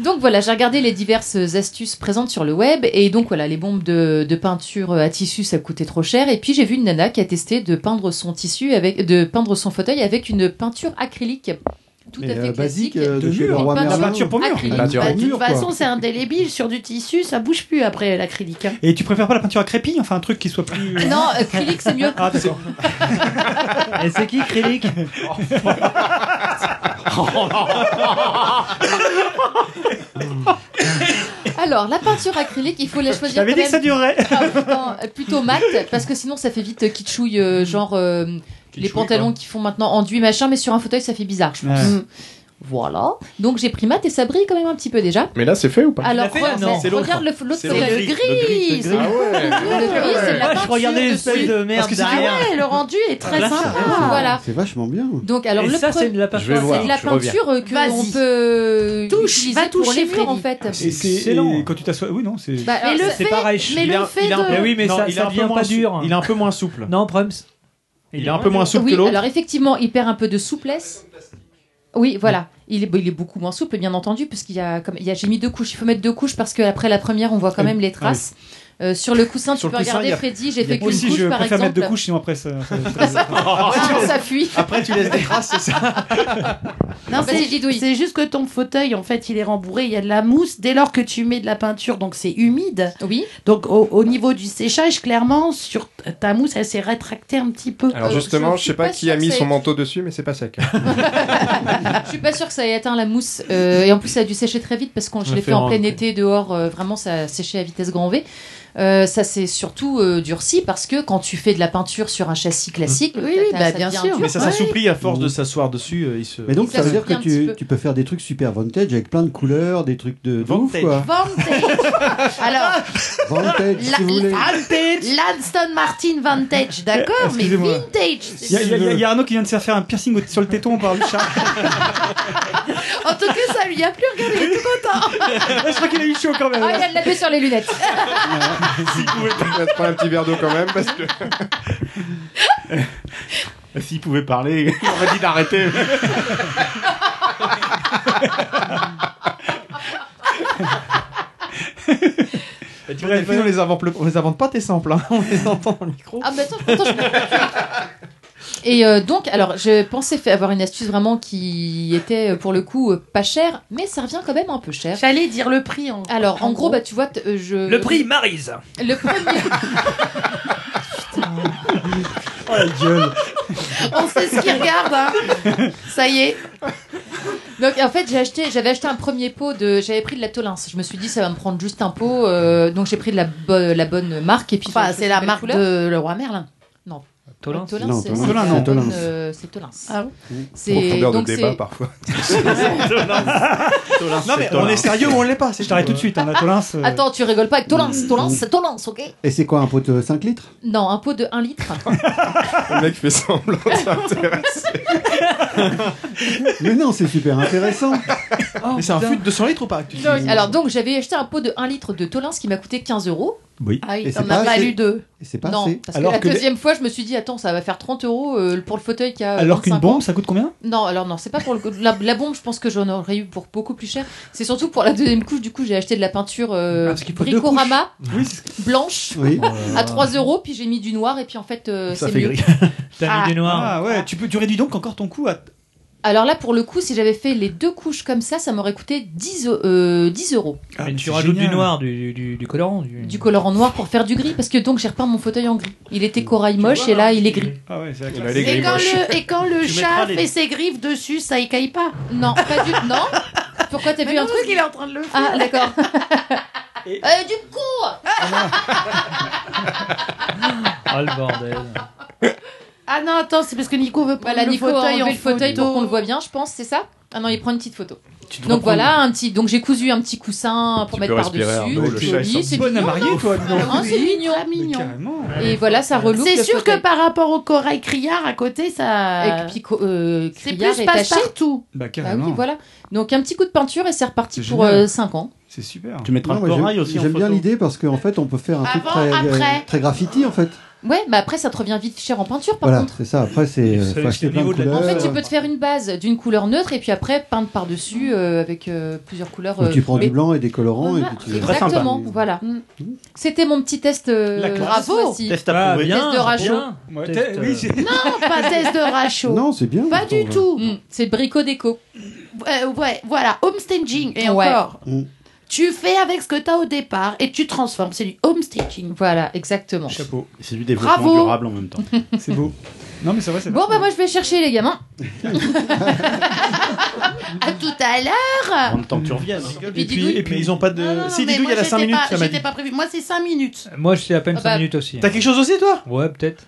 [SPEAKER 9] Donc voilà, j'ai regardé les diverses astuces présentes sur le web, et donc voilà, les bombes de, de peinture à tissu, ça coûtait trop cher, et puis j'ai vu une nana qui a testé de peindre son tissu avec, de peindre son fauteuil avec une peinture acrylique. Tout
[SPEAKER 4] Mais,
[SPEAKER 9] à fait
[SPEAKER 4] euh,
[SPEAKER 9] classique.
[SPEAKER 4] basique, euh, de chez Leroy
[SPEAKER 9] Une
[SPEAKER 4] Merlin. La peinture pour mur.
[SPEAKER 2] Ah,
[SPEAKER 9] acrylique.
[SPEAKER 4] La peinture
[SPEAKER 9] Bah,
[SPEAKER 4] pour
[SPEAKER 9] de toute
[SPEAKER 4] mur, quoi.
[SPEAKER 9] façon, c'est indélébile sur du tissu, ça bouge plus après l'acrylique. hein.
[SPEAKER 7] Et tu préfères pas la peinture à crépi Enfin, un truc qui soit plus.
[SPEAKER 9] Non, acrylique, c'est mieux.
[SPEAKER 7] Ah, d'accord.
[SPEAKER 1] Et c'est qui, Crélic
[SPEAKER 3] Oh,
[SPEAKER 9] Alors, la peinture acrylique, il faut la choisir.
[SPEAKER 7] J'avais
[SPEAKER 9] quand
[SPEAKER 7] dit que ça
[SPEAKER 9] même-
[SPEAKER 7] durerait.
[SPEAKER 9] Ah, putain, euh, plutôt mat, parce que sinon ça fait vite euh, kitschouille, euh, genre euh, les pantalons qui font maintenant enduit machin, mais sur un fauteuil ça fait bizarre, je pense.
[SPEAKER 6] Ouais.
[SPEAKER 9] Mm. Voilà. Donc j'ai pris mat et ça brille quand même un petit peu déjà.
[SPEAKER 6] Mais là, c'est fait ou pas
[SPEAKER 9] Alors regarde,
[SPEAKER 6] C'est l'autre.
[SPEAKER 9] regarde le f- l'autre
[SPEAKER 6] C'est
[SPEAKER 9] fauteuil,
[SPEAKER 6] l'autre.
[SPEAKER 9] le gris,
[SPEAKER 6] Le gris,
[SPEAKER 9] c'est-
[SPEAKER 6] le gris. Ah ouais.
[SPEAKER 9] le gris, c'est de la
[SPEAKER 1] Ouais, je
[SPEAKER 9] peinture
[SPEAKER 1] regardais les
[SPEAKER 9] dessus.
[SPEAKER 1] feuilles de merde
[SPEAKER 9] Parce que c'est- ah
[SPEAKER 1] derrière.
[SPEAKER 9] ouais, le rendu est très
[SPEAKER 4] Là, ça
[SPEAKER 9] sympa.
[SPEAKER 4] reste.
[SPEAKER 9] Voilà.
[SPEAKER 4] C'est vachement bien.
[SPEAKER 9] Donc alors
[SPEAKER 1] Et
[SPEAKER 9] le
[SPEAKER 1] ça,
[SPEAKER 9] pre-
[SPEAKER 1] c'est de la
[SPEAKER 4] Je vais
[SPEAKER 9] c'est
[SPEAKER 4] voir,
[SPEAKER 9] de la
[SPEAKER 4] je reviens.
[SPEAKER 9] peinture euh, que on peut touche, va toucher pour les murs, en fait.
[SPEAKER 7] Et c'est excellent. Quand tu t'assois. Oui, non, c'est.
[SPEAKER 9] Bah, alors, c'est- Mais
[SPEAKER 3] Il
[SPEAKER 9] le
[SPEAKER 3] a-
[SPEAKER 9] fait
[SPEAKER 3] il a un
[SPEAKER 9] de-
[SPEAKER 3] peu-
[SPEAKER 9] Mais oui, mais
[SPEAKER 3] non,
[SPEAKER 1] ça-
[SPEAKER 3] il
[SPEAKER 1] ça
[SPEAKER 3] est un peu
[SPEAKER 1] devient
[SPEAKER 3] moins
[SPEAKER 1] pas
[SPEAKER 3] sou-
[SPEAKER 1] dur.
[SPEAKER 3] Il est un peu moins souple.
[SPEAKER 1] Non, Prums.
[SPEAKER 3] Il est
[SPEAKER 7] Ah,
[SPEAKER 3] un peu moins souple
[SPEAKER 9] oui,
[SPEAKER 3] que l'autre.
[SPEAKER 9] alors effectivement, il perd un peu de souplesse. Oui, voilà. Il est, il est beaucoup moins souple, bien entendu, puisqu'il y a, comme, il y a, j'ai mis deux couches. Il faut mettre deux couches parce qu'après la première, on voit
[SPEAKER 7] Ah
[SPEAKER 9] quand même les traces. Euh, sur le coussin,
[SPEAKER 7] Sur
[SPEAKER 9] tu
[SPEAKER 7] le
[SPEAKER 9] peux
[SPEAKER 7] coussin,
[SPEAKER 9] regarder
[SPEAKER 7] il y a-
[SPEAKER 9] Freddy, j'ai
[SPEAKER 7] il y a-
[SPEAKER 9] fait qu'une
[SPEAKER 7] Aussi,
[SPEAKER 9] couche
[SPEAKER 7] je
[SPEAKER 9] par
[SPEAKER 7] préfère
[SPEAKER 9] exemple.
[SPEAKER 7] mettre deux couches, sinon après ça. ça-
[SPEAKER 9] Sinon, Ah, ça fuit.
[SPEAKER 3] Après, tu laisses des traces, c'est ça
[SPEAKER 2] Non,
[SPEAKER 9] Vas-y,
[SPEAKER 2] c'est c'est juste que ton fauteuil, en fait, il est rembourré, il y a de la mousse. Dès lors que tu mets de la peinture, donc c'est humide.
[SPEAKER 9] Oui.
[SPEAKER 2] Donc au, au niveau du séchage, clairement, sur ta- ta mousse, elle s'est rétractée un petit peu.
[SPEAKER 9] Euh,
[SPEAKER 6] Alors justement, je sais pas qui a mis
[SPEAKER 9] ça
[SPEAKER 6] son
[SPEAKER 9] ait-
[SPEAKER 6] manteau dessus, mais c'est pas sec.
[SPEAKER 9] Je suis pas sûre que ça ait atteint la mousse. Euh, et en plus, ça a dû sécher très vite parce que je
[SPEAKER 6] Le
[SPEAKER 9] l'ai fait en
[SPEAKER 6] ferrant,
[SPEAKER 9] plein
[SPEAKER 6] ok.
[SPEAKER 9] été dehors. euh, vraiment, ça a séché à vitesse grand V. Euh, ça s'est surtout euh, durci parce que quand tu fais de la peinture sur un châssis classique,
[SPEAKER 2] Oui, oui,
[SPEAKER 9] t'as-
[SPEAKER 2] bah,
[SPEAKER 9] ça
[SPEAKER 2] bien
[SPEAKER 9] devient
[SPEAKER 2] sûr.
[SPEAKER 9] dur.
[SPEAKER 3] Mais ça s'assouplit à force de s'asseoir dessus. euh, il se...
[SPEAKER 4] Mais donc ça, veut dire que
[SPEAKER 9] s'assouplit un petit
[SPEAKER 4] tu,
[SPEAKER 9] peu.
[SPEAKER 4] tu peux faire des trucs super vintage avec plein de couleurs, des trucs de, de ouf quoi.
[SPEAKER 2] Alors,
[SPEAKER 4] Vintage si vous voulez.
[SPEAKER 2] Lanston Martin Vantage, d'accord, mais
[SPEAKER 7] Excusez-moi.
[SPEAKER 2] vintage.
[SPEAKER 7] Il y, a- il y a- il y a Arnaud qui vient de se faire faire un piercing au- sur le téton par le chat.
[SPEAKER 2] En tout cas, ça lui a plu, regardez, il est tout content.
[SPEAKER 7] je crois qu'il a eu chaud quand même.
[SPEAKER 9] Ah, il a de la paix sur les lunettes.
[SPEAKER 6] si vous pouvez prendre un petit verre d'eau quand même, parce que.
[SPEAKER 5] S'il pouvait parler, il aurait dit d'arrêter.
[SPEAKER 3] Et tu vois, les filles, on les invente, le- on les invente pas tes samples, hein. on les entend dans le micro.
[SPEAKER 9] Ah, mais attends, pourtant, je me Et euh, donc, alors, je pensais fa- avoir une astuce vraiment qui était euh, pour le coup euh, pas chère, mais ça revient quand même un peu cher.
[SPEAKER 2] J'allais dire le prix. En...
[SPEAKER 9] Alors, en, gros, bah, tu vois, t- euh, je.
[SPEAKER 1] Le prix Marise.
[SPEAKER 9] Le premier.
[SPEAKER 7] Oh la gueule.
[SPEAKER 2] On sait ce qu'il regarde, hein. Ça y est.
[SPEAKER 9] Donc en fait j'ai acheté, j'avais acheté un premier pot de, j'avais pris de la Tolins. Je me suis dit ça va me prendre juste un pot, euh, donc j'ai pris de la, bo- euh, la bonne marque et puis.
[SPEAKER 2] Enfin,
[SPEAKER 9] j'ai
[SPEAKER 2] c'est
[SPEAKER 9] choisi
[SPEAKER 2] la
[SPEAKER 9] belle
[SPEAKER 2] marque
[SPEAKER 9] couleur.
[SPEAKER 2] de Leroy Merlin.
[SPEAKER 9] Non.
[SPEAKER 1] Tolins
[SPEAKER 9] Tolins,
[SPEAKER 4] Non,
[SPEAKER 9] c'est
[SPEAKER 4] Tolins,
[SPEAKER 9] c'est
[SPEAKER 4] non,
[SPEAKER 9] la
[SPEAKER 4] c'est
[SPEAKER 9] bonne,
[SPEAKER 4] Tolins.
[SPEAKER 9] euh, C'est Tolins.
[SPEAKER 2] Ah
[SPEAKER 6] Profondeur de
[SPEAKER 9] donc
[SPEAKER 6] débat
[SPEAKER 9] c'est-
[SPEAKER 6] parfois.
[SPEAKER 9] euh,
[SPEAKER 7] Non, mais on est sérieux ou on l'est pas Je t'arrête tout de suite, hein, la Tolins. euh,
[SPEAKER 9] Attends, tu rigoles pas avec Tolins,
[SPEAKER 4] Mm.
[SPEAKER 9] Tolins, c'est Tolins, ok
[SPEAKER 4] Et c'est quoi un pot de 5 litres
[SPEAKER 9] Non, un pot de 1 litre.
[SPEAKER 6] Le mec fait semblant de s'intéresser.
[SPEAKER 4] Mais non, c'est super intéressant.
[SPEAKER 3] mais c'est un fût de 200 litres ou pas que tu
[SPEAKER 9] Oh, Donc,
[SPEAKER 3] utilises
[SPEAKER 9] alors donc j'avais acheté un pot de 1 litre de Tolins qui m'a coûté 15 euros.
[SPEAKER 4] Oui.
[SPEAKER 2] Ah,
[SPEAKER 4] Et
[SPEAKER 2] il
[SPEAKER 4] c'est
[SPEAKER 2] en
[SPEAKER 4] pas
[SPEAKER 2] a
[SPEAKER 4] assez.
[SPEAKER 2] valu deux.
[SPEAKER 4] Et c'est pas
[SPEAKER 9] non,
[SPEAKER 4] assez.
[SPEAKER 9] parce que la deuxième fois je me suis dit attends ça va faire 30 euros euh, pour le fauteuil qui a.
[SPEAKER 7] Alors qu'une
[SPEAKER 9] 25 ans.
[SPEAKER 7] bombe, ça coûte combien
[SPEAKER 9] Non, alors non, c'est pas pour le la, la bombe. Je pense que j'en aurais eu pour beaucoup plus cher. C'est surtout pour la deuxième couche. Du coup, j'ai acheté de la peinture euh,
[SPEAKER 1] faut deux Ah.
[SPEAKER 9] bricorama
[SPEAKER 7] Oui,
[SPEAKER 9] blanche
[SPEAKER 4] Oui.
[SPEAKER 9] à 3 euros. Puis j'ai mis du noir et puis en fait euh, c'est mieux.
[SPEAKER 1] T'as
[SPEAKER 9] Ah.
[SPEAKER 1] mis du noir.
[SPEAKER 7] Ah ouais, tu, peux, tu réduis donc encore ton coût à.
[SPEAKER 9] Alors là, pour le coup, si j'avais fait les deux couches comme ça, ça m'aurait coûté 10, eu- euh, 10 euros
[SPEAKER 7] Ah,
[SPEAKER 1] Mais tu
[SPEAKER 7] c'est
[SPEAKER 1] rajoutes
[SPEAKER 7] génial.
[SPEAKER 1] du noir, du, du, du colorant. Du...
[SPEAKER 9] du colorant noir pour faire du gris. Parce que donc j'ai repeint mon fauteuil en gris. Il était corail moche et là il est gris.
[SPEAKER 7] Ah ouais, c'est la
[SPEAKER 6] Il a
[SPEAKER 7] classe.
[SPEAKER 6] les
[SPEAKER 2] Et
[SPEAKER 6] grilles
[SPEAKER 2] quand,
[SPEAKER 6] moches.
[SPEAKER 2] le, et quand le
[SPEAKER 10] Tu
[SPEAKER 2] chat
[SPEAKER 10] mettras les-
[SPEAKER 2] fait ses griffes dessus, ça écaille pas.
[SPEAKER 9] Non, pas du non. Pourquoi t'as vu un truc
[SPEAKER 2] qu'il est en train de le faire.
[SPEAKER 9] Ah d'accord.
[SPEAKER 12] Euh, du coup
[SPEAKER 10] Ah le bordel.
[SPEAKER 2] Ah non, attends, c'est parce que Bah, Nico veut pas
[SPEAKER 9] Voilà,
[SPEAKER 2] le
[SPEAKER 9] Nico a
[SPEAKER 2] fauteuil
[SPEAKER 9] enlevé
[SPEAKER 2] en
[SPEAKER 9] le fauteuil
[SPEAKER 2] photo.
[SPEAKER 9] pour qu'on le voit bien, je pense, c'est ça Ah non, il prend une petite photo.
[SPEAKER 2] dois
[SPEAKER 9] Donc
[SPEAKER 2] prendre-
[SPEAKER 9] voilà, un petit. Donc j'ai cousu un petit coussin pour mettre par-dessus. c'est joli, c'est
[SPEAKER 7] bonne à
[SPEAKER 9] mignon,
[SPEAKER 7] marier,
[SPEAKER 9] non
[SPEAKER 7] toi. dis donc.
[SPEAKER 9] Hein, c'est mignon. Et voilà, ça reloupe.
[SPEAKER 2] C'est sûr que par rapport au corail criard à côté, ça.
[SPEAKER 9] Et Pico- euh,
[SPEAKER 2] C'est
[SPEAKER 9] Criard
[SPEAKER 2] plus
[SPEAKER 9] est taché.
[SPEAKER 2] passe-partout.
[SPEAKER 7] Bah,
[SPEAKER 9] Bah
[SPEAKER 7] carrément.
[SPEAKER 9] oui, voilà. Donc un petit coup de peinture et c'est reparti
[SPEAKER 7] C'est
[SPEAKER 9] pour
[SPEAKER 7] génial.
[SPEAKER 9] 5 ans.
[SPEAKER 7] C'est super.
[SPEAKER 5] Tu mettras
[SPEAKER 4] Non,
[SPEAKER 5] le
[SPEAKER 4] moi,
[SPEAKER 5] corail
[SPEAKER 4] j'aime-
[SPEAKER 5] aussi en
[SPEAKER 4] J'aime bien
[SPEAKER 5] photo.
[SPEAKER 4] l'idée parce qu'en fait, on peut faire un truc
[SPEAKER 9] Avant,
[SPEAKER 4] très, euh,
[SPEAKER 9] après.
[SPEAKER 4] très graffiti en fait.
[SPEAKER 9] Ouais, mais après ça te revient vite cher en peinture par
[SPEAKER 4] Voilà,
[SPEAKER 9] contre.
[SPEAKER 4] c'est ça. Après, c'est euh,
[SPEAKER 10] C'est-
[SPEAKER 4] faut
[SPEAKER 10] c'est
[SPEAKER 4] acheter
[SPEAKER 10] au
[SPEAKER 4] plein de
[SPEAKER 10] niveau de la
[SPEAKER 4] couleurs.
[SPEAKER 9] En fait, tu peux te faire une base d'une couleur neutre et puis après peindre par-dessus euh, avec euh, plusieurs couleurs.
[SPEAKER 4] Ou
[SPEAKER 9] euh,
[SPEAKER 4] tu prends
[SPEAKER 9] mais-
[SPEAKER 4] du blanc et des colorants.
[SPEAKER 9] Voilà,
[SPEAKER 4] et puis tu...
[SPEAKER 9] Exactement, voilà. C'était mon petit test. euh,
[SPEAKER 4] La classe.
[SPEAKER 9] Bravo.
[SPEAKER 5] Test
[SPEAKER 3] Bah,
[SPEAKER 5] approuvé.
[SPEAKER 9] Test de rachot.
[SPEAKER 7] Ouais,
[SPEAKER 10] Test,
[SPEAKER 7] t'es-
[SPEAKER 10] euh,
[SPEAKER 7] oui, c'est-
[SPEAKER 2] Non, Bah. pas test de rachot.
[SPEAKER 4] Non, c'est bien.
[SPEAKER 2] Pas du tout.
[SPEAKER 9] Mm, C'est brico déco.
[SPEAKER 2] Ouais, ouais, voilà, homestaging. Et
[SPEAKER 9] Ouais.
[SPEAKER 2] encore,
[SPEAKER 4] Mm.
[SPEAKER 2] tu fais avec ce que tu as au départ et tu transformes. C'est du homestaging.
[SPEAKER 9] Voilà, exactement.
[SPEAKER 7] Chapeau.
[SPEAKER 5] C'est du développement
[SPEAKER 2] Bravo.
[SPEAKER 5] durable en même temps.
[SPEAKER 7] C'est beau. Non, mais c'est vrai, c'est
[SPEAKER 9] Bon, bah moi je vais chercher les gamins.
[SPEAKER 2] À tout à l'heure.
[SPEAKER 5] En même temps que tu reviennes. hein.
[SPEAKER 9] Et
[SPEAKER 3] Et
[SPEAKER 9] puis
[SPEAKER 3] puis,
[SPEAKER 9] Didouille.
[SPEAKER 3] et puis ils ont pas de.
[SPEAKER 2] Non,
[SPEAKER 3] si,
[SPEAKER 2] mais
[SPEAKER 3] Didouille,
[SPEAKER 2] moi,
[SPEAKER 3] elle a 5
[SPEAKER 2] j'étais
[SPEAKER 3] minutes,
[SPEAKER 2] pas-
[SPEAKER 3] ça m'a dit.
[SPEAKER 2] J'étais pas prévu. Moi, c'est 5 minutes.
[SPEAKER 10] Moi, c'est à peine
[SPEAKER 2] Ah
[SPEAKER 10] 5
[SPEAKER 2] bah.
[SPEAKER 10] minutes aussi. hein.
[SPEAKER 3] T'as quelque chose aussi, toi
[SPEAKER 10] Ouais, peut-être.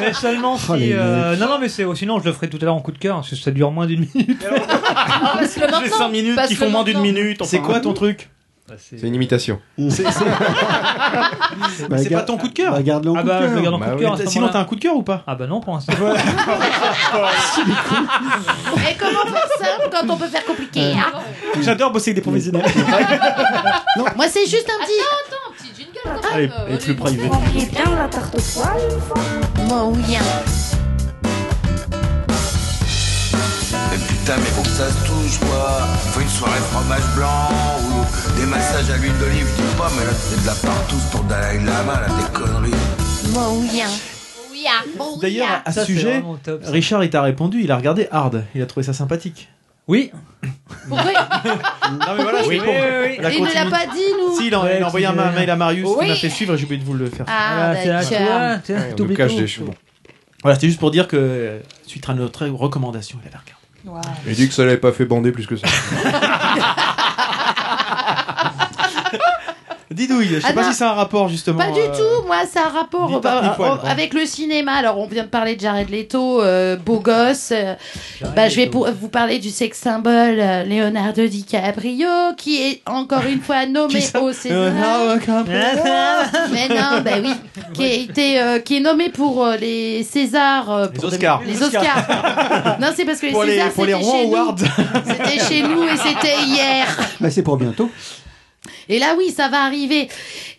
[SPEAKER 10] mais seulement si.
[SPEAKER 4] Oh, les
[SPEAKER 10] euh, Non, non, mais c'est. sinon, je le ferai tout à l'heure en coup de cœur, parce que ça dure moins d'une minute.
[SPEAKER 9] Ah, parce que maintenant,
[SPEAKER 5] J'ai 5 minutes
[SPEAKER 9] parce
[SPEAKER 5] qui
[SPEAKER 9] que
[SPEAKER 5] font moins d'une
[SPEAKER 9] maintenant-
[SPEAKER 5] minute. enfin.
[SPEAKER 3] C'est quoi ton truc
[SPEAKER 6] C'est une imitation.
[SPEAKER 3] C'est
[SPEAKER 4] Bah,
[SPEAKER 3] c'est pas
[SPEAKER 4] garde-
[SPEAKER 3] ton coup de cœur
[SPEAKER 4] Bah, garde-le en
[SPEAKER 10] Ah
[SPEAKER 4] coup
[SPEAKER 10] bah, je
[SPEAKER 4] de
[SPEAKER 10] le
[SPEAKER 4] cœur.
[SPEAKER 10] garde en
[SPEAKER 6] Bah
[SPEAKER 10] coup de
[SPEAKER 6] oui.
[SPEAKER 10] cœur. à ce
[SPEAKER 3] Sinon, t'as
[SPEAKER 10] moment-là.
[SPEAKER 3] un coup de cœur ou pas
[SPEAKER 10] Ah bah non, pour l'instant.
[SPEAKER 2] Et comment faire simple quand on peut faire compliqué
[SPEAKER 3] Euh,
[SPEAKER 2] hein
[SPEAKER 7] J'adore bosser avec des professionnels.
[SPEAKER 2] Moi, c'est juste un petit.
[SPEAKER 9] Attends, un petit jingle quand
[SPEAKER 5] Allez,
[SPEAKER 9] même. euh,
[SPEAKER 5] et plus
[SPEAKER 9] Olivier.
[SPEAKER 5] privé.
[SPEAKER 12] bien la tarte aux poils
[SPEAKER 2] Moi, oui. hein.
[SPEAKER 11] Mais putain, mais faut que ça se touche, quoi. Faut une soirée fromage blanc ou des massages à l'huile d'olive, je dis pas, mais là, c'est de la partouze pour Dalai Lama, là, des conneries.
[SPEAKER 12] Moi oui hein.
[SPEAKER 2] Oui, hein. Oh, oui,
[SPEAKER 3] D'ailleurs,
[SPEAKER 2] hein.
[SPEAKER 3] à
[SPEAKER 10] Ça,
[SPEAKER 3] ce
[SPEAKER 10] c'est
[SPEAKER 3] sujet,
[SPEAKER 10] vraiment top, ça.
[SPEAKER 3] Richard, il t'a répondu, il a regardé Hard, il a trouvé ça sympathique.
[SPEAKER 10] Oui.
[SPEAKER 2] Pourquoi
[SPEAKER 3] Non, mais voilà,
[SPEAKER 10] Oui, oui, oui.
[SPEAKER 3] La
[SPEAKER 2] il ne l'a
[SPEAKER 3] continuité.
[SPEAKER 2] pas dit, nous
[SPEAKER 3] Si, il a,
[SPEAKER 10] Ouais,
[SPEAKER 3] il a envoyé un ma-
[SPEAKER 10] c'est-
[SPEAKER 3] mail à Marius,
[SPEAKER 2] Oui.
[SPEAKER 3] il m'a fait suivre, j'ai oublié de vous le faire.
[SPEAKER 2] Ah,
[SPEAKER 10] Voilà, c'est à
[SPEAKER 2] d'accord.
[SPEAKER 10] toi, hein, tiens,
[SPEAKER 6] on
[SPEAKER 10] tout
[SPEAKER 6] nous cache
[SPEAKER 10] béton.
[SPEAKER 6] des cheveux.
[SPEAKER 3] Voilà, c'était juste pour dire que, euh, suite à notre recommandation, il avait regardé.
[SPEAKER 6] Il dit que ça l'avait pas fait bander plus que ça.
[SPEAKER 3] Didouille, je sais
[SPEAKER 2] Ah
[SPEAKER 3] pas
[SPEAKER 2] non.
[SPEAKER 3] si c'est un rapport justement.
[SPEAKER 2] Pas du
[SPEAKER 3] euh,
[SPEAKER 2] tout, moi, ça a rapport
[SPEAKER 3] Dis
[SPEAKER 2] euh,
[SPEAKER 3] Dark
[SPEAKER 2] bah,
[SPEAKER 3] Nipoil,
[SPEAKER 2] euh,
[SPEAKER 3] pardon.
[SPEAKER 2] avec le cinéma. Alors, on vient de parler de Jared Leto, euh, beau gosse. euh, bah, je vais pour- vous parler du sex symbole euh, Leonardo DiCaprio, qui est encore une fois nommé
[SPEAKER 3] ça
[SPEAKER 2] au
[SPEAKER 3] Euh,
[SPEAKER 2] César.
[SPEAKER 3] now I come
[SPEAKER 2] Mais non, bah oui, qui, a été, euh, qui est nommé pour euh, les Césars. euh,
[SPEAKER 3] Les
[SPEAKER 2] pour
[SPEAKER 3] Oscars.
[SPEAKER 2] Les Oscars. non, c'est parce que les
[SPEAKER 3] Pour les,
[SPEAKER 2] Césars,
[SPEAKER 3] pour les
[SPEAKER 2] c'était
[SPEAKER 3] Rouen
[SPEAKER 2] chez nous.
[SPEAKER 3] Awards.
[SPEAKER 2] C'était chez nous et c'était hier.
[SPEAKER 4] Bah, c'est pour bientôt.
[SPEAKER 2] Et là, oui, ça va arriver.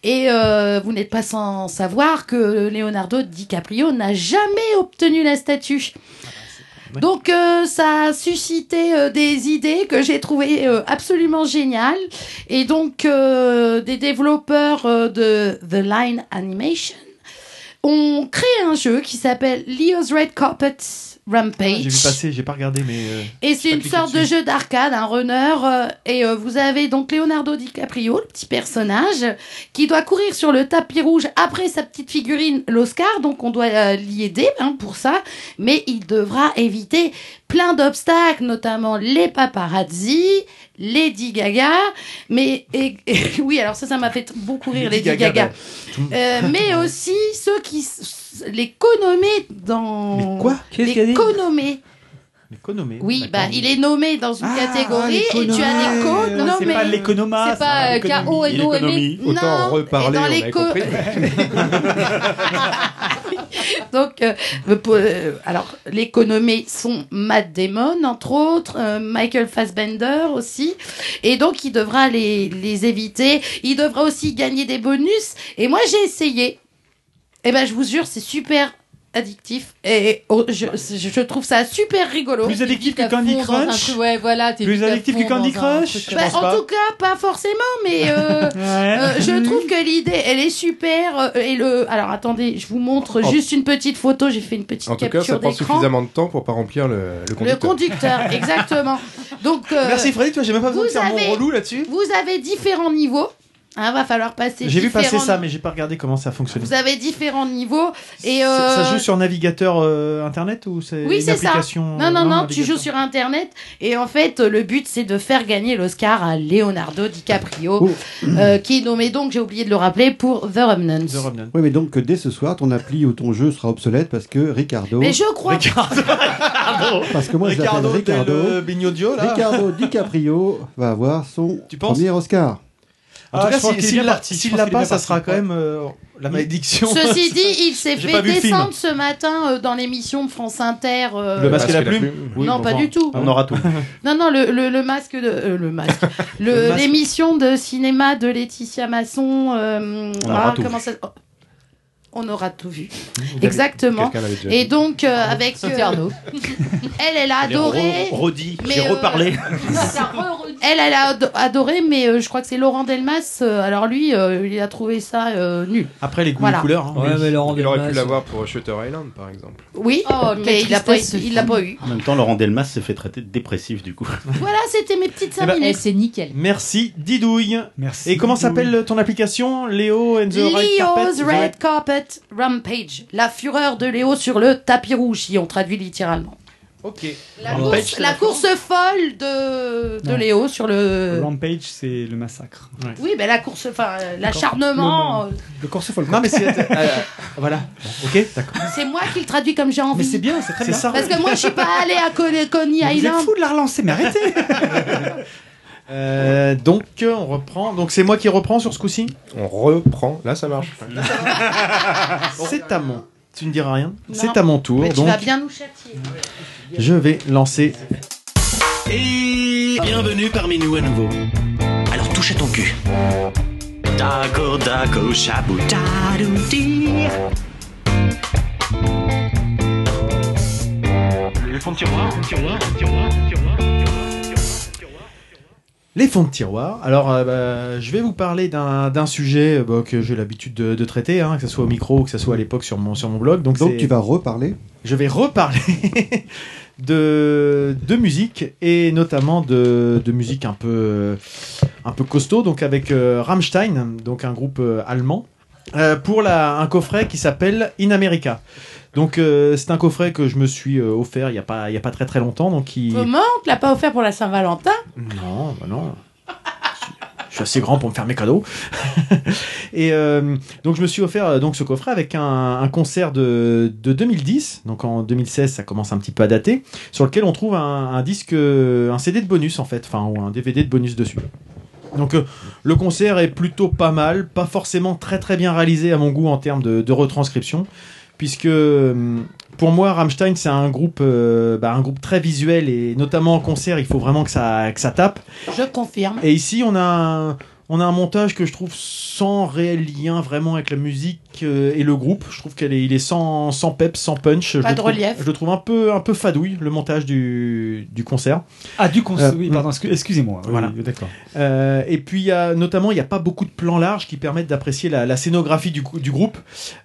[SPEAKER 2] Et euh, vous n'êtes pas sans savoir que Leonardo DiCaprio n'a jamais obtenu la statue.
[SPEAKER 3] Ah bah, ouais.
[SPEAKER 2] Donc euh, ça a suscité euh, des idées que j'ai trouvées euh, absolument géniales et donc euh, des développeurs euh, de The Line Animation ont créé un jeu qui s'appelle Leo's Red Carpet Rampage.
[SPEAKER 3] Ah, J'ai vu passer, j'ai pas regardé, mais. euh,
[SPEAKER 2] Et c'est une
[SPEAKER 3] cliquer
[SPEAKER 2] sorte de
[SPEAKER 3] dessus.
[SPEAKER 2] jeu d'arcade, un runner. euh, et euh, vous avez donc Leonardo DiCaprio, le petit personnage, qui doit courir sur le tapis rouge après sa petite figurine, l'Oscar. Donc on doit euh, l'y aider hein, pour ça. Mais il devra éviter plein d'obstacles, notamment les paparazzi, Lady Gaga. Mais et- et- oui, alors ça, ça m'a fait beaucoup rire,
[SPEAKER 3] Lady
[SPEAKER 2] Lady,
[SPEAKER 3] Gaga, ben,
[SPEAKER 2] Gaga. Euh, mais aussi ceux qui. s- Les conommés dans.
[SPEAKER 3] Mais quoi
[SPEAKER 10] Qu'est-ce qu'il a
[SPEAKER 2] Les
[SPEAKER 10] dit
[SPEAKER 2] conommés.
[SPEAKER 3] L'économie.
[SPEAKER 2] Oui, bah,
[SPEAKER 3] D'accord.
[SPEAKER 2] il est nommé dans une
[SPEAKER 3] Ah,
[SPEAKER 2] catégorie
[SPEAKER 3] les
[SPEAKER 2] et tu as des
[SPEAKER 3] conomés.
[SPEAKER 2] codes
[SPEAKER 3] C'est
[SPEAKER 7] C'est pas
[SPEAKER 2] nommés.
[SPEAKER 7] l'économat.
[SPEAKER 9] C'est pas euh, K.O. et
[SPEAKER 5] Il
[SPEAKER 9] No
[SPEAKER 5] est
[SPEAKER 9] aimé.
[SPEAKER 5] économie.
[SPEAKER 6] Autant
[SPEAKER 2] E.
[SPEAKER 6] en
[SPEAKER 2] Non,
[SPEAKER 6] reparler,
[SPEAKER 2] et
[SPEAKER 6] on
[SPEAKER 2] dans les
[SPEAKER 6] avait
[SPEAKER 2] co-
[SPEAKER 6] compris.
[SPEAKER 2] Donc, euh, euh, pour- euh, alors, les conommés sont Matt Damon, entre autres, euh, Michael Fassbender aussi. Et donc, il devra les, les éviter. Il devra aussi gagner des bonus. Et moi, j'ai essayé. Et ben, je vous jure, c'est super addictif. Et oh, je, je trouve ça super rigolo.
[SPEAKER 7] Plus addictif que
[SPEAKER 9] T'as
[SPEAKER 7] Candy
[SPEAKER 9] fond dans un
[SPEAKER 7] Crunch
[SPEAKER 9] truc, Ouais, voilà. t'es
[SPEAKER 7] Plus
[SPEAKER 9] vite à
[SPEAKER 7] addictif
[SPEAKER 9] fond
[SPEAKER 7] que Candy
[SPEAKER 9] dans un
[SPEAKER 7] Crush
[SPEAKER 9] truc.
[SPEAKER 2] Bah,
[SPEAKER 7] pense
[SPEAKER 2] en
[SPEAKER 7] pas.
[SPEAKER 2] tout cas, pas forcément, mais euh, euh, je trouve que l'idée, elle est super. euh, et le, alors attendez, je vous montre
[SPEAKER 3] Oh.
[SPEAKER 6] En-
[SPEAKER 2] juste une petite photo. J'ai fait une petite
[SPEAKER 6] En tout cas, ça
[SPEAKER 2] capture
[SPEAKER 6] prend
[SPEAKER 2] d'écran.
[SPEAKER 6] suffisamment de temps pour pas remplir le, le
[SPEAKER 2] Le
[SPEAKER 6] conducteur.
[SPEAKER 2] conducteur, exactement. Donc, euh,
[SPEAKER 3] Merci Frédéric, toi j'ai même pas besoin de
[SPEAKER 2] vous
[SPEAKER 3] faire mon
[SPEAKER 2] avez-
[SPEAKER 3] relou là-dessus.
[SPEAKER 2] vous avez différents niveaux. Hein, va falloir passer.
[SPEAKER 3] J'ai vu passer
[SPEAKER 2] différents-
[SPEAKER 3] ça, mais j'ai pas regardé comment ça fonctionnait.
[SPEAKER 2] Vous avez différents niveaux et
[SPEAKER 3] Ça- Ça
[SPEAKER 2] euh,
[SPEAKER 3] joue sur navigateur euh, internet ou c'est
[SPEAKER 2] Oui,
[SPEAKER 3] une
[SPEAKER 2] c'est ça.
[SPEAKER 3] application
[SPEAKER 2] Non,
[SPEAKER 3] euh,
[SPEAKER 2] non, non, tu
[SPEAKER 3] navigateur
[SPEAKER 2] joues sur Internet. Et en fait, euh, le but, c'est de faire gagner l'Oscar à Leonardo DiCaprio, euh, qui est nommé donc, j'ai oublié de le rappeler, pour The Remnants.
[SPEAKER 4] Oui, mais donc dès ce soir, ton appli ou ton jeu sera obsolète parce que Ricardo.
[SPEAKER 2] Mais je crois.
[SPEAKER 4] Parce que moi, je
[SPEAKER 3] Ricardo,
[SPEAKER 4] l'appelle Ricardo.
[SPEAKER 3] tel, euh, Bignozio, là.
[SPEAKER 4] Ricardo DiCaprio va avoir son
[SPEAKER 3] penses Ah,
[SPEAKER 4] premier Oscar.
[SPEAKER 3] En tout cas, si- s'il l'a- s'il l'a pas, ça sera quand même euh, la malédiction.
[SPEAKER 2] Ceci dit, il s'est
[SPEAKER 3] J'ai
[SPEAKER 2] fait
[SPEAKER 3] pas vu le film.
[SPEAKER 2] descendre ce matin euh, dans l'émission de France Inter. euh,
[SPEAKER 5] Le masque et la plume Oui,
[SPEAKER 2] Non,
[SPEAKER 5] bon,
[SPEAKER 2] pas
[SPEAKER 5] bon,
[SPEAKER 2] du tout.
[SPEAKER 5] On aura tout.
[SPEAKER 2] Non, non, le, le- le masque de. euh, le masque. Le-
[SPEAKER 5] Le masque.
[SPEAKER 2] L'émission de cinéma de Laetitia Masson. euh,
[SPEAKER 5] On aura
[SPEAKER 2] ah,
[SPEAKER 5] tout
[SPEAKER 2] comment
[SPEAKER 5] vu.
[SPEAKER 2] ça. oh, On aura tout vu.
[SPEAKER 5] l'avez-
[SPEAKER 2] Exactement.
[SPEAKER 5] quelqu'un l'avait déjà Ah
[SPEAKER 2] Et
[SPEAKER 5] dit.
[SPEAKER 2] donc, euh, avec. euh,
[SPEAKER 9] C'était Arnaud.
[SPEAKER 2] elle, elle a
[SPEAKER 5] Je l'ai
[SPEAKER 2] adoré.
[SPEAKER 5] re- redit,
[SPEAKER 2] mais,
[SPEAKER 5] j'ai
[SPEAKER 2] euh,
[SPEAKER 5] reparlé.
[SPEAKER 2] Elle, elle a ado- adoré, mais euh, je crois que c'est Laurent Delmas. euh, alors lui, euh, il a trouvé ça euh, nul.
[SPEAKER 5] Ah.
[SPEAKER 3] Après les
[SPEAKER 2] goûts et Voilà. couleurs,
[SPEAKER 3] hein.
[SPEAKER 6] Ouais,
[SPEAKER 3] Oui.
[SPEAKER 6] mais Laurent
[SPEAKER 5] Il aurait
[SPEAKER 6] Delmas-
[SPEAKER 5] pu
[SPEAKER 6] l'avoir pour Shutter Island, par exemple.
[SPEAKER 2] Oui,
[SPEAKER 9] Oh,
[SPEAKER 2] mais
[SPEAKER 9] quelle
[SPEAKER 2] il l'a pas,
[SPEAKER 9] tristesse, ce
[SPEAKER 2] il l'a
[SPEAKER 9] film.
[SPEAKER 2] pas eu.
[SPEAKER 5] En même temps, Laurent Delmas s'est fait traiter de dépressif du coup.
[SPEAKER 2] Voilà, c'était mes petites 5
[SPEAKER 3] Eh ben,
[SPEAKER 2] minutes.
[SPEAKER 3] eh,
[SPEAKER 9] c'est nickel.
[SPEAKER 3] Merci Didouille.
[SPEAKER 7] Merci.
[SPEAKER 3] Et comment s'appelle ton application Léo and the Red Carpet
[SPEAKER 2] Léo's
[SPEAKER 3] The
[SPEAKER 2] Red Carpet Rampage. La fureur de Léo sur le tapis rouge, si on traduit littéralement.
[SPEAKER 3] Ok.
[SPEAKER 2] La
[SPEAKER 3] Bah,
[SPEAKER 2] course, la course folle de, de
[SPEAKER 7] Non.
[SPEAKER 2] Léo sur le.
[SPEAKER 7] Euh, Rampage, c'est le massacre.
[SPEAKER 2] Oui, mais la course, enfin, euh, l'acharnement. euh,
[SPEAKER 7] Le corse folle.
[SPEAKER 3] Non, mais c'est. euh, voilà. Bon, ok, d'accord.
[SPEAKER 2] euh, C'est moi qui le traduis comme j'ai envie. Mais c'est
[SPEAKER 7] bien, c'est très
[SPEAKER 3] bien. ça.
[SPEAKER 2] Parce que moi, je suis pas allée à Coney, Coney
[SPEAKER 7] Mais vous êtes
[SPEAKER 2] Island.
[SPEAKER 7] fous de la relancer, mais arrêtez
[SPEAKER 3] Euh, donc euh, on reprend. Donc c'est moi qui reprends sur ce coup-ci.
[SPEAKER 6] On reprend. Là, ça marche.
[SPEAKER 3] C'est à mon. Tu ne diras rien.
[SPEAKER 2] Non.
[SPEAKER 3] C'est à mon tour.
[SPEAKER 2] Mais tu
[SPEAKER 3] donc
[SPEAKER 2] vas bien nous châtier.
[SPEAKER 3] je vais lancer.
[SPEAKER 13] Et bienvenue parmi nous à nouveau. Alors touche à ton cul. Dago, dago, chabou, dadoudi. Le fond de tiroir, fond de tiroir, fond de tiroir, fond de tiroir.
[SPEAKER 3] Les fonds de tiroir. Alors, euh, bah, je vais vous parler d'un d'un sujet euh, bah, que j'ai l'habitude de, de traiter, hein, que ce soit au micro ou que ce soit à l'époque sur mon, sur mon blog. Donc,
[SPEAKER 4] Donc
[SPEAKER 3] c'est-
[SPEAKER 4] tu vas reparler.
[SPEAKER 3] Je vais reparler de, de musique et notamment de, de musique un peu, euh, un peu costaud, donc avec euh, Rammstein, donc un groupe euh, allemand, euh, pour la, un coffret qui s'appelle In America. Donc euh, c'est un coffret que je me suis euh, offert il n'y a, pas- il y a pas très très longtemps. Donc il...
[SPEAKER 2] Comment on te l'a pas offert pour la Saint-Valentin
[SPEAKER 3] Non, bah non. Je suis assez grand pour me faire mes cadeaux. et euh, donc je me suis offert euh, donc ce coffret avec un, un concert de, de 2010. Donc en 2016, ça commence un petit peu à dater. Sur lequel on trouve un, un disque, euh, un CD de bonus en fait, enfin ou un DVD de bonus dessus. Donc euh, le concert est plutôt pas mal, pas forcément très très bien réalisé à mon goût en termes de, de retranscription, puisque euh, pour moi Rammstein c'est un groupe, euh, bah, un groupe très visuel et notamment en concert il faut vraiment que ça, que ça tape.
[SPEAKER 2] Je confirme.
[SPEAKER 3] Et ici, on a un, on a un montage que je trouve sans réel lien vraiment avec la musique euh, et le groupe. Je trouve qu'il est, il est sans, sans pep, sans punch. je
[SPEAKER 2] Pas
[SPEAKER 3] le
[SPEAKER 2] de
[SPEAKER 3] trouve-
[SPEAKER 2] relief.
[SPEAKER 3] Je le trouve un peu, un peu fadouille, le montage du, du concert.
[SPEAKER 7] Ah, du concert.
[SPEAKER 3] Euh,
[SPEAKER 7] oui, pardon, excu- excusez-moi. Oui,
[SPEAKER 3] Voilà.
[SPEAKER 7] oui, D'accord.
[SPEAKER 3] Euh, et puis, il y a- notamment, il n'y a pas beaucoup de plans larges qui permettent d'apprécier la, la scénographie du, cou- du groupe,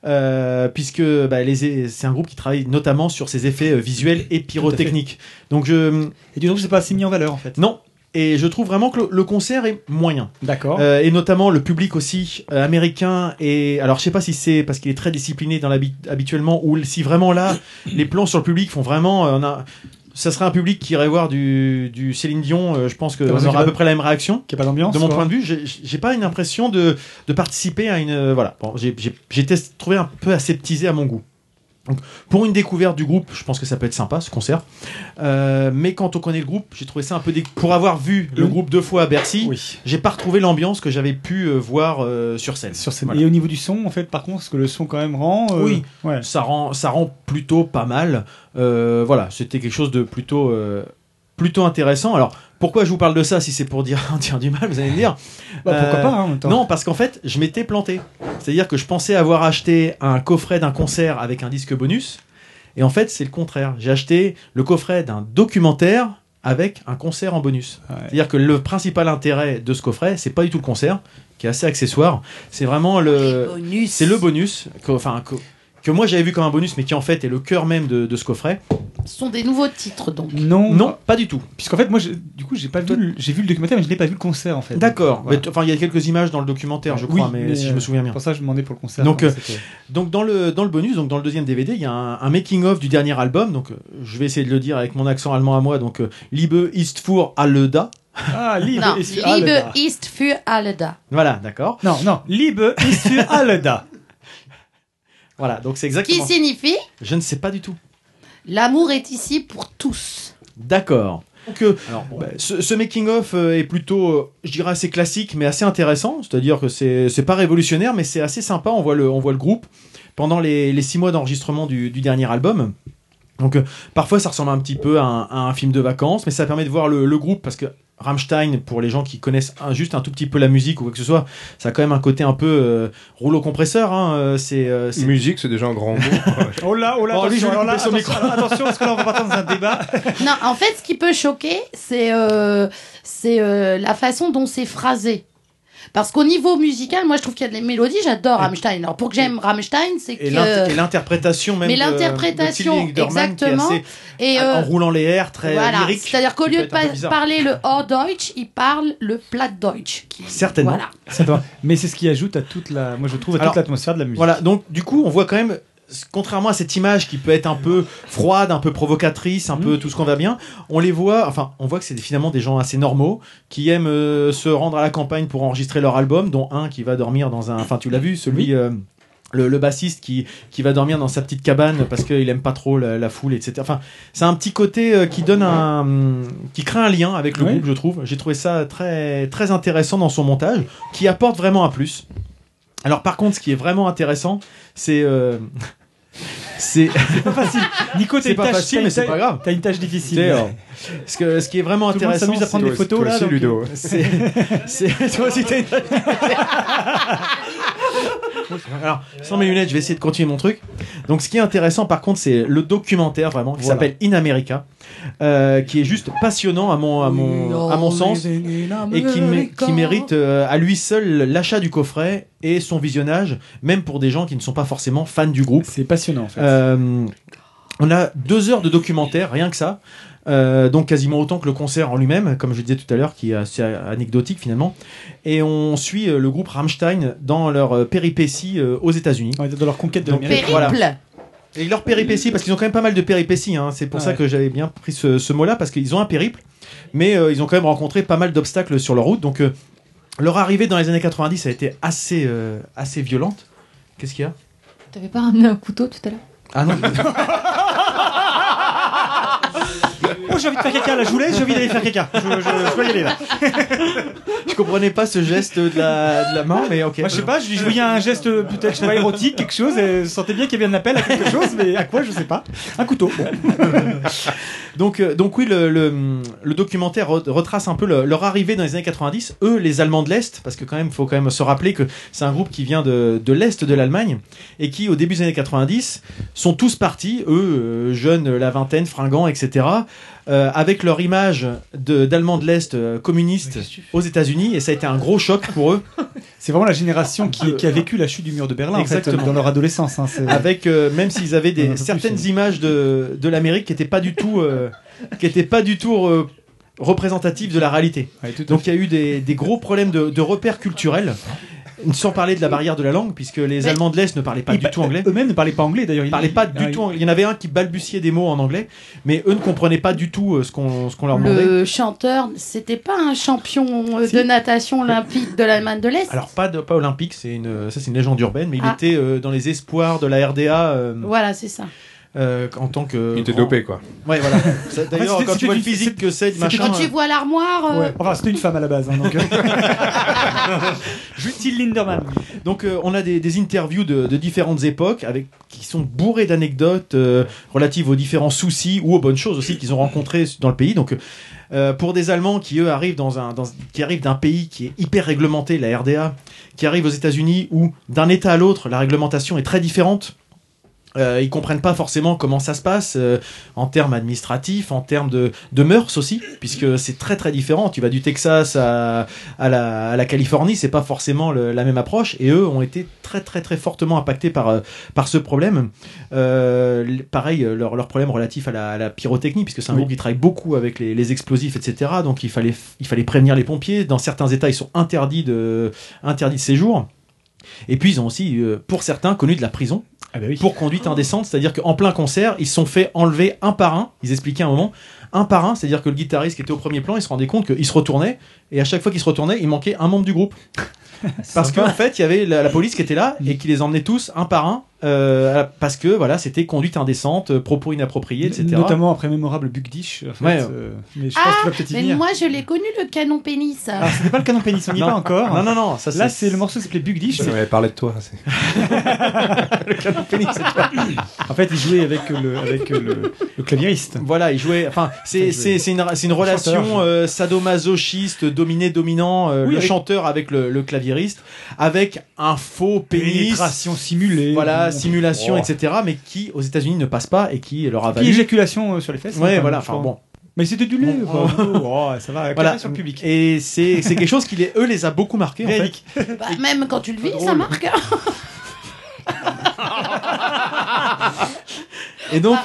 [SPEAKER 3] euh, puisque bah, les- c'est un groupe qui travaille notamment sur ses effets euh, visuels et pyrotechniques. Donc, je...
[SPEAKER 7] Et du coup, c'est pas assez mis en valeur en fait.
[SPEAKER 3] Non. Et je trouve vraiment que le, le concert est moyen.
[SPEAKER 7] D'accord.
[SPEAKER 3] Euh, et notamment le public aussi euh, américain. Et alors je sais pas si c'est parce qu'il est très discipliné dans l'habi- habituellement ou si vraiment là les plans sur le public font vraiment. euh, on a- ça serait un public qui irait voir du, du Céline Dion. euh, je pense
[SPEAKER 7] T'as
[SPEAKER 3] qu'on
[SPEAKER 7] raison,
[SPEAKER 3] aura
[SPEAKER 7] qu'il y a
[SPEAKER 3] à peu
[SPEAKER 7] pas-
[SPEAKER 3] près la même réaction.
[SPEAKER 7] Qui a pas d'ambiance.
[SPEAKER 3] De mon
[SPEAKER 7] quoi.
[SPEAKER 3] point de vue, j'ai- j'ai pas une impression de, de participer à une. euh, voilà, bon, j'ai j'ai- j'ai été trouvé un peu aseptisé à mon goût. Donc, pour une découverte du groupe, je pense que ça peut être sympa ce concert. Euh, mais quand on connaît le groupe, j'ai trouvé ça un peu. dé- Pour avoir vu le groupe deux fois à Bercy, j'ai pas retrouvé l'ambiance que j'avais pu euh, voir euh, sur scène. Sur scène.
[SPEAKER 7] Et au niveau du son, en fait, par contre, ce que le son quand même rend. euh,
[SPEAKER 3] Oui, ça rend ça rend plutôt pas mal. Euh, voilà, c'était quelque chose de plutôt euh, plutôt intéressant. Alors pourquoi je vous parle de ça si c'est pour dire dire du mal, vous allez me dire. Euh,
[SPEAKER 7] Bah, pourquoi pas, hein, en même temps.
[SPEAKER 3] Non, parce qu'en fait, je m'étais planté. C'est-à-dire que je pensais avoir acheté un coffret d'un concert avec un disque bonus, et en fait, c'est le contraire. J'ai acheté le coffret d'un documentaire avec un concert en bonus. C'est-à-dire que le principal intérêt de ce coffret, c'est pas du tout le concert, qui est assez accessoire. C'est vraiment le, c'est le bonus, que, enfin que, que moi j'avais vu comme un bonus, mais qui en fait est le cœur même de, de ce coffret.
[SPEAKER 2] Ce sont des nouveaux titres donc.
[SPEAKER 7] Non, non, pas du tout. Puisqu'en fait, moi, je- du coup, j'ai pas vu, le- j'ai vu le documentaire, mais je n'ai pas vu le concert en fait.
[SPEAKER 3] D'accord.
[SPEAKER 7] Voilà.
[SPEAKER 3] Mais t- Enfin, il y a quelques images dans le documentaire, je
[SPEAKER 7] Oui,
[SPEAKER 3] crois, mais, si je
[SPEAKER 7] euh,
[SPEAKER 3] me souviens bien.
[SPEAKER 7] Pour ça, je demandais pour le concert.
[SPEAKER 3] Donc,
[SPEAKER 7] hein,
[SPEAKER 3] euh,
[SPEAKER 7] c'était-
[SPEAKER 3] donc dans le dans le bonus, donc dans le deuxième DVD, il y a un, making of du dernier album. Donc euh, je vais essayer de le dire avec mon accent allemand à moi. Donc euh, Liebe ist für alle da.
[SPEAKER 7] Ah, Liebe
[SPEAKER 2] non,
[SPEAKER 7] ist für alle
[SPEAKER 2] Liebe
[SPEAKER 7] da.
[SPEAKER 2] ist für alle da.
[SPEAKER 3] Voilà, d'accord.
[SPEAKER 7] Non, non, Liebe ist für alle da.
[SPEAKER 3] Voilà, donc c'est
[SPEAKER 2] Qui
[SPEAKER 3] exactement.
[SPEAKER 2] signifie
[SPEAKER 3] Je ne sais pas du tout.
[SPEAKER 2] l'amour est ici pour tous.
[SPEAKER 3] D'accord. Donc, euh, bah, ce, making of est plutôt, euh, je dirais, assez classique, mais assez intéressant. C'est-à-dire que c'est c'est pas révolutionnaire, mais c'est assez sympa. On voit le, on voit le groupe pendant les, les six mois d'enregistrement du, du dernier album. Donc euh, parfois ça ressemble un petit peu à un, à un film de vacances, mais ça permet de voir le, le groupe parce que Rammstein, pour les gens qui connaissent un- juste un tout petit peu la musique ou quoi que ce soit, ça a quand même un côté un peu euh, rouleau compresseur. Hein, euh, c'est euh, c'est-
[SPEAKER 6] Musique, c'est déjà un grand mot.
[SPEAKER 7] Oh là, oh là,
[SPEAKER 3] Oh, lui, je
[SPEAKER 7] attention,
[SPEAKER 3] vais couper
[SPEAKER 7] alors là,
[SPEAKER 3] son
[SPEAKER 7] attention,
[SPEAKER 3] micro.
[SPEAKER 7] attention, parce que là, on va partir dans un débat.
[SPEAKER 2] Non, en fait, ce qui peut choquer, c'est euh, c'est, euh, la façon dont c'est phrasé. Parce qu'au niveau musical, moi je trouve qu'il y a des mélodies, j'adore Rammstein. Alors pour que j'aime Rammstein, c'est que.
[SPEAKER 3] Et l'int- et l'interprétation même
[SPEAKER 2] Euh. mais
[SPEAKER 3] de- de Till
[SPEAKER 2] l'interprétation,
[SPEAKER 3] Lindemann qui est
[SPEAKER 2] exactement.
[SPEAKER 3] assez-
[SPEAKER 2] Et,
[SPEAKER 3] en-
[SPEAKER 2] euh,
[SPEAKER 3] en roulant les airs très euh,
[SPEAKER 2] voilà,
[SPEAKER 3] lyrique.
[SPEAKER 2] c'est-à-dire qu'au
[SPEAKER 3] qui
[SPEAKER 2] lieu de
[SPEAKER 3] peut être un peu
[SPEAKER 2] pa-
[SPEAKER 3] bizarre.
[SPEAKER 2] parler le Hochdeutsch, il parle le Plattdeutsch. qui-
[SPEAKER 3] Certainement.
[SPEAKER 2] Voilà.
[SPEAKER 7] Mais c'est ce qui ajoute à toute la, moi je trouve à toute
[SPEAKER 3] Alors,
[SPEAKER 7] l'atmosphère de la musique.
[SPEAKER 3] Voilà, donc du coup, on voit quand même, s- contrairement à cette image qui peut être un peu froide, un peu provocatrice, un
[SPEAKER 7] Mhm.
[SPEAKER 3] peu tout ce qu'on va bien, on les voit, enfin, on voit que c'est des- finalement des gens assez normaux qui aiment euh, se rendre à la campagne pour enregistrer leur album, dont un qui va dormir dans un. Enfin, tu l'as vu, celui. euh, le, le bassiste qui, qui va dormir dans sa petite cabane parce qu'il aime pas trop la, la foule, etc. Enfin, c'est un petit côté euh, qui donne un, qui crée un lien avec le
[SPEAKER 7] Ouais.
[SPEAKER 3] groupe, je trouve. J'ai trouvé ça très, très intéressant dans son montage, qui apporte vraiment un plus. Alors par contre, ce qui est vraiment intéressant, c'est euh, c'est
[SPEAKER 7] pas facile. Nico, t'as
[SPEAKER 3] c'est
[SPEAKER 7] une
[SPEAKER 3] pas
[SPEAKER 7] tâche-
[SPEAKER 3] facile,
[SPEAKER 7] t'as
[SPEAKER 3] mais
[SPEAKER 7] une
[SPEAKER 3] c'est pas
[SPEAKER 7] tâche-
[SPEAKER 3] grave.
[SPEAKER 7] T'as une tâche
[SPEAKER 3] Tu
[SPEAKER 7] difficile.
[SPEAKER 3] sais, euh, ce, que, ce qui est vraiment
[SPEAKER 7] Tout le monde
[SPEAKER 3] intéressant,
[SPEAKER 7] s'amuse à prendre
[SPEAKER 3] c'est-
[SPEAKER 7] des photos, Toi aussi, là, donc- euh, Ludo.
[SPEAKER 3] C'est c'est- toi aussi, t'as une tâche Alors, sans mes lunettes, je vais essayer de continuer mon truc. Donc, ce qui est intéressant, par contre, c'est le documentaire vraiment qui
[SPEAKER 7] Voilà.
[SPEAKER 3] s'appelle In America, euh, qui est juste passionnant à mon à mon à mon sens et qui, mé- qui mérite euh, à lui seul l'achat du coffret et son visionnage, même pour des gens qui ne sont pas forcément fans du groupe.
[SPEAKER 7] C'est passionnant en fait.
[SPEAKER 3] Euh, on a deux heures de documentaire, rien que ça. Euh, donc quasiment autant que le concert en lui-même, comme je disais tout à l'heure, qui est assez a- anecdotique finalement. Et on suit euh, le groupe Rammstein dans leur euh, péripétie euh, aux États-Unis.
[SPEAKER 7] Dans leur conquête de
[SPEAKER 2] Périple.
[SPEAKER 3] et leur péripétie, parce qu'ils ont quand même pas mal de péripéties, hein. c'est pour
[SPEAKER 7] Ouais.
[SPEAKER 3] ça que j'avais bien pris ce, ce mot-là, parce qu'ils ont un périple, mais euh, ils ont quand même rencontré pas mal d'obstacles sur leur route. Donc euh, leur arrivée dans les années 90 a été assez, euh, assez violente. Qu'est-ce qu'il y a
[SPEAKER 9] T'avais pas ramené un couteau tout à l'heure
[SPEAKER 3] Ah non
[SPEAKER 7] Oh, j'ai envie de faire caca là, je voulais, j'ai envie d'aller faire caca. Je, je, je dois y aller là.
[SPEAKER 3] Je comprenais pas ce geste de la, de la main, mais ok.
[SPEAKER 7] Moi, je sais pas, je, je voyais un geste euh, peut-être je sais pas, érotique, quelque chose, et je sentais bien qu'il y avait un appel à quelque chose, mais à quoi je sais pas. Un couteau. bon.
[SPEAKER 3] donc, euh, donc oui, le, le, le documentaire re- retrace un peu le- leur arrivée dans les années 90. Eux, les Allemands de l'Est, parce que quand même, faut quand même se rappeler que c'est un groupe qui vient de, de l'Est de l'Allemagne et qui, au début des années 90, sont tous partis, eux, euh, jeunes, euh, la vingtaine, fringants, etc., euh, avec leur image de- d'Allemands de l'Est euh, communistes aux États-Unis. Et ça a été un gros choc pour eux. Euh,
[SPEAKER 7] C'est vraiment la génération qui, qui a vécu la chute du mur de Berlin en fait,
[SPEAKER 3] Exactement.
[SPEAKER 7] dans leur adolescence. hein, c'est-
[SPEAKER 3] avec euh, même s'ils avaient
[SPEAKER 7] Un peu
[SPEAKER 3] des
[SPEAKER 7] plus,
[SPEAKER 3] certaines images de, de l'Amérique qui n'étaient pas du tout euh, qui étaient pas du tout euh, représentatives de la réalité. Donc il y a eu des, des gros problèmes de, de repères culturels. Sans parler de la barrière de la langue, puisque les
[SPEAKER 7] Mais-
[SPEAKER 3] Allemands de l'Est ne parlaient pas
[SPEAKER 7] Ils
[SPEAKER 3] du
[SPEAKER 7] pa-
[SPEAKER 3] tout anglais.
[SPEAKER 7] Eux-mêmes ne parlaient pas anglais d'ailleurs. Ah Ils
[SPEAKER 3] parlaient pas du
[SPEAKER 7] ils-
[SPEAKER 3] tout anglais. Il y en avait un qui balbutiait des mots en anglais, mais eux ne comprenaient pas du tout euh, ce qu'on ce qu'on leur demandait.
[SPEAKER 2] Le chanteur, c'était pas un champion euh, de natation olympique de l'Allemagne de l'Est.
[SPEAKER 3] Alors pas de, pas olympique, c'est une ça c'est une légende urbaine, mais
[SPEAKER 2] Ah.
[SPEAKER 3] il était euh, dans les espoirs de la RDA. euh,
[SPEAKER 2] Voilà, c'est ça.
[SPEAKER 3] euh, en tant que.
[SPEAKER 6] Il était
[SPEAKER 3] grand-
[SPEAKER 6] dopé, quoi.
[SPEAKER 3] Ouais, voilà. Ça,
[SPEAKER 7] En
[SPEAKER 3] D'ailleurs,
[SPEAKER 7] fait,
[SPEAKER 3] quand
[SPEAKER 7] c'était
[SPEAKER 3] tu vois le
[SPEAKER 7] du-
[SPEAKER 3] physique que c'est,
[SPEAKER 7] c'était
[SPEAKER 3] machin.
[SPEAKER 2] Quand tu
[SPEAKER 3] euh,
[SPEAKER 2] vois l'armoire, euh,
[SPEAKER 7] Ouais. Enfin, c'était une femme à la base. Hein, donc... Judith Linderman.
[SPEAKER 3] euh, Donc, euh, on a des, des interviews de, de différentes époques avec, qui sont bourrées d'anecdotes euh, relatives aux différents soucis ou aux bonnes choses aussi qu'ils ont rencontrées dans le pays. Donc, euh, pour des Allemands qui, eux, arrivent dans un, dans- qui arrivent d'un pays qui est hyper réglementé, la RDA, qui arrivent aux États-Unis où, d'un État à l'autre, la réglementation est très différente. Euh, ils comprennent pas forcément comment ça se passe euh, en termes administratifs, en termes de, de mœurs aussi, puisque c'est très très différent. Tu vas du Texas à, à la, à la Californie, c'est pas forcément le- la même approche. Et eux ont été très très très fortement impactés par euh, par ce problème. Euh, l- pareil, euh, leur, leur problème relatif à la, à la pyrotechnie, puisque c'est un
[SPEAKER 5] Oui.
[SPEAKER 3] groupe qui travaille beaucoup avec les, les explosifs, etc. Donc il fallait il fallait prévenir les pompiers. Dans certains États, ils sont interdits de interdits de séjour. Et puis ils ont aussi, euh, pour certains, connu de la prison
[SPEAKER 7] Ah bah
[SPEAKER 3] pour conduite indécente, c'est-à-dire qu'en plein concert, ils se sont fait enlever un par un, ils expliquaient un moment, un par un, c'est-à-dire que le guitariste qui était au premier plan, il se rendait compte qu'il se retournait, et à chaque fois qu'il se retournait, il manquait un membre du groupe. Parce qu'en fait, il y avait la, la police qui était là
[SPEAKER 7] Mm.
[SPEAKER 3] et qui les emmenait tous un par un, euh, à la- parce que voilà, c'était conduite indécente, euh, propos inappropriés, etc.
[SPEAKER 7] Notamment après mémorable Bugdish. En fait,
[SPEAKER 3] Ouais.
[SPEAKER 7] euh, mais je pense
[SPEAKER 2] Ah,
[SPEAKER 7] qu'il va peut-être y
[SPEAKER 2] mais
[SPEAKER 7] venir.
[SPEAKER 2] moi je l'ai connu le canon pénis.
[SPEAKER 3] Ah,
[SPEAKER 7] Alors, c'était pas le canon pénis, on n'y est
[SPEAKER 6] Non.
[SPEAKER 7] pas encore.
[SPEAKER 6] Non, non, non, ça,
[SPEAKER 7] Là,
[SPEAKER 6] c'est-
[SPEAKER 7] c'est le morceau qui s'appelait Bugdish.
[SPEAKER 6] J'avais parlé de toi. c'est-
[SPEAKER 7] En fait, il jouait avec le, avec le, le clavieriste.
[SPEAKER 3] Voilà, il jouait. Enfin, c'est c'est- c'est une, c'est une
[SPEAKER 7] Le chanteur,
[SPEAKER 3] relation euh, sadomasochiste, dominé, dominant, euh,
[SPEAKER 7] Oui,
[SPEAKER 3] le
[SPEAKER 7] avec-
[SPEAKER 3] chanteur avec le, le claviériste, avec un faux pénis.
[SPEAKER 7] Pénétration simulée.
[SPEAKER 3] Voilà, simulation,
[SPEAKER 7] Oh.
[SPEAKER 3] etc. Mais qui, aux États-Unis, ne passe pas et qui leur a
[SPEAKER 7] Puis
[SPEAKER 3] valu.
[SPEAKER 7] éjaculation euh, sur les fesses.
[SPEAKER 3] Ouais,
[SPEAKER 7] hein,
[SPEAKER 3] voilà,
[SPEAKER 7] je crois.
[SPEAKER 3] enfin, bon.
[SPEAKER 7] Mais c'était du lait. quoi. Oh, ça va,
[SPEAKER 3] Voilà.
[SPEAKER 7] claquer sur le public.
[SPEAKER 3] Et c'est c'est quelque chose qui, les, eux, les a beaucoup marqués, en fait.
[SPEAKER 7] Véridique.
[SPEAKER 2] Bah, même quand tu le vis, ça marque. hein.
[SPEAKER 3] Et donc,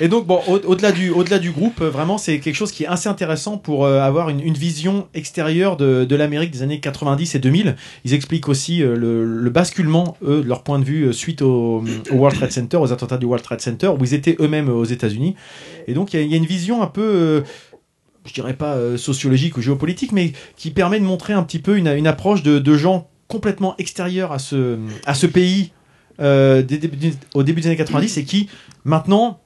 [SPEAKER 3] et donc bon, au- au-delà du, au-delà du groupe, euh, vraiment, c'est quelque chose qui est assez intéressant pour euh, avoir une, une vision extérieure de, de l'Amérique des années 90 et 2000. Ils expliquent aussi euh, le, le basculement, eux, de leur point de vue euh, suite au, au World Trade Center, aux attentats du World Trade Center, où ils étaient eux-mêmes euh, aux États-Unis. Et donc, il y, a- il y a une vision un peu. euh, je dirais pas euh, sociologique ou géopolitique, mais qui permet de montrer un petit peu une, une approche de, de gens complètement extérieurs à ce, à ce pays euh, des débuts du- au début des années 90 et qui, maintenant,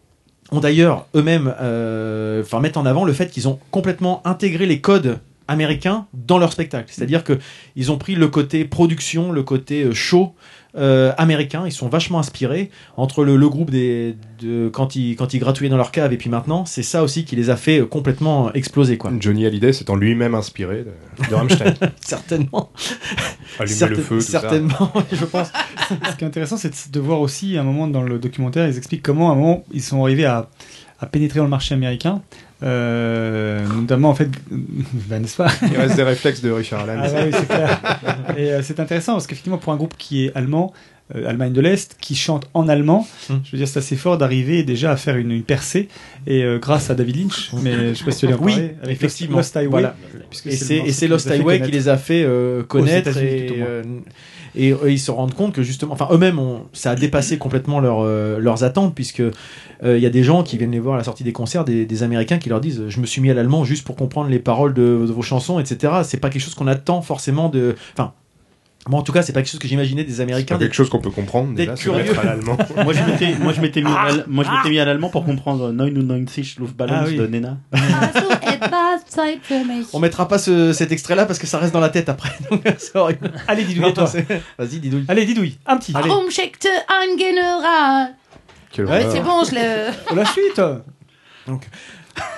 [SPEAKER 3] ont d'ailleurs eux-mêmes, euh, enfin, mettent en avant le fait qu'ils ont complètement intégré les codes américains dans leur spectacle. C'est-à-dire que ils ont pris le côté production, le côté euh, show euh, américain. Ils sont vachement inspirés entre le, le groupe des de, quand ils quand ils gratouillaient dans leur cave et puis maintenant, c'est ça aussi qui les a fait euh, complètement exploser quoi.
[SPEAKER 6] Johnny Hallyday s'étant lui-même inspiré de, de Rammstein.
[SPEAKER 3] Certainement.
[SPEAKER 6] Allumer
[SPEAKER 3] Certain-
[SPEAKER 6] le feu, tout ça.
[SPEAKER 3] certainement, je pense.
[SPEAKER 7] Ce qui est intéressant, c'est de- de voir aussi, à un moment dans le documentaire, ils expliquent comment, à un moment, ils sont arrivés à, à pénétrer dans le marché américain. Euh, notamment, en fait, bah, n'est-ce pas
[SPEAKER 6] Il reste des réflexes de Richard Allen.
[SPEAKER 7] Ah bah oui, c'est clair. Et euh, c'est intéressant parce qu'effectivement, pour un groupe qui est allemand, euh, Allemagne de l'Est, qui chante en allemand,
[SPEAKER 3] Hum.
[SPEAKER 7] je veux dire, c'est assez fort d'arriver déjà à faire une, une percée. Et euh, grâce à David Lynch, mais je sais pas si tu l'as
[SPEAKER 3] Oui,
[SPEAKER 7] parler, avec
[SPEAKER 3] effectivement.
[SPEAKER 7] Lost Highway.
[SPEAKER 3] Voilà.
[SPEAKER 7] puisque
[SPEAKER 3] Et
[SPEAKER 7] le
[SPEAKER 3] c'est
[SPEAKER 7] morceau
[SPEAKER 3] et c'est Lost
[SPEAKER 7] les a fait
[SPEAKER 3] Highway qui les a fait euh, connaître
[SPEAKER 7] Aux États-Unis,
[SPEAKER 3] et,
[SPEAKER 7] tout au moins.
[SPEAKER 3] euh, et, euh, ils se rendent compte que justement, enfin eux-mêmes, ont- ça a dépassé complètement leur, euh, leurs attentes puisque euh, il y a des gens qui viennent les voir à la sortie des concerts, des, des Américains qui leur disent je me suis mis à l'allemand juste pour comprendre les paroles de, de vos chansons, etc. C'est pas quelque chose qu'on attend forcément de, enfin. Moi, en tout cas, c'est pas quelque chose que j'imaginais des Américains.
[SPEAKER 6] pas quelque chose qu'on peut comprendre,
[SPEAKER 3] d'être
[SPEAKER 6] déjà, se
[SPEAKER 3] curieux.
[SPEAKER 6] mettre à l'allemand.
[SPEAKER 5] Euh, moi, je m'étais, moi, je m'étais mis, à l'al- moi, je m'étais mis à l'allemand pour comprendre 990 Luftballons
[SPEAKER 3] Ah oui.
[SPEAKER 5] de Nena.
[SPEAKER 3] On mettra pas ce- cet extrait-là parce que ça reste dans la tête après. Donc, c'est horrible.
[SPEAKER 7] Allez,
[SPEAKER 3] didouille, toi. Vas-y, didouille.
[SPEAKER 7] Allez, didouille, un petit.
[SPEAKER 2] Warum schickt ein General
[SPEAKER 7] horreur.
[SPEAKER 2] C'est bon, je le.
[SPEAKER 7] Pour la suite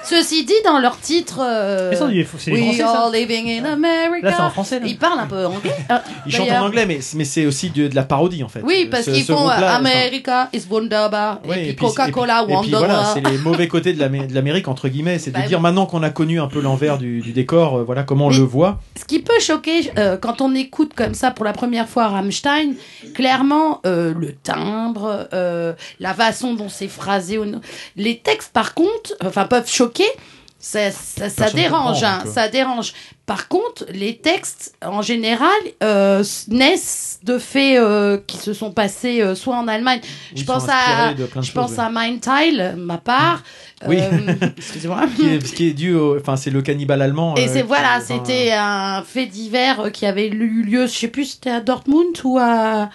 [SPEAKER 2] Ceci dit, dans leur titre. euh,
[SPEAKER 10] Mais ça, il faut- c'est les
[SPEAKER 2] We
[SPEAKER 10] Français, ça.
[SPEAKER 2] are living in America.
[SPEAKER 3] Là, c'est en français, là. Ah,
[SPEAKER 2] Ils parlent un peu anglais. hein,
[SPEAKER 3] Ils chantent
[SPEAKER 2] d'ailleurs.
[SPEAKER 3] en anglais, mais, mais c'est aussi de, de la parodie en fait.
[SPEAKER 2] Oui, parce
[SPEAKER 3] Ce-
[SPEAKER 2] qu'ils
[SPEAKER 3] ce
[SPEAKER 2] font euh,
[SPEAKER 3] groupe-là,
[SPEAKER 2] America is wunderbar.
[SPEAKER 3] enfin, ouais,
[SPEAKER 2] et puis
[SPEAKER 3] puis-
[SPEAKER 2] Coca-Cola,
[SPEAKER 3] et puis- et puis
[SPEAKER 2] Wonderbar.
[SPEAKER 3] voilà, c'est les mauvais côtés de l'Amé- de l'Amérique entre guillemets. C'est de
[SPEAKER 2] Bah
[SPEAKER 3] dire
[SPEAKER 2] oui.
[SPEAKER 3] maintenant qu'on a connu un peu l'envers du, du décor, euh, voilà comment on
[SPEAKER 2] Mais-
[SPEAKER 3] le voit.
[SPEAKER 2] Ce qui peut choquer euh, quand on écoute comme ça pour la première fois Rammstein, clairement euh, le timbre, euh, la façon dont c'est phrasé, ou non. les textes par contre, enfin peuvent choquer. Ça, ça, ça
[SPEAKER 12] Personne
[SPEAKER 2] dérange,
[SPEAKER 12] comprend, euh.
[SPEAKER 2] hein,
[SPEAKER 12] quoi.
[SPEAKER 2] ça dérange. Par contre, les textes en général euh, s- naissent de faits euh, qui se sont passés euh, soit en Allemagne.
[SPEAKER 12] ils
[SPEAKER 2] je
[SPEAKER 12] sont
[SPEAKER 2] pense à,
[SPEAKER 12] inspirés de plein de
[SPEAKER 2] je
[SPEAKER 12] choses,
[SPEAKER 2] pense
[SPEAKER 12] ouais.
[SPEAKER 2] à Mein Teil, ma part.
[SPEAKER 3] Oui.
[SPEAKER 2] Euh, Excusez-moi.
[SPEAKER 3] Ce qui est, ce qui est dû, au- enfin c'est le cannibale allemand.
[SPEAKER 2] Et
[SPEAKER 3] euh,
[SPEAKER 2] c'est
[SPEAKER 3] qui-
[SPEAKER 2] voilà,
[SPEAKER 3] enfin,
[SPEAKER 2] c'était un fait divers euh, qui avait eu lieu, je sais plus, c'était à Dortmund ou à.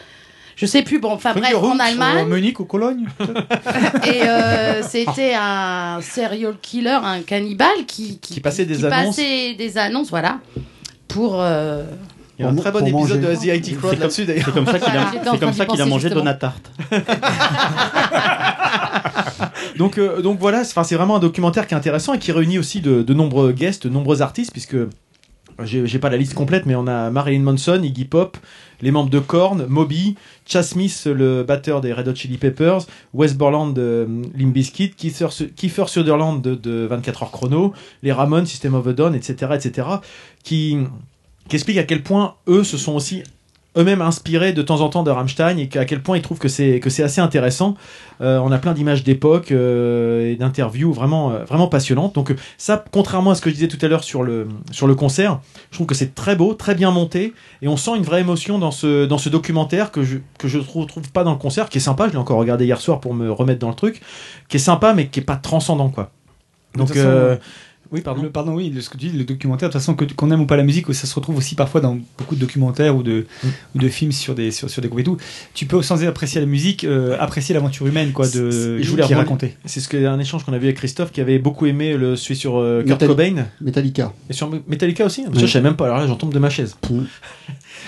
[SPEAKER 2] Je sais plus, bon, enfin bref, en
[SPEAKER 7] Ou
[SPEAKER 2] Allemagne.
[SPEAKER 7] à euh, Munich ou Cologne
[SPEAKER 2] Et euh, c'était un serial killer, un cannibale qui, qui,
[SPEAKER 3] qui passait des
[SPEAKER 2] qui
[SPEAKER 3] annonces.
[SPEAKER 2] passait des annonces, voilà, pour. euh,
[SPEAKER 3] Il y a un très bon
[SPEAKER 5] pour
[SPEAKER 3] épisode
[SPEAKER 5] manger.
[SPEAKER 3] de The IT Crowd
[SPEAKER 5] C'est comme-
[SPEAKER 3] là-dessus d'ailleurs.
[SPEAKER 5] c'est comme ça qu'il a- Voilà, j'étais en c'est train comme d'y ça qu'il a penser, mangé justement. Donatart.
[SPEAKER 3] donc, euh, donc voilà, c'est 'fin, c'est vraiment un documentaire qui est intéressant et qui réunit aussi de, de nombreux guests, de nombreux artistes, puisque j'ai j'ai pas la liste complète, mais on a Marilyn Manson, Iggy Pop, les membres de Korn, Moby, Chas Smith, le batteur des Red Hot Chili Peppers, Wes Borland de mm, Limp Bizkit, Kiefer, Su- Kiefer Sutherland de, de 24 heures chrono, les Ramones, System of a Down, etc., etc., qui, qui expliquent à quel point eux se sont aussi eux-mêmes inspirés de temps en temps de Rammstein et à quel point ils trouvent que c'est que c'est assez intéressant. Euh, on a plein d'images d'époque euh, et d'interviews vraiment euh, vraiment passionnantes. Donc euh, ça, contrairement à ce que je disais tout à l'heure sur le sur le concert, je trouve que c'est très beau, très bien monté et on sent une vraie émotion dans ce dans ce documentaire que je que je trouve trouve pas dans le concert, qui est sympa. Je l'ai encore regardé hier soir pour me remettre dans le truc, qui est sympa mais qui est pas transcendant quoi. Donc
[SPEAKER 7] De toute façon,
[SPEAKER 3] euh,
[SPEAKER 7] oui, pardon. Le, pardon, oui, le- ce que tu dis, le documentaire, de toute façon, que- qu'on aime ou pas la musique, ça se retrouve aussi parfois dans beaucoup de documentaires ou de,
[SPEAKER 3] Hum.
[SPEAKER 7] ou de films sur des, sur, sur des groupes et tout. Tu peux, sans apprécier la musique, euh, apprécier l'aventure humaine, quoi, de,
[SPEAKER 3] Et je voulais
[SPEAKER 7] qui est
[SPEAKER 3] rebondir-
[SPEAKER 7] racontée.
[SPEAKER 3] C'est ce que un échange qu'on a vu avec Christophe qui avait beaucoup aimé le celui sur euh, Kurt
[SPEAKER 4] Metalli-
[SPEAKER 3] Cobain
[SPEAKER 4] Metallica.
[SPEAKER 3] et sur Metallica aussi. Ah, mais
[SPEAKER 4] Oui.
[SPEAKER 3] Ça, je savais même pas. Alors là, j'en tombe de ma chaise.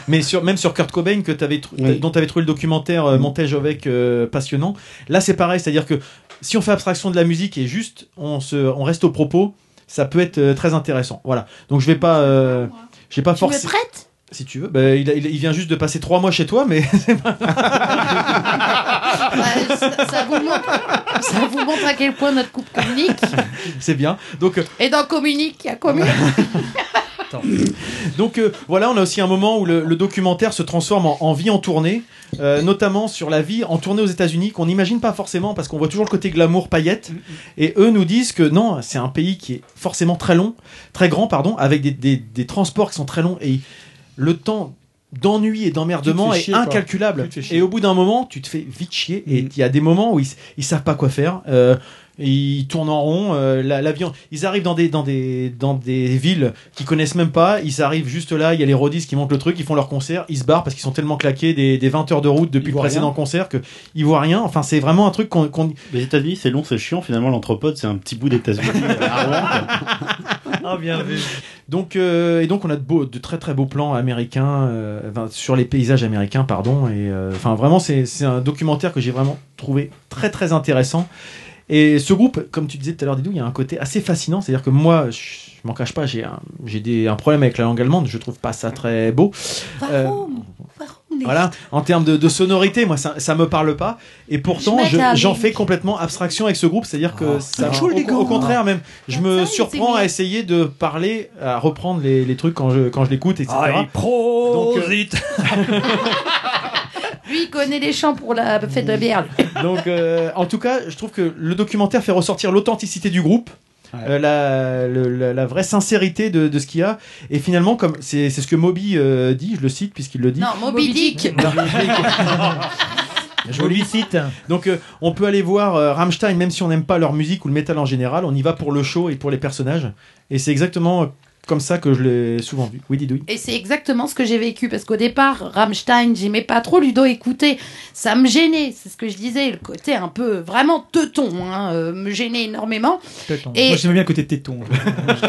[SPEAKER 3] Mais sur, même sur Kurt Cobain, que t'avais tr-
[SPEAKER 4] Oui.
[SPEAKER 3] dont tu avais trouvé le documentaire euh, Montage avec euh, passionnant, là c'est pareil, c'est-à-dire que si on fait abstraction de la musique et juste on, se, on reste au propos, ça peut être euh, très intéressant. Voilà. Donc je vais pas. Euh, j'ai pas
[SPEAKER 14] Tu
[SPEAKER 3] forcé.
[SPEAKER 14] me prêtes
[SPEAKER 3] Si tu veux. Bah, il, a- il- il vient juste de passer trois mois chez toi, mais c'est pas- Ah.
[SPEAKER 2] bah, ça, ça vous montre, ça vous montre à quel point notre couple communique.
[SPEAKER 3] c'est bien. Donc. euh,
[SPEAKER 2] Et dans communique, il y a communique.
[SPEAKER 3] Donc euh, voilà, on a aussi un moment où le, le documentaire se transforme en, en vie en tournée, euh, notamment sur la vie en tournée aux États-Unis qu'on n'imagine pas forcément parce qu'on voit toujours le côté glamour paillette.
[SPEAKER 7] Mm,
[SPEAKER 3] Et eux nous disent que non, c'est un pays qui est forcément très long, très grand, pardon, avec des, des- des transports qui sont très longs et le temps d'ennui et d'emmerdement
[SPEAKER 7] Tu te fais
[SPEAKER 3] est
[SPEAKER 7] chier, quoi.
[SPEAKER 3] incalculable. Et au bout d'un moment, tu te fais vite chier et
[SPEAKER 5] Mm.
[SPEAKER 3] il y a des moments où ils, ils savent pas quoi faire. euh, ils tournent en rond, euh, la- l'avion. Ils arrivent dans des, dans, des, dans des villes qu'ils connaissent même pas. Ils arrivent juste là, il y a les rodis qui montent le truc, ils font leur concert, ils se barrent parce qu'ils sont tellement claqués des, des 20 heures de route depuis le
[SPEAKER 5] voient
[SPEAKER 3] précédent
[SPEAKER 5] rien.
[SPEAKER 3] concert que ils voient rien. Enfin, c'est vraiment un truc qu'on. qu'on-
[SPEAKER 5] Les États-Unis, c'est long, c'est chiant. Finalement, l'anthropode, c'est un petit bout d'États-Unis.
[SPEAKER 3] Ah bien vu. Donc euh, et donc on a de beaux, de très très beaux plans américains euh, enfin, sur les paysages américains, pardon. Et euh, enfin vraiment c'est c'est un documentaire que j'ai vraiment trouvé très très intéressant. Et ce groupe, comme tu disais tout à l'heure, Didou, il y a un côté assez fascinant. C'est-à-dire que moi, je, je m'en cache pas, j'ai un, j'ai des- un problème avec la langue allemande. Je trouve pas ça très beau. Euh, voilà, en termes de, de sonorité, moi ça, ça me parle pas, et pourtant
[SPEAKER 14] Je
[SPEAKER 3] je-
[SPEAKER 14] m'attarde.
[SPEAKER 3] j'en fais complètement abstraction avec ce groupe, c'est-à-dire que ça, au, au contraire même, je me surprends à essayer de parler, à reprendre les, les trucs quand je quand je l'écoute, etc. Donc, euh,
[SPEAKER 2] Lui, il connaît les chants pour la fête de la bière.
[SPEAKER 3] Donc, euh, en tout cas, je trouve que le documentaire fait ressortir l'authenticité du groupe. euh, la, le- la, la vraie sincérité de, de ce qu'il y a et finalement comme c'est c'est ce que Moby euh, dit je le cite puisqu'il le dit
[SPEAKER 2] Non, Moby Dick.
[SPEAKER 3] Je vous le cite. Donc euh, on peut aller voir euh, Rammstein même si on n'aime pas leur musique ou le métal en général, on y va pour le show et pour les personnages. Et c'est exactement euh, comme ça que je l'ai souvent vu. Oui, Didouille.
[SPEAKER 2] Et c'est exactement ce que j'ai vécu parce qu'au départ, Rammstein, j'aimais pas trop Ludo écouter. Ça me gênait, c'est ce que je disais, le côté un peu vraiment teuton hein, euh, me gênait énormément. Et-
[SPEAKER 7] Moi, j'aime bien le côté téton.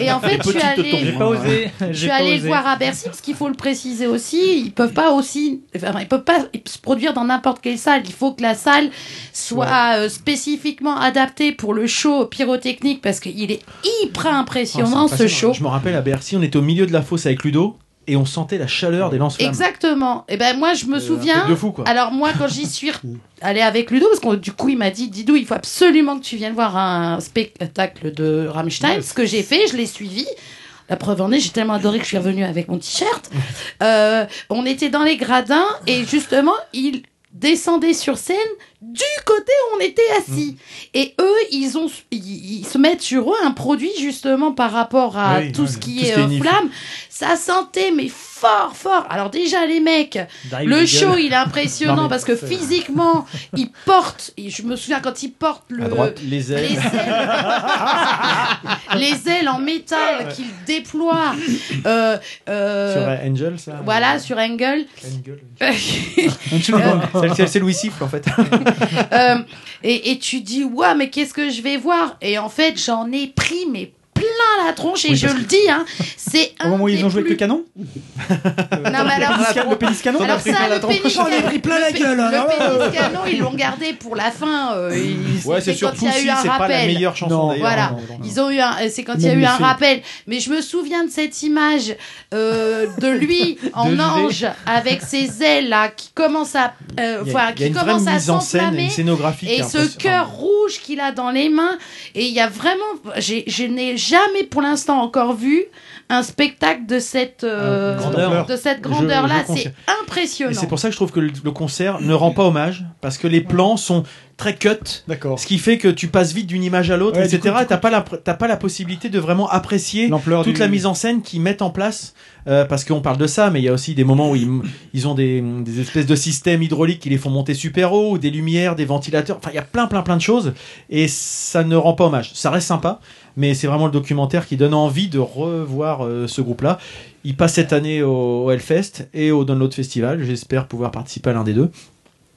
[SPEAKER 2] Et en fait,
[SPEAKER 7] Les
[SPEAKER 2] je suis
[SPEAKER 7] petits
[SPEAKER 2] allée,
[SPEAKER 7] teutons. J'ai pas osé,
[SPEAKER 2] je
[SPEAKER 7] j'ai
[SPEAKER 2] suis
[SPEAKER 7] pas
[SPEAKER 2] allée
[SPEAKER 7] osé.
[SPEAKER 2] le voir à Bercy parce qu'il faut le préciser aussi, ils peuvent pas aussi, enfin, ils peuvent pas se produire dans n'importe quelle salle. Il faut que la salle soit euh, spécifiquement adaptée pour le show pyrotechnique parce qu'il est hyper impressionnant
[SPEAKER 3] Ah, c'est
[SPEAKER 2] ce
[SPEAKER 3] impressionnant.
[SPEAKER 2] show.
[SPEAKER 3] Je me rappelle à Bercy, on était au milieu de la fosse avec Ludo et on sentait la chaleur des lance-flammes.
[SPEAKER 2] Exactement. Et ben moi je me
[SPEAKER 3] un
[SPEAKER 2] souviens.
[SPEAKER 3] truc de fou, quoi.
[SPEAKER 2] Alors moi quand j'y suis allée avec Ludo parce que du coup il m'a dit Didou il faut absolument que tu viennes voir un spectacle de Rammstein. Ce que j'ai fait, je l'ai suivi. La preuve en est, j'ai tellement adoré que je suis revenue avec mon t-shirt. Euh, on était dans les gradins et justement il descendait sur scène du côté où on était assis. Et eux, ils, ont, ils, ils se mettent sur eux un produit justement par rapport à
[SPEAKER 14] Oui,
[SPEAKER 2] tout
[SPEAKER 14] oui,
[SPEAKER 2] ce qui
[SPEAKER 14] tout ce
[SPEAKER 2] est
[SPEAKER 14] qui est
[SPEAKER 2] euh,
[SPEAKER 14] nif.
[SPEAKER 2] flamme. Ça sentait, mais fort, fort. Alors déjà, les mecs,
[SPEAKER 14] Drive
[SPEAKER 2] le
[SPEAKER 14] Eagle.
[SPEAKER 2] show, il est impressionnant
[SPEAKER 14] Non, mais-
[SPEAKER 2] parce que physiquement, ils portent, et je me souviens quand ils portent le,
[SPEAKER 3] À droite, les ailes.
[SPEAKER 2] les ailes en métal qu'ils déploient. euh, euh,
[SPEAKER 3] Sur euh, Angel, ça
[SPEAKER 2] voilà, sur Engel.
[SPEAKER 3] Celle- celle- Ah, C'est Louis Siffle en fait.
[SPEAKER 2] Euh, et, et tu dis, ouais, mais qu'est-ce que je vais voir Et en fait, j'en ai pris, mais plein plein la tronche et je le dis, hein, c'est
[SPEAKER 7] Au moment où ils ont joué avec le canon Ah,
[SPEAKER 2] Non, mais alors-
[SPEAKER 7] Le pénis canon
[SPEAKER 2] Alors ça, le pénis
[SPEAKER 1] J'en ai pris plein la gueule, hein.
[SPEAKER 2] Le pénis canon, ils l'ont gardé pour la fin. euh, ils-
[SPEAKER 3] Ouais, c'est
[SPEAKER 2] quand
[SPEAKER 3] surtout
[SPEAKER 2] il y a
[SPEAKER 3] si
[SPEAKER 2] eu un
[SPEAKER 3] c'est pas la
[SPEAKER 2] rappel.
[SPEAKER 3] meilleure chanson, Non, d'ailleurs.
[SPEAKER 2] Voilà,
[SPEAKER 3] non, non,
[SPEAKER 2] ils ont eu un. euh, C'est quand il y a
[SPEAKER 3] Même
[SPEAKER 2] eu
[SPEAKER 3] le
[SPEAKER 2] un
[SPEAKER 3] film.
[SPEAKER 2] rappel. Mais je me souviens de cette image euh, de lui en
[SPEAKER 3] lui.
[SPEAKER 2] ange avec ses ailes là qui commence à, euh,
[SPEAKER 3] Il y a-
[SPEAKER 2] enfin,
[SPEAKER 3] il y a
[SPEAKER 2] qui
[SPEAKER 3] une vraie
[SPEAKER 2] commence à
[SPEAKER 3] mise en scène,
[SPEAKER 2] s'enflammer.
[SPEAKER 3] une scénographie qui
[SPEAKER 2] Et
[SPEAKER 3] est
[SPEAKER 2] ce
[SPEAKER 3] impressionnante.
[SPEAKER 2] cœur rouge qu'il a dans les mains. Et il y a vraiment, j'ai- je n'ai jamais pour l'instant encore vu un spectacle de cette euh,
[SPEAKER 3] grandeur.
[SPEAKER 2] de cette
[SPEAKER 3] Je-
[SPEAKER 2] grandeur là.
[SPEAKER 3] je confirme.
[SPEAKER 2] C'est
[SPEAKER 3] Et
[SPEAKER 2] impressionnant.
[SPEAKER 3] c'est pour ça que je trouve que le le concert ne rend pas hommage parce que les plans sont très cut.
[SPEAKER 7] D'accord.
[SPEAKER 3] Ce qui fait que tu passes vite d'une image à l'autre,
[SPEAKER 7] Ouais, du
[SPEAKER 3] etc.
[SPEAKER 7] coup, du
[SPEAKER 3] Et T'as pas la t'as pas la possibilité de vraiment apprécier toute
[SPEAKER 7] du-
[SPEAKER 3] la mise en scène qu'ils mettent en place. euh, parce qu'on parle de ça, mais il y a aussi des moments où ils, ils ont des, des espèces de systèmes hydrauliques qui les font monter super haut, ou des lumières, des ventilateurs. Enfin, il y a plein, plein, plein de choses, et ça ne rend pas hommage. Ça reste sympa, mais c'est vraiment le documentaire qui donne envie de revoir euh, ce groupe-là. Il passe cette année au, au Hellfest et au Download Festival. J'espère pouvoir participer à l'un des deux.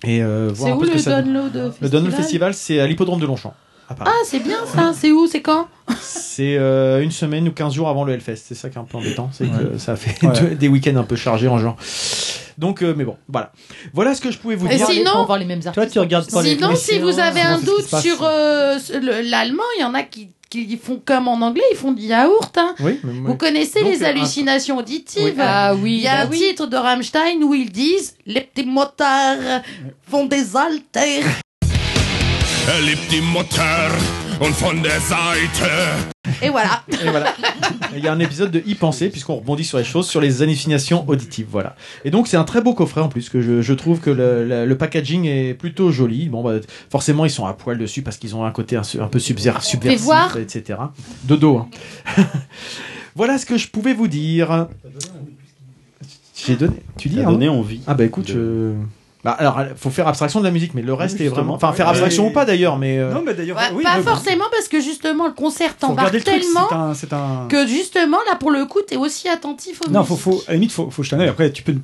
[SPEAKER 3] Et euh, voir
[SPEAKER 2] C'est
[SPEAKER 3] un
[SPEAKER 2] où
[SPEAKER 3] peu ce que
[SPEAKER 2] le
[SPEAKER 3] ça donne.
[SPEAKER 2] download
[SPEAKER 3] Le Download Festival, c'est à l'hippodrome de Longchamp. à Paris.
[SPEAKER 2] Ah, c'est bien ça. C'est où C'est quand
[SPEAKER 3] C'est euh, une semaine ou 15 jours avant le Hellfest. C'est ça qui est un peu embêtant. C'est que ça fait deux- des week-ends un peu chargés en genre. Donc, euh, mais bon, voilà. Voilà ce que je pouvais vous
[SPEAKER 2] Et
[SPEAKER 3] dire.
[SPEAKER 2] sinon-
[SPEAKER 9] Pour voir les mêmes artistes.
[SPEAKER 3] tu regardes
[SPEAKER 2] Sinon, si
[SPEAKER 3] hein.
[SPEAKER 2] vous avez un doute sur euh, ce- le- l'allemand, il y en a qui, qui font comme en anglais, ils font du yaourt. hein.
[SPEAKER 3] Oui, mais moi-
[SPEAKER 2] Vous connaissez
[SPEAKER 3] Donc,
[SPEAKER 2] les
[SPEAKER 3] euh,
[SPEAKER 2] hallucinations auditives
[SPEAKER 9] Oui. Ah oui,
[SPEAKER 2] Il y a
[SPEAKER 9] bah
[SPEAKER 2] un
[SPEAKER 9] oui.
[SPEAKER 2] titre de Rammstein où ils disent Les petits motards font des haltères.
[SPEAKER 11] Er liebt die Mutter und von der Seite.
[SPEAKER 2] euh, Et voilà.
[SPEAKER 3] Et voilà. Il y a un épisode de Y penser, puisqu'on rebondit sur les choses, sur les hallucinations auditives. Voilà. Et donc, c'est un très beau coffret en plus, que je, je trouve que le, le- le packaging est plutôt joli. Bon, bah, forcément, ils sont à poil dessus parce qu'ils ont un côté un, un peu subver- subversif,
[SPEAKER 2] voir.
[SPEAKER 3] etc. De dos. hein. voilà ce que je pouvais vous dire. J'ai donné. Tu dis
[SPEAKER 5] T'as
[SPEAKER 3] hein
[SPEAKER 5] donné envie
[SPEAKER 3] Ah, bah écoute. je- Bah, alors, faut faire abstraction de la musique, mais le reste est
[SPEAKER 5] justement.
[SPEAKER 3] vraiment. Enfin, faire
[SPEAKER 5] Ouais.
[SPEAKER 3] abstraction ou pas d'ailleurs, mais. euh,
[SPEAKER 7] Non, mais d'ailleurs,
[SPEAKER 2] Ouais,
[SPEAKER 7] oui,
[SPEAKER 2] Bah, pas
[SPEAKER 7] mais bon,
[SPEAKER 2] forcément parce que justement le concert
[SPEAKER 7] faut
[SPEAKER 2] t'embarque
[SPEAKER 7] regarder le truc.
[SPEAKER 2] tellement
[SPEAKER 7] C'est un, c'est un.
[SPEAKER 2] que justement là pour le coup t'es aussi attentif au
[SPEAKER 7] Non, faut, faut, à la limite, faut, faut jeter un œil. Après, tu peux.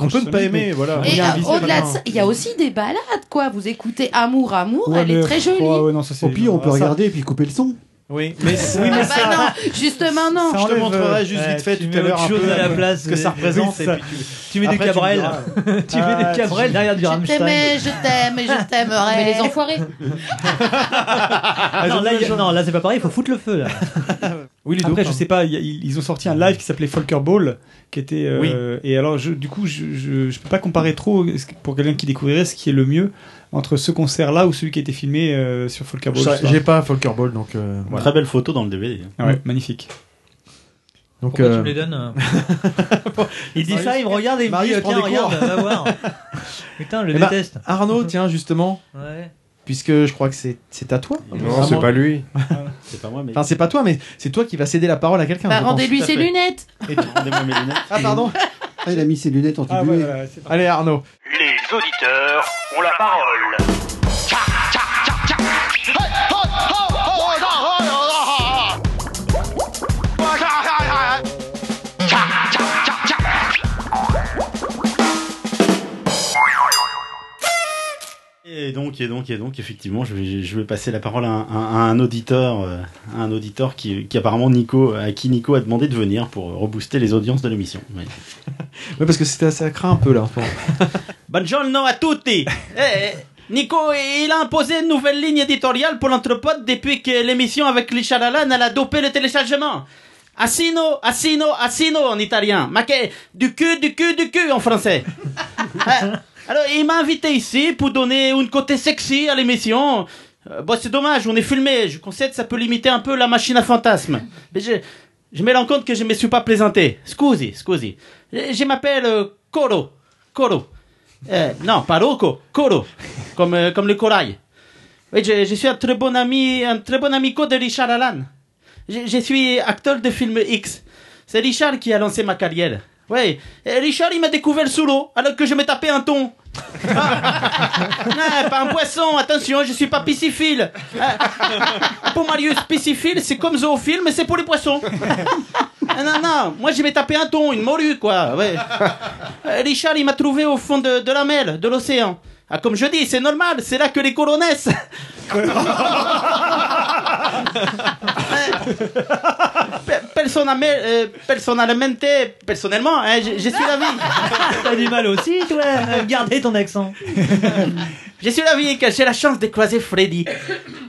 [SPEAKER 7] On peut
[SPEAKER 3] ne pas aimer, voilà.
[SPEAKER 2] Et euh, au-delà de ça, il y a aussi des balades, quoi. Vous écoutez Amour, Amour, Oh, elle est très jolie.
[SPEAKER 4] Au pire, on peut regarder et puis couper le son.
[SPEAKER 3] Oui, mais c'est-
[SPEAKER 2] Ah bah non, justement, non.
[SPEAKER 3] je te montrerai juste
[SPEAKER 10] Ouais,
[SPEAKER 3] vite fait
[SPEAKER 10] tu
[SPEAKER 3] tout
[SPEAKER 10] mets
[SPEAKER 3] à l'heure
[SPEAKER 10] autre
[SPEAKER 3] un
[SPEAKER 10] chose
[SPEAKER 3] peu
[SPEAKER 10] à la place,
[SPEAKER 3] ce que ça
[SPEAKER 10] mais-
[SPEAKER 3] représente.
[SPEAKER 10] oui,
[SPEAKER 3] et
[SPEAKER 10] ça.
[SPEAKER 3] puis
[SPEAKER 10] Tu mets des
[SPEAKER 3] Après, tu
[SPEAKER 10] Cabrel.
[SPEAKER 3] verras.
[SPEAKER 10] tu mets des Cabrel derrière du
[SPEAKER 3] eh,
[SPEAKER 2] Je t'aimais,
[SPEAKER 10] Rammstein.
[SPEAKER 2] je t'aime, je t'aimerai.
[SPEAKER 9] Mais les enfoirés.
[SPEAKER 10] Ah, non, là, il y a- non, là, c'est pas pareil, il faut foutre le feu. Là.
[SPEAKER 3] Oui,
[SPEAKER 10] Ludo,
[SPEAKER 7] Après, je
[SPEAKER 10] pardon.
[SPEAKER 7] sais pas, il y a- ils ils ont sorti un live qui s'appelait Folker Ball, qui était. euh,
[SPEAKER 10] Oui.
[SPEAKER 7] Et alors, je- du coup, je, je, je peux pas comparer trop ce que- pour quelqu'un qui découvrirait ce qui est le mieux entre ce concert-là ou celui qui a été filmé euh, sur Folker Ball.
[SPEAKER 3] Je-
[SPEAKER 7] ce soir.
[SPEAKER 3] J'ai pas Folker Ball, donc. euh, voilà.
[SPEAKER 5] Très belle photo dans le DVD.
[SPEAKER 7] Ah ouais, magnifique.
[SPEAKER 3] Donc,
[SPEAKER 10] Pourquoi tu
[SPEAKER 3] euh,
[SPEAKER 10] me les donnes euh Il dit ça, il me regarde et il me dit
[SPEAKER 3] Marius
[SPEAKER 10] euh,
[SPEAKER 3] prend
[SPEAKER 10] Tiens,
[SPEAKER 3] des cours.
[SPEAKER 10] regarde, va voir. Putain, je
[SPEAKER 3] Eh
[SPEAKER 10] le
[SPEAKER 3] ben,
[SPEAKER 10] déteste.
[SPEAKER 3] Arnaud, tiens, justement.
[SPEAKER 10] Ouais.
[SPEAKER 3] Puisque je crois que c'est c'est à toi.
[SPEAKER 6] Non, c'est pas lui.
[SPEAKER 5] C'est pas moi, mais.
[SPEAKER 3] Enfin, c'est pas toi, mais c'est toi qui va céder la parole à quelqu'un.
[SPEAKER 2] Bah,
[SPEAKER 3] je pense.
[SPEAKER 2] rendez-lui ses lunettes.
[SPEAKER 3] Ah, pardon.
[SPEAKER 4] Ah, il a mis ses lunettes en
[SPEAKER 7] Ah, ouais, voilà, c'est
[SPEAKER 3] Allez, Arnaud.
[SPEAKER 11] Les auditeurs ont la parole.
[SPEAKER 5] Et donc, et donc, et donc, effectivement, je vais, je vais passer la parole à un, à un auditeur, euh, à un auditeur qui, qui apparemment Nico, à qui Nico a demandé de venir pour rebooster les audiences de l'émission. Oui.
[SPEAKER 3] Ouais, parce que c'était ça craint un peu là. en ce moment.
[SPEAKER 13] Buongiorno a tutti! Eh, Nico, il a imposé une nouvelle ligne éditoriale pour l'entrepôt depuis que l'émission avec Richard Allen elle a dopé le téléchargement. Assino, assino, assino en italien. Ma que- du cul, du cul, du cul en français. Euh, Alors, il m'a invité ici pour donner un côté sexy à l'émission. Euh, bon, c'est dommage, on est filmé. Je concède, ça peut limiter un peu la machine à fantasmes. Mais je, je me rends compte que je me suis pas présenté. Scusi, scusi. Je, je m'appelle euh, Coro. Coro. Euh, non, pas Rocco, Coro. Comme, euh, comme le corail. Oui, je, je suis un très bon ami, un très bon amico de Richard Allan. Je, je suis acteur de film X. C'est Richard qui a lancé ma carrière. Oui, Et Richard, il m'a découvert sous l'eau, alors que je me tapais un thon. Ah, pas un poisson, attention, je suis pas piscifile. Ah, pour Marius, piscifile, c'est comme zoophile, mais c'est pour les poissons. Ah, non, non, moi je vais taper un thon, une morue, quoi. Ouais. Euh, Richard, il m'a trouvé au fond de, de la mer, de l'océan. Ah, comme je dis, c'est normal, c'est là que les colons Euh, naissent. personname- euh, personnellement, personnellement, hein, je, je suis d'avis.
[SPEAKER 10] T'as du mal aussi, toi, à garder ton accent.
[SPEAKER 13] Je suis ravi que j'ai la chance de croiser Freddy.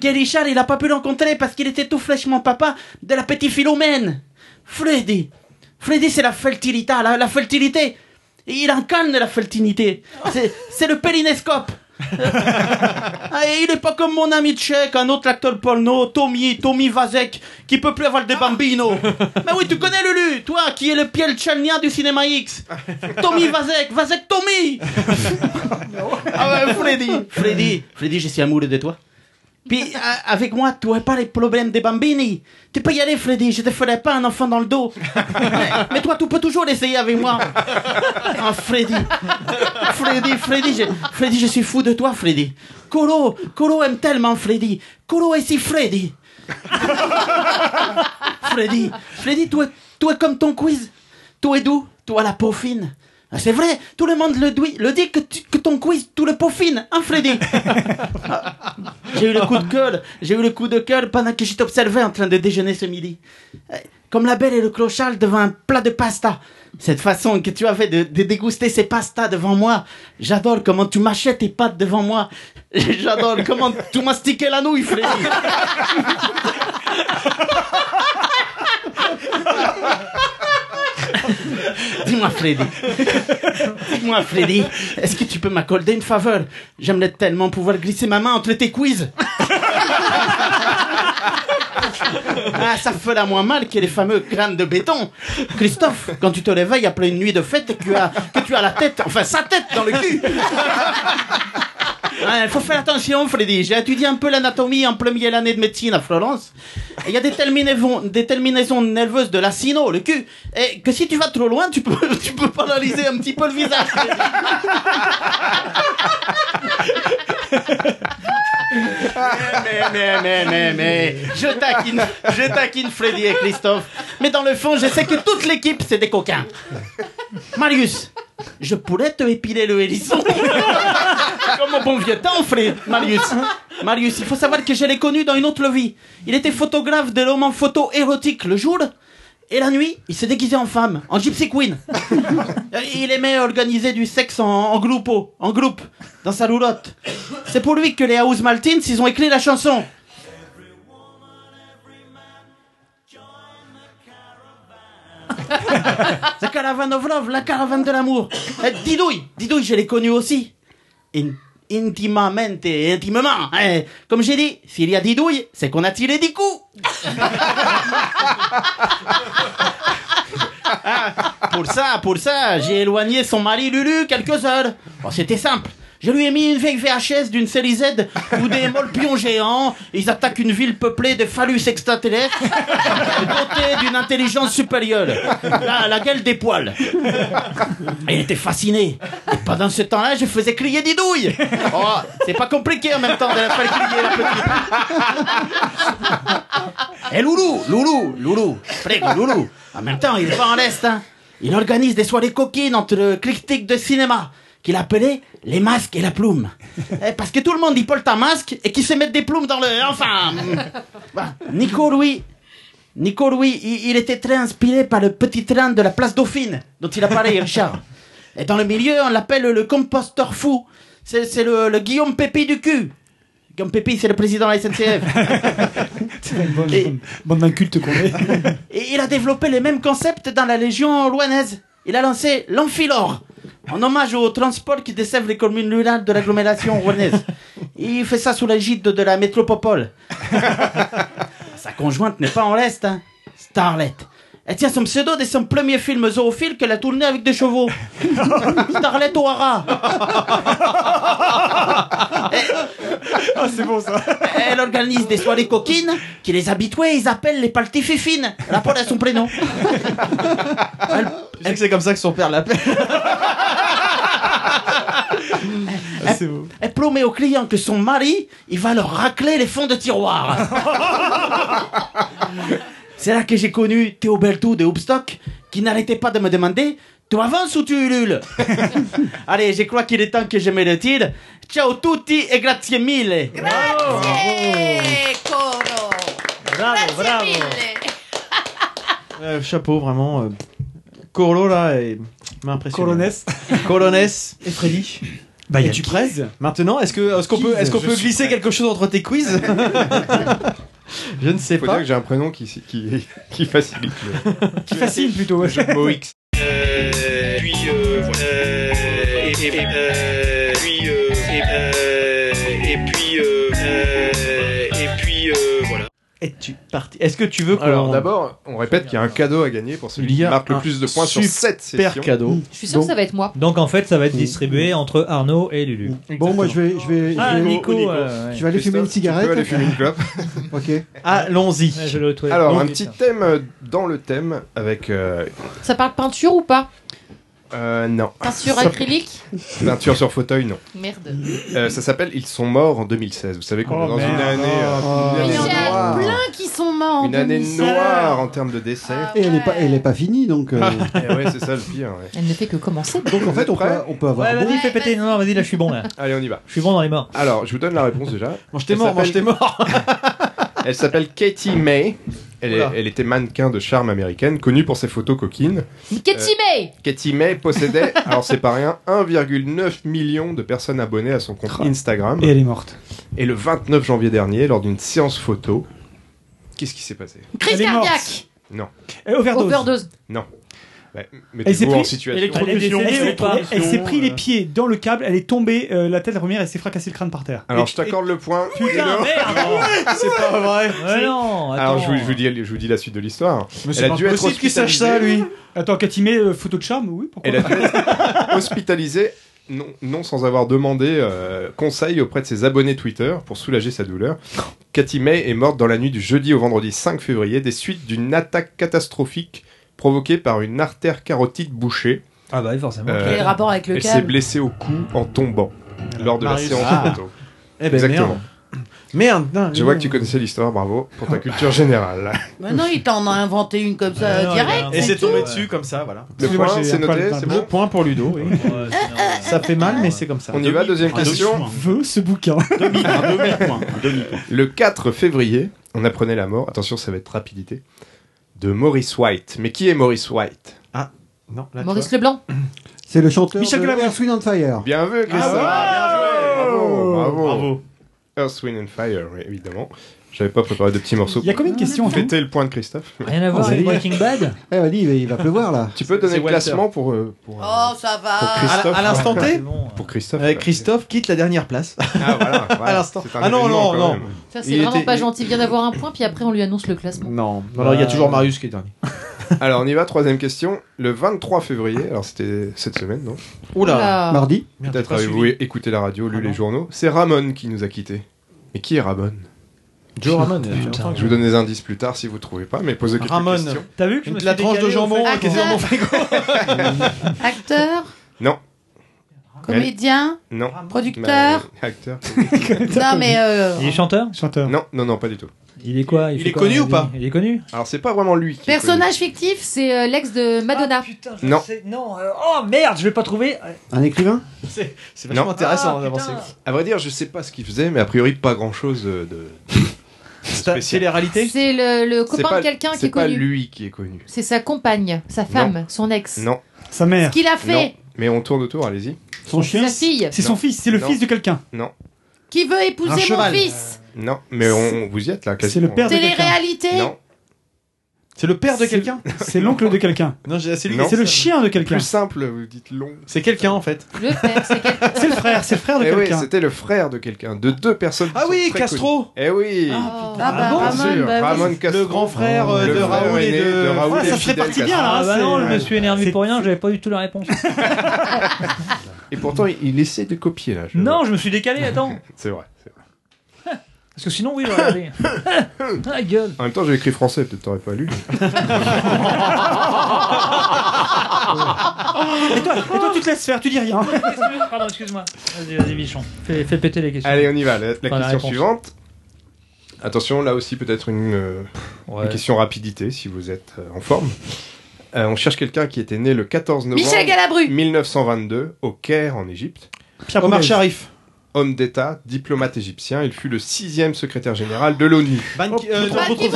[SPEAKER 13] Que Richard, il n'a pas pu rencontrer parce qu'il était tout fraîchement papa de la petite Philomène. Freddy. Freddy, c'est la fertilité, la, la fertilité. Il incarne la fertilité. C'est- C'est le périnéscope. Ah, et il est pas comme mon ami tchèque, un autre acteur porno, Tommy, Tommy Vasek, qui peut plus avoir des bambinos. Mais oui, tu connais Lulu, toi, qui est le Pierre Tchalnia du cinéma X. Tommy Vasek, Vasek Tommy ah ouais, Freddy Freddy, Freddy, je suis amoureux de toi. Puis a- avec moi, tu n'aurais pas les problèmes des bambini. Tu peux y aller, Freddy, je te ferai pas un enfant dans le dos. mais, mais toi, tu peux toujours essayer avec moi. Ah, Freddy. Freddy, Freddy, je, Freddy, je suis fou de toi, Freddy. Coro, Coro aime tellement Freddy. Coro est si Freddy. Freddy, Freddy, tu es, tu es comme ton quiz. Tu es doux, tu as la peau fine. Ah, C'est vrai, tout le monde le, dui- le dit que, tu- que ton quiz, tu le peau fine, hein, Freddy Ah, j'ai eu le coup de cœur, j'ai eu le coup de cœur pendant que je t'observais en train de déjeuner ce midi. Euh, Comme la belle et le clochard devant un plat de pasta. Cette façon que tu avais de, de déguster ces pastas devant moi. J'adore comment tu mâchais tes pâtes devant moi. J'adore comment tu mastiquais la nouille, Freddy. Dis-moi, Freddy. Dis-moi, Freddy. Est-ce que tu peux m'accorder une faveur J'aimerais tellement pouvoir glisser ma main entre tes quiz. Ah, ça fera moins mal que les fameux crânes de béton. Christophe, quand tu te réveilles après une nuit de fête, que tu as, que tu as la tête, enfin sa tête dans le cul. Il Hein, faut faire attention, Freddy. J'ai étudié un peu l'anatomie en première année de médecine à Florence. Et Il y a des terminaisons, des terminaisons nerveuses de la sino, le cul, et que si tu vas trop loin, tu peux, tu peux paralyser un petit peu le visage. mais, mais, mais, mais, mais, je taquine, je taquine Freddy et Christophe. Mais dans le fond, je sais que toute l'équipe, c'est des coquins. Marius, je pourrais te épiler le hérisson. Comme au bon vieux temps, frère, Marius. Marius, il faut savoir que je l'ai connu dans une autre vie. Il était photographe des romans photo érotiques le jour. Et la nuit, il s'est déguisé en femme, en gypsy queen. Euh, Il aimait organiser du sexe en, en groupo, en groupe, dans sa roulotte. C'est pour lui que les House Maltins, ils ont écrit la chanson. la caravane of love, la caravane de l'amour. Eh, Didouille, Didouille, je l'ai connu aussi. In- intimamente, intimement. eh. Comme j'ai dit, s'il y a Didouille, c'est qu'on a tiré des coups. Ah, Pour ça, pour ça, j'ai éloigné son mari Lulu quelques heures. Bon, c'était simple. Je lui ai mis une vieille VHS d'une série Z où des morpions géants, ils attaquent une ville peuplée de phallus extraterrestres dotés d'une intelligence supérieure. La, la gueule des poils. Et il était fasciné. Et pendant ce temps-là, je faisais crier des douilles. Oh, c'est pas compliqué en même temps de la faire crier la petite. Et Eh, Loulou, Loulou, Loulou, frère, Loulou. En même temps, il va en l'Est. Hein. Il organise des soirées coquines entre critiques de cinéma qu'il appelait les masques et la plume. Eh, Parce que tout le monde y porte un masque et qui se mettent des plumes dans le... Enfin... hum. Bah, Nico Louis, Nico Louis, il, il était très inspiré par le petit train de la place Dauphine, dont il apparaît Richard. Et dans le milieu, on l'appelle le composteur fou. C'est c'est le, le Guillaume Pépi du cul. Guillaume Pépi, c'est le président de la SNCF.
[SPEAKER 7] Bande d'incultes qu'on est.
[SPEAKER 13] Et il a développé les mêmes concepts dans la Légion rouennaise. Il a lancé l'amphilore, en hommage au transport qui dessève les communes rurales de l'agglomération rouennaise. Il fait ça sous l'égide de la métropole. Sa conjointe n'est pas en reste, hein. Starlet. Elle tient son pseudo de son premier film zoophile qu'elle a tourné avec des chevaux. Starlet O'Hara. Ah, c'est bon ça. Elle organise des soirées coquines qui les habitués, ils appellent les parties fifines. Rapport à son prénom.
[SPEAKER 3] Tu sais que c'est comme ça que son père l'appelle.
[SPEAKER 13] Elle promet aux clients que son mari, il va leur racler les fonds de tiroir. C'est là que j'ai connu Théo Bertou de Hoopstock, qui n'arrêtait pas de me demander Tu avances ou tu ulules Allez, je crois qu'il est temps que je me retire. Ciao tutti et grazie mille
[SPEAKER 9] Bravo, bravo.
[SPEAKER 3] Euh, chapeau, vraiment. euh, Corolo, là, est- m'a impressionné. Corones. Corones et Freddy.
[SPEAKER 7] Bah, y
[SPEAKER 3] et
[SPEAKER 7] a
[SPEAKER 3] tu
[SPEAKER 7] qui
[SPEAKER 3] prêtes Maintenant, est-ce que- est-ce qu'on peut, est-ce qu'on
[SPEAKER 6] Je
[SPEAKER 3] peut
[SPEAKER 6] suis
[SPEAKER 3] glisser quelque chose entre tes quiz Je ne sais
[SPEAKER 6] Faut
[SPEAKER 3] pas.
[SPEAKER 6] dire que j'ai un prénom qui, qui, qui facilite. le-
[SPEAKER 7] Qui fascine plutôt.
[SPEAKER 6] Le jeu de mots X.
[SPEAKER 11] puis, euh, voilà. Euh, et, et, euh, puis, euh, et, euh, et puis, euh, euh, et puis, euh, voilà.
[SPEAKER 3] Es-tu parti Est-ce que tu veux qu'on.
[SPEAKER 6] Alors d'abord, on répète qu'il y a un cadeau à gagner pour celui
[SPEAKER 3] Il y
[SPEAKER 6] qui
[SPEAKER 3] a
[SPEAKER 6] marque
[SPEAKER 3] un
[SPEAKER 6] le plus de points sur
[SPEAKER 3] super
[SPEAKER 6] 7 sessions. Mmh.
[SPEAKER 3] cadeau.
[SPEAKER 9] Je suis sûr que ça va être moi.
[SPEAKER 10] Donc en fait, ça va être distribué entre Arnaud et Lulu.
[SPEAKER 4] Bon, moi, je vais. Je vais
[SPEAKER 10] Ah,
[SPEAKER 4] je vais-
[SPEAKER 10] Nico,
[SPEAKER 4] Je
[SPEAKER 10] euh, ouais.
[SPEAKER 4] vais aller fumer une
[SPEAKER 6] Christophe, tu
[SPEAKER 4] cigarette.
[SPEAKER 6] peux aller fumer une clope.
[SPEAKER 4] ok.
[SPEAKER 3] Allons-y.
[SPEAKER 6] Alors,
[SPEAKER 3] Donc,
[SPEAKER 6] un petit thème euh, dans le thème avec. euh,
[SPEAKER 9] Ça parle peinture ou pas
[SPEAKER 6] euh, non.
[SPEAKER 9] Peinture acrylique
[SPEAKER 6] Peinture sur fauteuil, non.
[SPEAKER 9] Merde.
[SPEAKER 6] Euh, ça s'appelle Ils sont morts en 2016. Vous savez qu'on
[SPEAKER 4] Oh,
[SPEAKER 6] est dans une année, euh,
[SPEAKER 9] Mais il y en
[SPEAKER 6] une année
[SPEAKER 9] a
[SPEAKER 6] noire.
[SPEAKER 9] plein qui sont morts. en
[SPEAKER 6] Une année
[SPEAKER 9] 2016.
[SPEAKER 6] noire en termes de décès.
[SPEAKER 4] Ah, Et elle n'est pas, elle est pas finie, donc. euh,
[SPEAKER 6] Eh ouais, c'est ça le pire. ouais.
[SPEAKER 9] Elle ne fait que commencer.
[SPEAKER 4] Donc en fait, on peut, on peut avoir.
[SPEAKER 10] Ouais,
[SPEAKER 4] beau-
[SPEAKER 10] vas-y, fais péter. Non, non, vas-y, là, je suis bon, là.
[SPEAKER 6] Allez, on y va.
[SPEAKER 10] Je suis bon dans les morts.
[SPEAKER 6] Alors, je vous donne la réponse déjà.
[SPEAKER 3] Mange tes
[SPEAKER 6] Elle
[SPEAKER 3] morts, mange tes
[SPEAKER 6] s'appelle-
[SPEAKER 3] morts.
[SPEAKER 6] Elle s'appelle Katie May. Elle, est-
[SPEAKER 3] Oula.
[SPEAKER 6] elle était mannequin de charme américaine, connue pour ses photos coquines. Euh,
[SPEAKER 9] Katy
[SPEAKER 7] Euh,
[SPEAKER 9] May
[SPEAKER 6] Katie May possédait, alors c'est pas rien, 1,9 million de personnes abonnées à son compte Instagram.
[SPEAKER 7] Et elle est morte.
[SPEAKER 6] Et le 29 janvier dernier, lors d'une séance photo, qu'est-ce qui s'est passé
[SPEAKER 9] Crise
[SPEAKER 7] Elle est morte.
[SPEAKER 9] cardiaque
[SPEAKER 6] Non.
[SPEAKER 7] Et overdose.
[SPEAKER 9] Overdose.
[SPEAKER 6] Non. Ouais,
[SPEAKER 7] Elle s'est
[SPEAKER 6] Mettez-vous en
[SPEAKER 7] pris,
[SPEAKER 6] situation.
[SPEAKER 10] Électrocution,
[SPEAKER 7] elle est-
[SPEAKER 10] électrocution,
[SPEAKER 7] elle s'est pris les
[SPEAKER 10] euh.
[SPEAKER 7] pieds dans le câble, elle est tombée, euh, la tête la première, elle s'est fracassée le crâne par terre.
[SPEAKER 6] Alors je t'accorde le point. Bruno.
[SPEAKER 3] C'est pas vrai.
[SPEAKER 10] Ouais, non, attends.
[SPEAKER 6] Alors je vous, je vous dis, je vous dis la suite de l'histoire.
[SPEAKER 3] Mais c'est
[SPEAKER 6] Elle a
[SPEAKER 3] pas
[SPEAKER 6] dû être
[SPEAKER 3] possible qu'il sache ça,
[SPEAKER 6] hospitalisée.
[SPEAKER 3] lui.
[SPEAKER 7] Attends, Katimé, photo de charme, oui, pourquoi
[SPEAKER 6] Elle a dû être hospitalisée, non, non sans avoir demandé euh, conseil auprès de ses abonnés Twitter pour soulager sa douleur. Cathy May est morte dans la nuit du jeudi au vendredi 5 février des suites d'une attaque catastrophique provoquée par une artère carotide bouchée.
[SPEAKER 10] Ah bah oui, forcément.
[SPEAKER 6] Euh,
[SPEAKER 2] Quel rapport avec le
[SPEAKER 6] elle s'est
[SPEAKER 2] câble
[SPEAKER 6] blessée au cou en tombant lors de
[SPEAKER 3] Marius.
[SPEAKER 6] la séance
[SPEAKER 3] Ah.
[SPEAKER 6] photo.
[SPEAKER 3] Eh ben,
[SPEAKER 6] Exactement.
[SPEAKER 3] Merde. Merde, non,
[SPEAKER 6] Je vois
[SPEAKER 3] non.
[SPEAKER 6] que tu connaissais l'histoire, bravo, pour ta culture générale.
[SPEAKER 2] Mais non, il t'en a inventé une comme ça,
[SPEAKER 10] Ah non,
[SPEAKER 2] direct.
[SPEAKER 10] il
[SPEAKER 3] Et
[SPEAKER 10] a-
[SPEAKER 3] Euh, c'est
[SPEAKER 10] tout.
[SPEAKER 3] tombé dessus comme ça, voilà.
[SPEAKER 6] Le
[SPEAKER 7] Excusez-moi,
[SPEAKER 6] point,
[SPEAKER 7] j'ai
[SPEAKER 6] c'est
[SPEAKER 7] un poil
[SPEAKER 6] noté,
[SPEAKER 7] dans
[SPEAKER 6] c'est
[SPEAKER 7] le
[SPEAKER 6] bon
[SPEAKER 3] Deux points pour Ludo. oui. Euh,
[SPEAKER 10] Ouais, sinon,
[SPEAKER 3] Ça fait mal, mais c'est comme ça.
[SPEAKER 6] On y va, deuxième question.
[SPEAKER 7] veut ce bouquin.
[SPEAKER 5] Demi- un demi-point. Un demi-point.
[SPEAKER 6] Le 4 février, on apprenait la mort, attention ça va être rapidité, de Maurice White. Mais qui est Maurice White
[SPEAKER 3] Non, là, tu
[SPEAKER 9] Maurice Leblanc.
[SPEAKER 4] C'est le chanteur
[SPEAKER 7] Michel
[SPEAKER 4] de
[SPEAKER 7] Galabru.
[SPEAKER 4] Earth, Wind and Fire.
[SPEAKER 6] Bien vu, Christophe Bien joué Bravo, bravo Earth, Wind and Fire, oui, évidemment. J'avais pas préparé de petits morceaux
[SPEAKER 7] Il y a
[SPEAKER 6] pour
[SPEAKER 7] combien de questions en fait
[SPEAKER 6] fêter le point de Christophe.
[SPEAKER 10] Rien à voir avec Breaking Bad
[SPEAKER 4] Ah, Eh, vas-y, il va- il va pleuvoir là.
[SPEAKER 6] Tu peux donner
[SPEAKER 3] c'est
[SPEAKER 6] le classement pour, euh, pour, euh,
[SPEAKER 2] Oh, ça
[SPEAKER 6] pour
[SPEAKER 2] va.
[SPEAKER 3] vois.
[SPEAKER 6] Christophe
[SPEAKER 3] À, à l'instant
[SPEAKER 10] C'est
[SPEAKER 3] T,
[SPEAKER 10] Ah, bon.
[SPEAKER 6] Pour Christophe.
[SPEAKER 3] euh,
[SPEAKER 6] ouais.
[SPEAKER 3] Christophe quitte la dernière place.
[SPEAKER 6] Ah, voilà, voilà.
[SPEAKER 3] à l'instant.
[SPEAKER 6] C'est un
[SPEAKER 3] Ah non,
[SPEAKER 6] événement,
[SPEAKER 3] non,
[SPEAKER 6] quand
[SPEAKER 3] non.
[SPEAKER 6] même.
[SPEAKER 9] Ça, c'est
[SPEAKER 3] Il
[SPEAKER 9] vraiment
[SPEAKER 3] était-
[SPEAKER 9] pas gentil. Il vient d'avoir un point, puis après, on lui annonce le classement.
[SPEAKER 3] Non, non, non, il y
[SPEAKER 10] Bah,
[SPEAKER 3] a
[SPEAKER 10] euh,
[SPEAKER 3] toujours Marius qui est dernier.
[SPEAKER 6] Alors on y va, troisième question. Le 23 février, alors c'était cette semaine, donc
[SPEAKER 3] Oula.
[SPEAKER 9] Oula.
[SPEAKER 4] Mardi.
[SPEAKER 3] Merde, j'ai
[SPEAKER 6] peut-être
[SPEAKER 3] pas
[SPEAKER 6] avez-vous
[SPEAKER 3] suivi.
[SPEAKER 6] écouté la radio, lu
[SPEAKER 3] Ah non.
[SPEAKER 6] les journaux, c'est Ramon qui nous a quittés. Mais qui est Ramon
[SPEAKER 3] Joe Ramon. il a fait
[SPEAKER 10] Putain.
[SPEAKER 3] longtemps que
[SPEAKER 6] Je vous donne des indices plus tard si vous trouvez pas, Ah, mais posez quelques
[SPEAKER 3] Ramon.
[SPEAKER 6] questions.
[SPEAKER 10] T'as vu que je
[SPEAKER 3] Une-
[SPEAKER 10] me suis
[SPEAKER 3] La tranche de
[SPEAKER 10] décalé, au
[SPEAKER 3] jambon,
[SPEAKER 10] fait Ah,
[SPEAKER 3] euh, qu'est-ce qu'il y a dans mon frigo
[SPEAKER 2] Acteur,
[SPEAKER 6] Non,
[SPEAKER 2] comédien,
[SPEAKER 6] non.
[SPEAKER 2] producteur.
[SPEAKER 6] Mais- acteur.
[SPEAKER 2] Non, mais. euh,
[SPEAKER 10] Il est chanteur
[SPEAKER 7] Chanteur.
[SPEAKER 6] non, non, non, pas du tout.
[SPEAKER 10] Il est quoi
[SPEAKER 3] Il
[SPEAKER 10] fait
[SPEAKER 3] est
[SPEAKER 10] quoi,
[SPEAKER 3] connu
[SPEAKER 10] il
[SPEAKER 3] ou pas
[SPEAKER 10] Il est connu
[SPEAKER 6] Alors c'est pas vraiment lui. Qui est
[SPEAKER 9] Personnage fictif, c'est euh, l'ex de Madonna.
[SPEAKER 10] Ah, putain,
[SPEAKER 6] je Non.
[SPEAKER 10] non oh merde, je vais pas trouver.
[SPEAKER 4] Un écrivain
[SPEAKER 3] C'est c'est vachement
[SPEAKER 6] Non.
[SPEAKER 3] intéressant
[SPEAKER 10] Ah,
[SPEAKER 3] d'avancer.
[SPEAKER 10] putain.
[SPEAKER 6] connu. À vrai dire, je sais pas ce qu'il faisait, mais a priori pas grand chose de.
[SPEAKER 3] C'est c'est les réalités
[SPEAKER 9] C'est le, le copain
[SPEAKER 6] pas-
[SPEAKER 9] de quelqu'un qui
[SPEAKER 6] C'est
[SPEAKER 9] est
[SPEAKER 6] pas
[SPEAKER 9] connu.
[SPEAKER 6] lui qui est connu.
[SPEAKER 9] C'est sa compagne, sa femme, son ex.
[SPEAKER 6] Non,
[SPEAKER 7] Sa mère.
[SPEAKER 9] Qu'il a
[SPEAKER 6] non.
[SPEAKER 9] fait
[SPEAKER 6] Mais on tourne autour, allez-y.
[SPEAKER 4] Son chien
[SPEAKER 9] sa fille.
[SPEAKER 7] C'est son fils, c'est le
[SPEAKER 6] Non.
[SPEAKER 7] fils de quelqu'un.
[SPEAKER 6] Non, Euh,
[SPEAKER 2] Qui veut
[SPEAKER 3] Un
[SPEAKER 2] épouser mon
[SPEAKER 3] cheval.
[SPEAKER 2] fils
[SPEAKER 6] non, mais on, vous y êtes là.
[SPEAKER 7] C'est
[SPEAKER 6] quasiment.
[SPEAKER 7] le père de quelqu'un.
[SPEAKER 2] Télé-réalité
[SPEAKER 6] Non,
[SPEAKER 3] C'est le père de quelqu'un
[SPEAKER 7] C'est l'oncle de quelqu'un.
[SPEAKER 3] Non, j'ai- c'est lui.
[SPEAKER 6] Non.
[SPEAKER 7] C'est le chien de quelqu'un.
[SPEAKER 6] plus simple, vous dites long.
[SPEAKER 3] C'est quelqu'un en fait.
[SPEAKER 9] Le père, c'est quelqu'un.
[SPEAKER 7] C'est le frère, c'est le frère de
[SPEAKER 6] Eh oui,
[SPEAKER 7] quelqu'un.
[SPEAKER 6] c'était le frère de quelqu'un, de deux personnes. qui
[SPEAKER 3] Ah
[SPEAKER 6] sont
[SPEAKER 3] oui,
[SPEAKER 6] très
[SPEAKER 3] Castro.
[SPEAKER 6] connues. Eh oui.
[SPEAKER 9] Oh.
[SPEAKER 2] Ah bah,
[SPEAKER 6] Bien
[SPEAKER 2] Ramon,
[SPEAKER 6] sûr,
[SPEAKER 2] bah oui.
[SPEAKER 6] Ramon Castro.
[SPEAKER 3] Le grand frère euh,
[SPEAKER 6] Le
[SPEAKER 3] de
[SPEAKER 6] frère
[SPEAKER 3] Raoul et
[SPEAKER 6] aîné
[SPEAKER 3] de.
[SPEAKER 6] de Raoul
[SPEAKER 3] Ouais,
[SPEAKER 6] et
[SPEAKER 3] ça
[SPEAKER 6] de
[SPEAKER 3] se répartit
[SPEAKER 6] Fidel
[SPEAKER 7] bien là.
[SPEAKER 10] Ah, bah
[SPEAKER 3] hein,
[SPEAKER 7] c'est-
[SPEAKER 10] non, je me
[SPEAKER 7] ouais.
[SPEAKER 10] suis énervé
[SPEAKER 7] C'est-
[SPEAKER 10] pour rien, j'avais pas du tout la réponse.
[SPEAKER 6] Et pourtant, il, il essaie de copier là. je
[SPEAKER 10] non,
[SPEAKER 6] vois.
[SPEAKER 10] je me suis décalé, attends.
[SPEAKER 6] c'est vrai. c'est vrai.
[SPEAKER 10] Parce que sinon, oui, j'aurais regardé. Ah, gueule.
[SPEAKER 6] En même temps, j'ai écrit français, peut-être t'aurais pas lu.
[SPEAKER 7] Et toi, et toi, tu te laisses faire, tu dis rien.
[SPEAKER 10] Pardon, excuse-moi. Vas-y, vas-y, Bichon. Fais, fais péter les questions.
[SPEAKER 6] Allez, on y va. La, la
[SPEAKER 10] Voilà,
[SPEAKER 6] question
[SPEAKER 10] réponse.
[SPEAKER 6] suivante. Attention, là aussi peut-être une, euh,
[SPEAKER 10] Ouais.
[SPEAKER 6] une question rapidité si vous êtes euh, en forme. Euh, on cherche quelqu'un qui était né le 14 novembre
[SPEAKER 2] Michel Galabru
[SPEAKER 6] 1922 au Caire en Égypte.
[SPEAKER 7] Pierre
[SPEAKER 3] Omar
[SPEAKER 7] Boulez.
[SPEAKER 3] Sharif.
[SPEAKER 6] homme d'État, diplomate égyptien. Il fut le sixième secrétaire général de l'ONU.
[SPEAKER 7] Oh, euh, Boutros,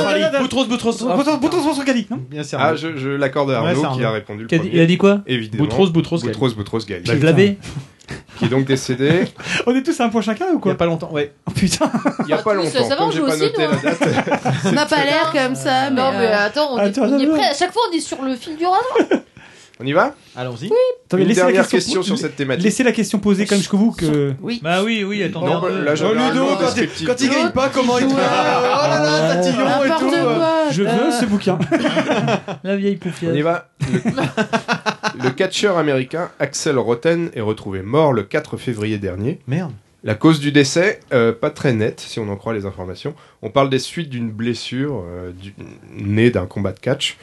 [SPEAKER 7] Boutros, Boutros, Boutros, Boutros, Ghali, non
[SPEAKER 6] Ah, je, je l'accorde à
[SPEAKER 7] Ouais,
[SPEAKER 6] Arnaud
[SPEAKER 7] c'est Arnaud.
[SPEAKER 6] qui a répondu le
[SPEAKER 7] Qui a dit-
[SPEAKER 6] premier.
[SPEAKER 7] il a dit quoi
[SPEAKER 6] Évidemment.
[SPEAKER 7] Boutros, Boutros, Ghali.
[SPEAKER 6] Boutros, Boutros, Ghali.
[SPEAKER 7] Bah, je l'avais.
[SPEAKER 6] Qui est donc décédé
[SPEAKER 7] On est tous à un point chacun ou quoi Il n'y a
[SPEAKER 3] pas longtemps, ouais.
[SPEAKER 7] Oh putain
[SPEAKER 6] il y a pas
[SPEAKER 9] tous,
[SPEAKER 6] longtemps.
[SPEAKER 9] ça va,
[SPEAKER 6] Comme
[SPEAKER 9] on
[SPEAKER 6] j'ai
[SPEAKER 9] joue
[SPEAKER 6] pas
[SPEAKER 9] aussi, hein.
[SPEAKER 6] noté la date.
[SPEAKER 2] On n'a pas l'air comme ça, mais.
[SPEAKER 9] Non, mais
[SPEAKER 2] euh,
[SPEAKER 9] attends, on, est-
[SPEAKER 7] Attends,
[SPEAKER 9] on y est
[SPEAKER 7] j'adore.
[SPEAKER 9] prêt. À chaque fois, on est sur le fil du radar.
[SPEAKER 6] On y va
[SPEAKER 3] Allons-y.
[SPEAKER 7] Attends, mais
[SPEAKER 6] Une
[SPEAKER 7] laissez la
[SPEAKER 6] dernière
[SPEAKER 7] question
[SPEAKER 6] question
[SPEAKER 7] po-
[SPEAKER 6] sur cette thématique.
[SPEAKER 7] Laissez la question posée comme jusqu'au bout que.
[SPEAKER 9] Oui.
[SPEAKER 10] Bah oui, oui, euh, attendez.
[SPEAKER 6] Non,
[SPEAKER 10] un
[SPEAKER 6] bah,
[SPEAKER 10] peu.
[SPEAKER 6] là, généralement, descriptif.
[SPEAKER 10] Oh
[SPEAKER 7] Ah,
[SPEAKER 10] Euh,
[SPEAKER 7] Je
[SPEAKER 1] Euh.
[SPEAKER 7] veux ce bouquin.
[SPEAKER 10] La vieille
[SPEAKER 6] On
[SPEAKER 10] poufière.
[SPEAKER 6] y va. Le, le catcheur américain Axel Rotten est retrouvé mort le 4 février dernier.
[SPEAKER 3] Merde.
[SPEAKER 6] La cause du décès, euh, pas très nette, si on en croit les informations. On parle des suites d'une blessure euh, du- née d'un combat de catch.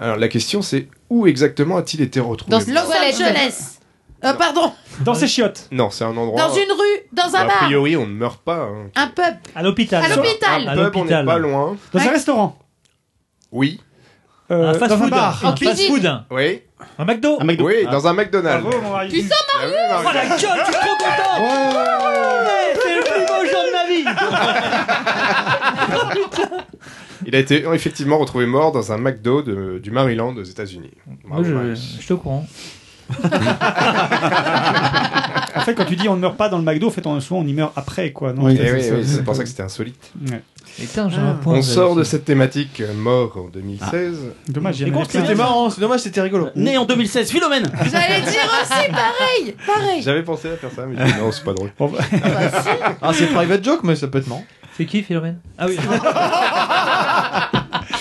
[SPEAKER 6] Alors la question c'est où exactement a-t-il été retrouvé
[SPEAKER 2] Dans
[SPEAKER 6] mort
[SPEAKER 2] Los Angeles. Euh, pardon,
[SPEAKER 7] Dans ses chiottes.
[SPEAKER 6] Non, c'est un endroit. euh,
[SPEAKER 2] dans une rue, dans un
[SPEAKER 6] A
[SPEAKER 2] bar,
[SPEAKER 6] priori, on ne meurt pas. hein.
[SPEAKER 2] un pub.
[SPEAKER 7] À l'hôpital.
[SPEAKER 2] À l'hôpital.
[SPEAKER 6] Un pub, on n'est pas loin.
[SPEAKER 7] Dans un restaurant.
[SPEAKER 6] Oui.
[SPEAKER 7] Euh,
[SPEAKER 10] Un fast
[SPEAKER 7] dans un
[SPEAKER 10] food.
[SPEAKER 7] bar.
[SPEAKER 10] Un fast
[SPEAKER 2] cuisine.
[SPEAKER 10] food.
[SPEAKER 6] Oui.
[SPEAKER 10] Un McDo.
[SPEAKER 6] Oui, dans un McDonald's.
[SPEAKER 7] Bravo, mon
[SPEAKER 2] Tu
[SPEAKER 7] Harry.
[SPEAKER 2] sens
[SPEAKER 6] Ah oui, Marie-
[SPEAKER 10] Oh la gueule, je suis trop content Ouais, C'est le plus beau jour de ma vie
[SPEAKER 6] Il a été euh, effectivement retrouvé mort dans un McDo de- du Maryland aux États-Unis. Bravo,
[SPEAKER 10] Moi, je,
[SPEAKER 6] Marie.
[SPEAKER 10] je te comprends.
[SPEAKER 7] En fait, quand tu dis on ne meurt pas dans le McDo, en fait, on, souvent on y meurt après, quoi. Non
[SPEAKER 6] Eh
[SPEAKER 7] C'est-
[SPEAKER 6] oui,
[SPEAKER 7] c'est-
[SPEAKER 6] oui, c'est pour ça que c'était insolite.
[SPEAKER 7] Ouais.
[SPEAKER 10] Putain, j'ai
[SPEAKER 7] Ah.
[SPEAKER 10] un point.
[SPEAKER 6] On sort de cette thématique euh, mort en 2016.
[SPEAKER 10] Ah.
[SPEAKER 7] Dommage, il y en
[SPEAKER 10] Et
[SPEAKER 7] avait
[SPEAKER 10] qu'on se
[SPEAKER 7] plein.
[SPEAKER 3] C'était marrant, c'est dommage, c'était
[SPEAKER 6] Bah,
[SPEAKER 3] rigolo.
[SPEAKER 13] Né en 2016, Philomène
[SPEAKER 2] J'allais dire aussi pareil, pareil.
[SPEAKER 6] J'avais pensé à faire Ah, ça, mais je- non, c'est pas drôle.
[SPEAKER 7] Bon, bah,
[SPEAKER 3] Ah, c'est private joke, mais ça peut être marrant.
[SPEAKER 10] C'est qui, Philomène Ah oui.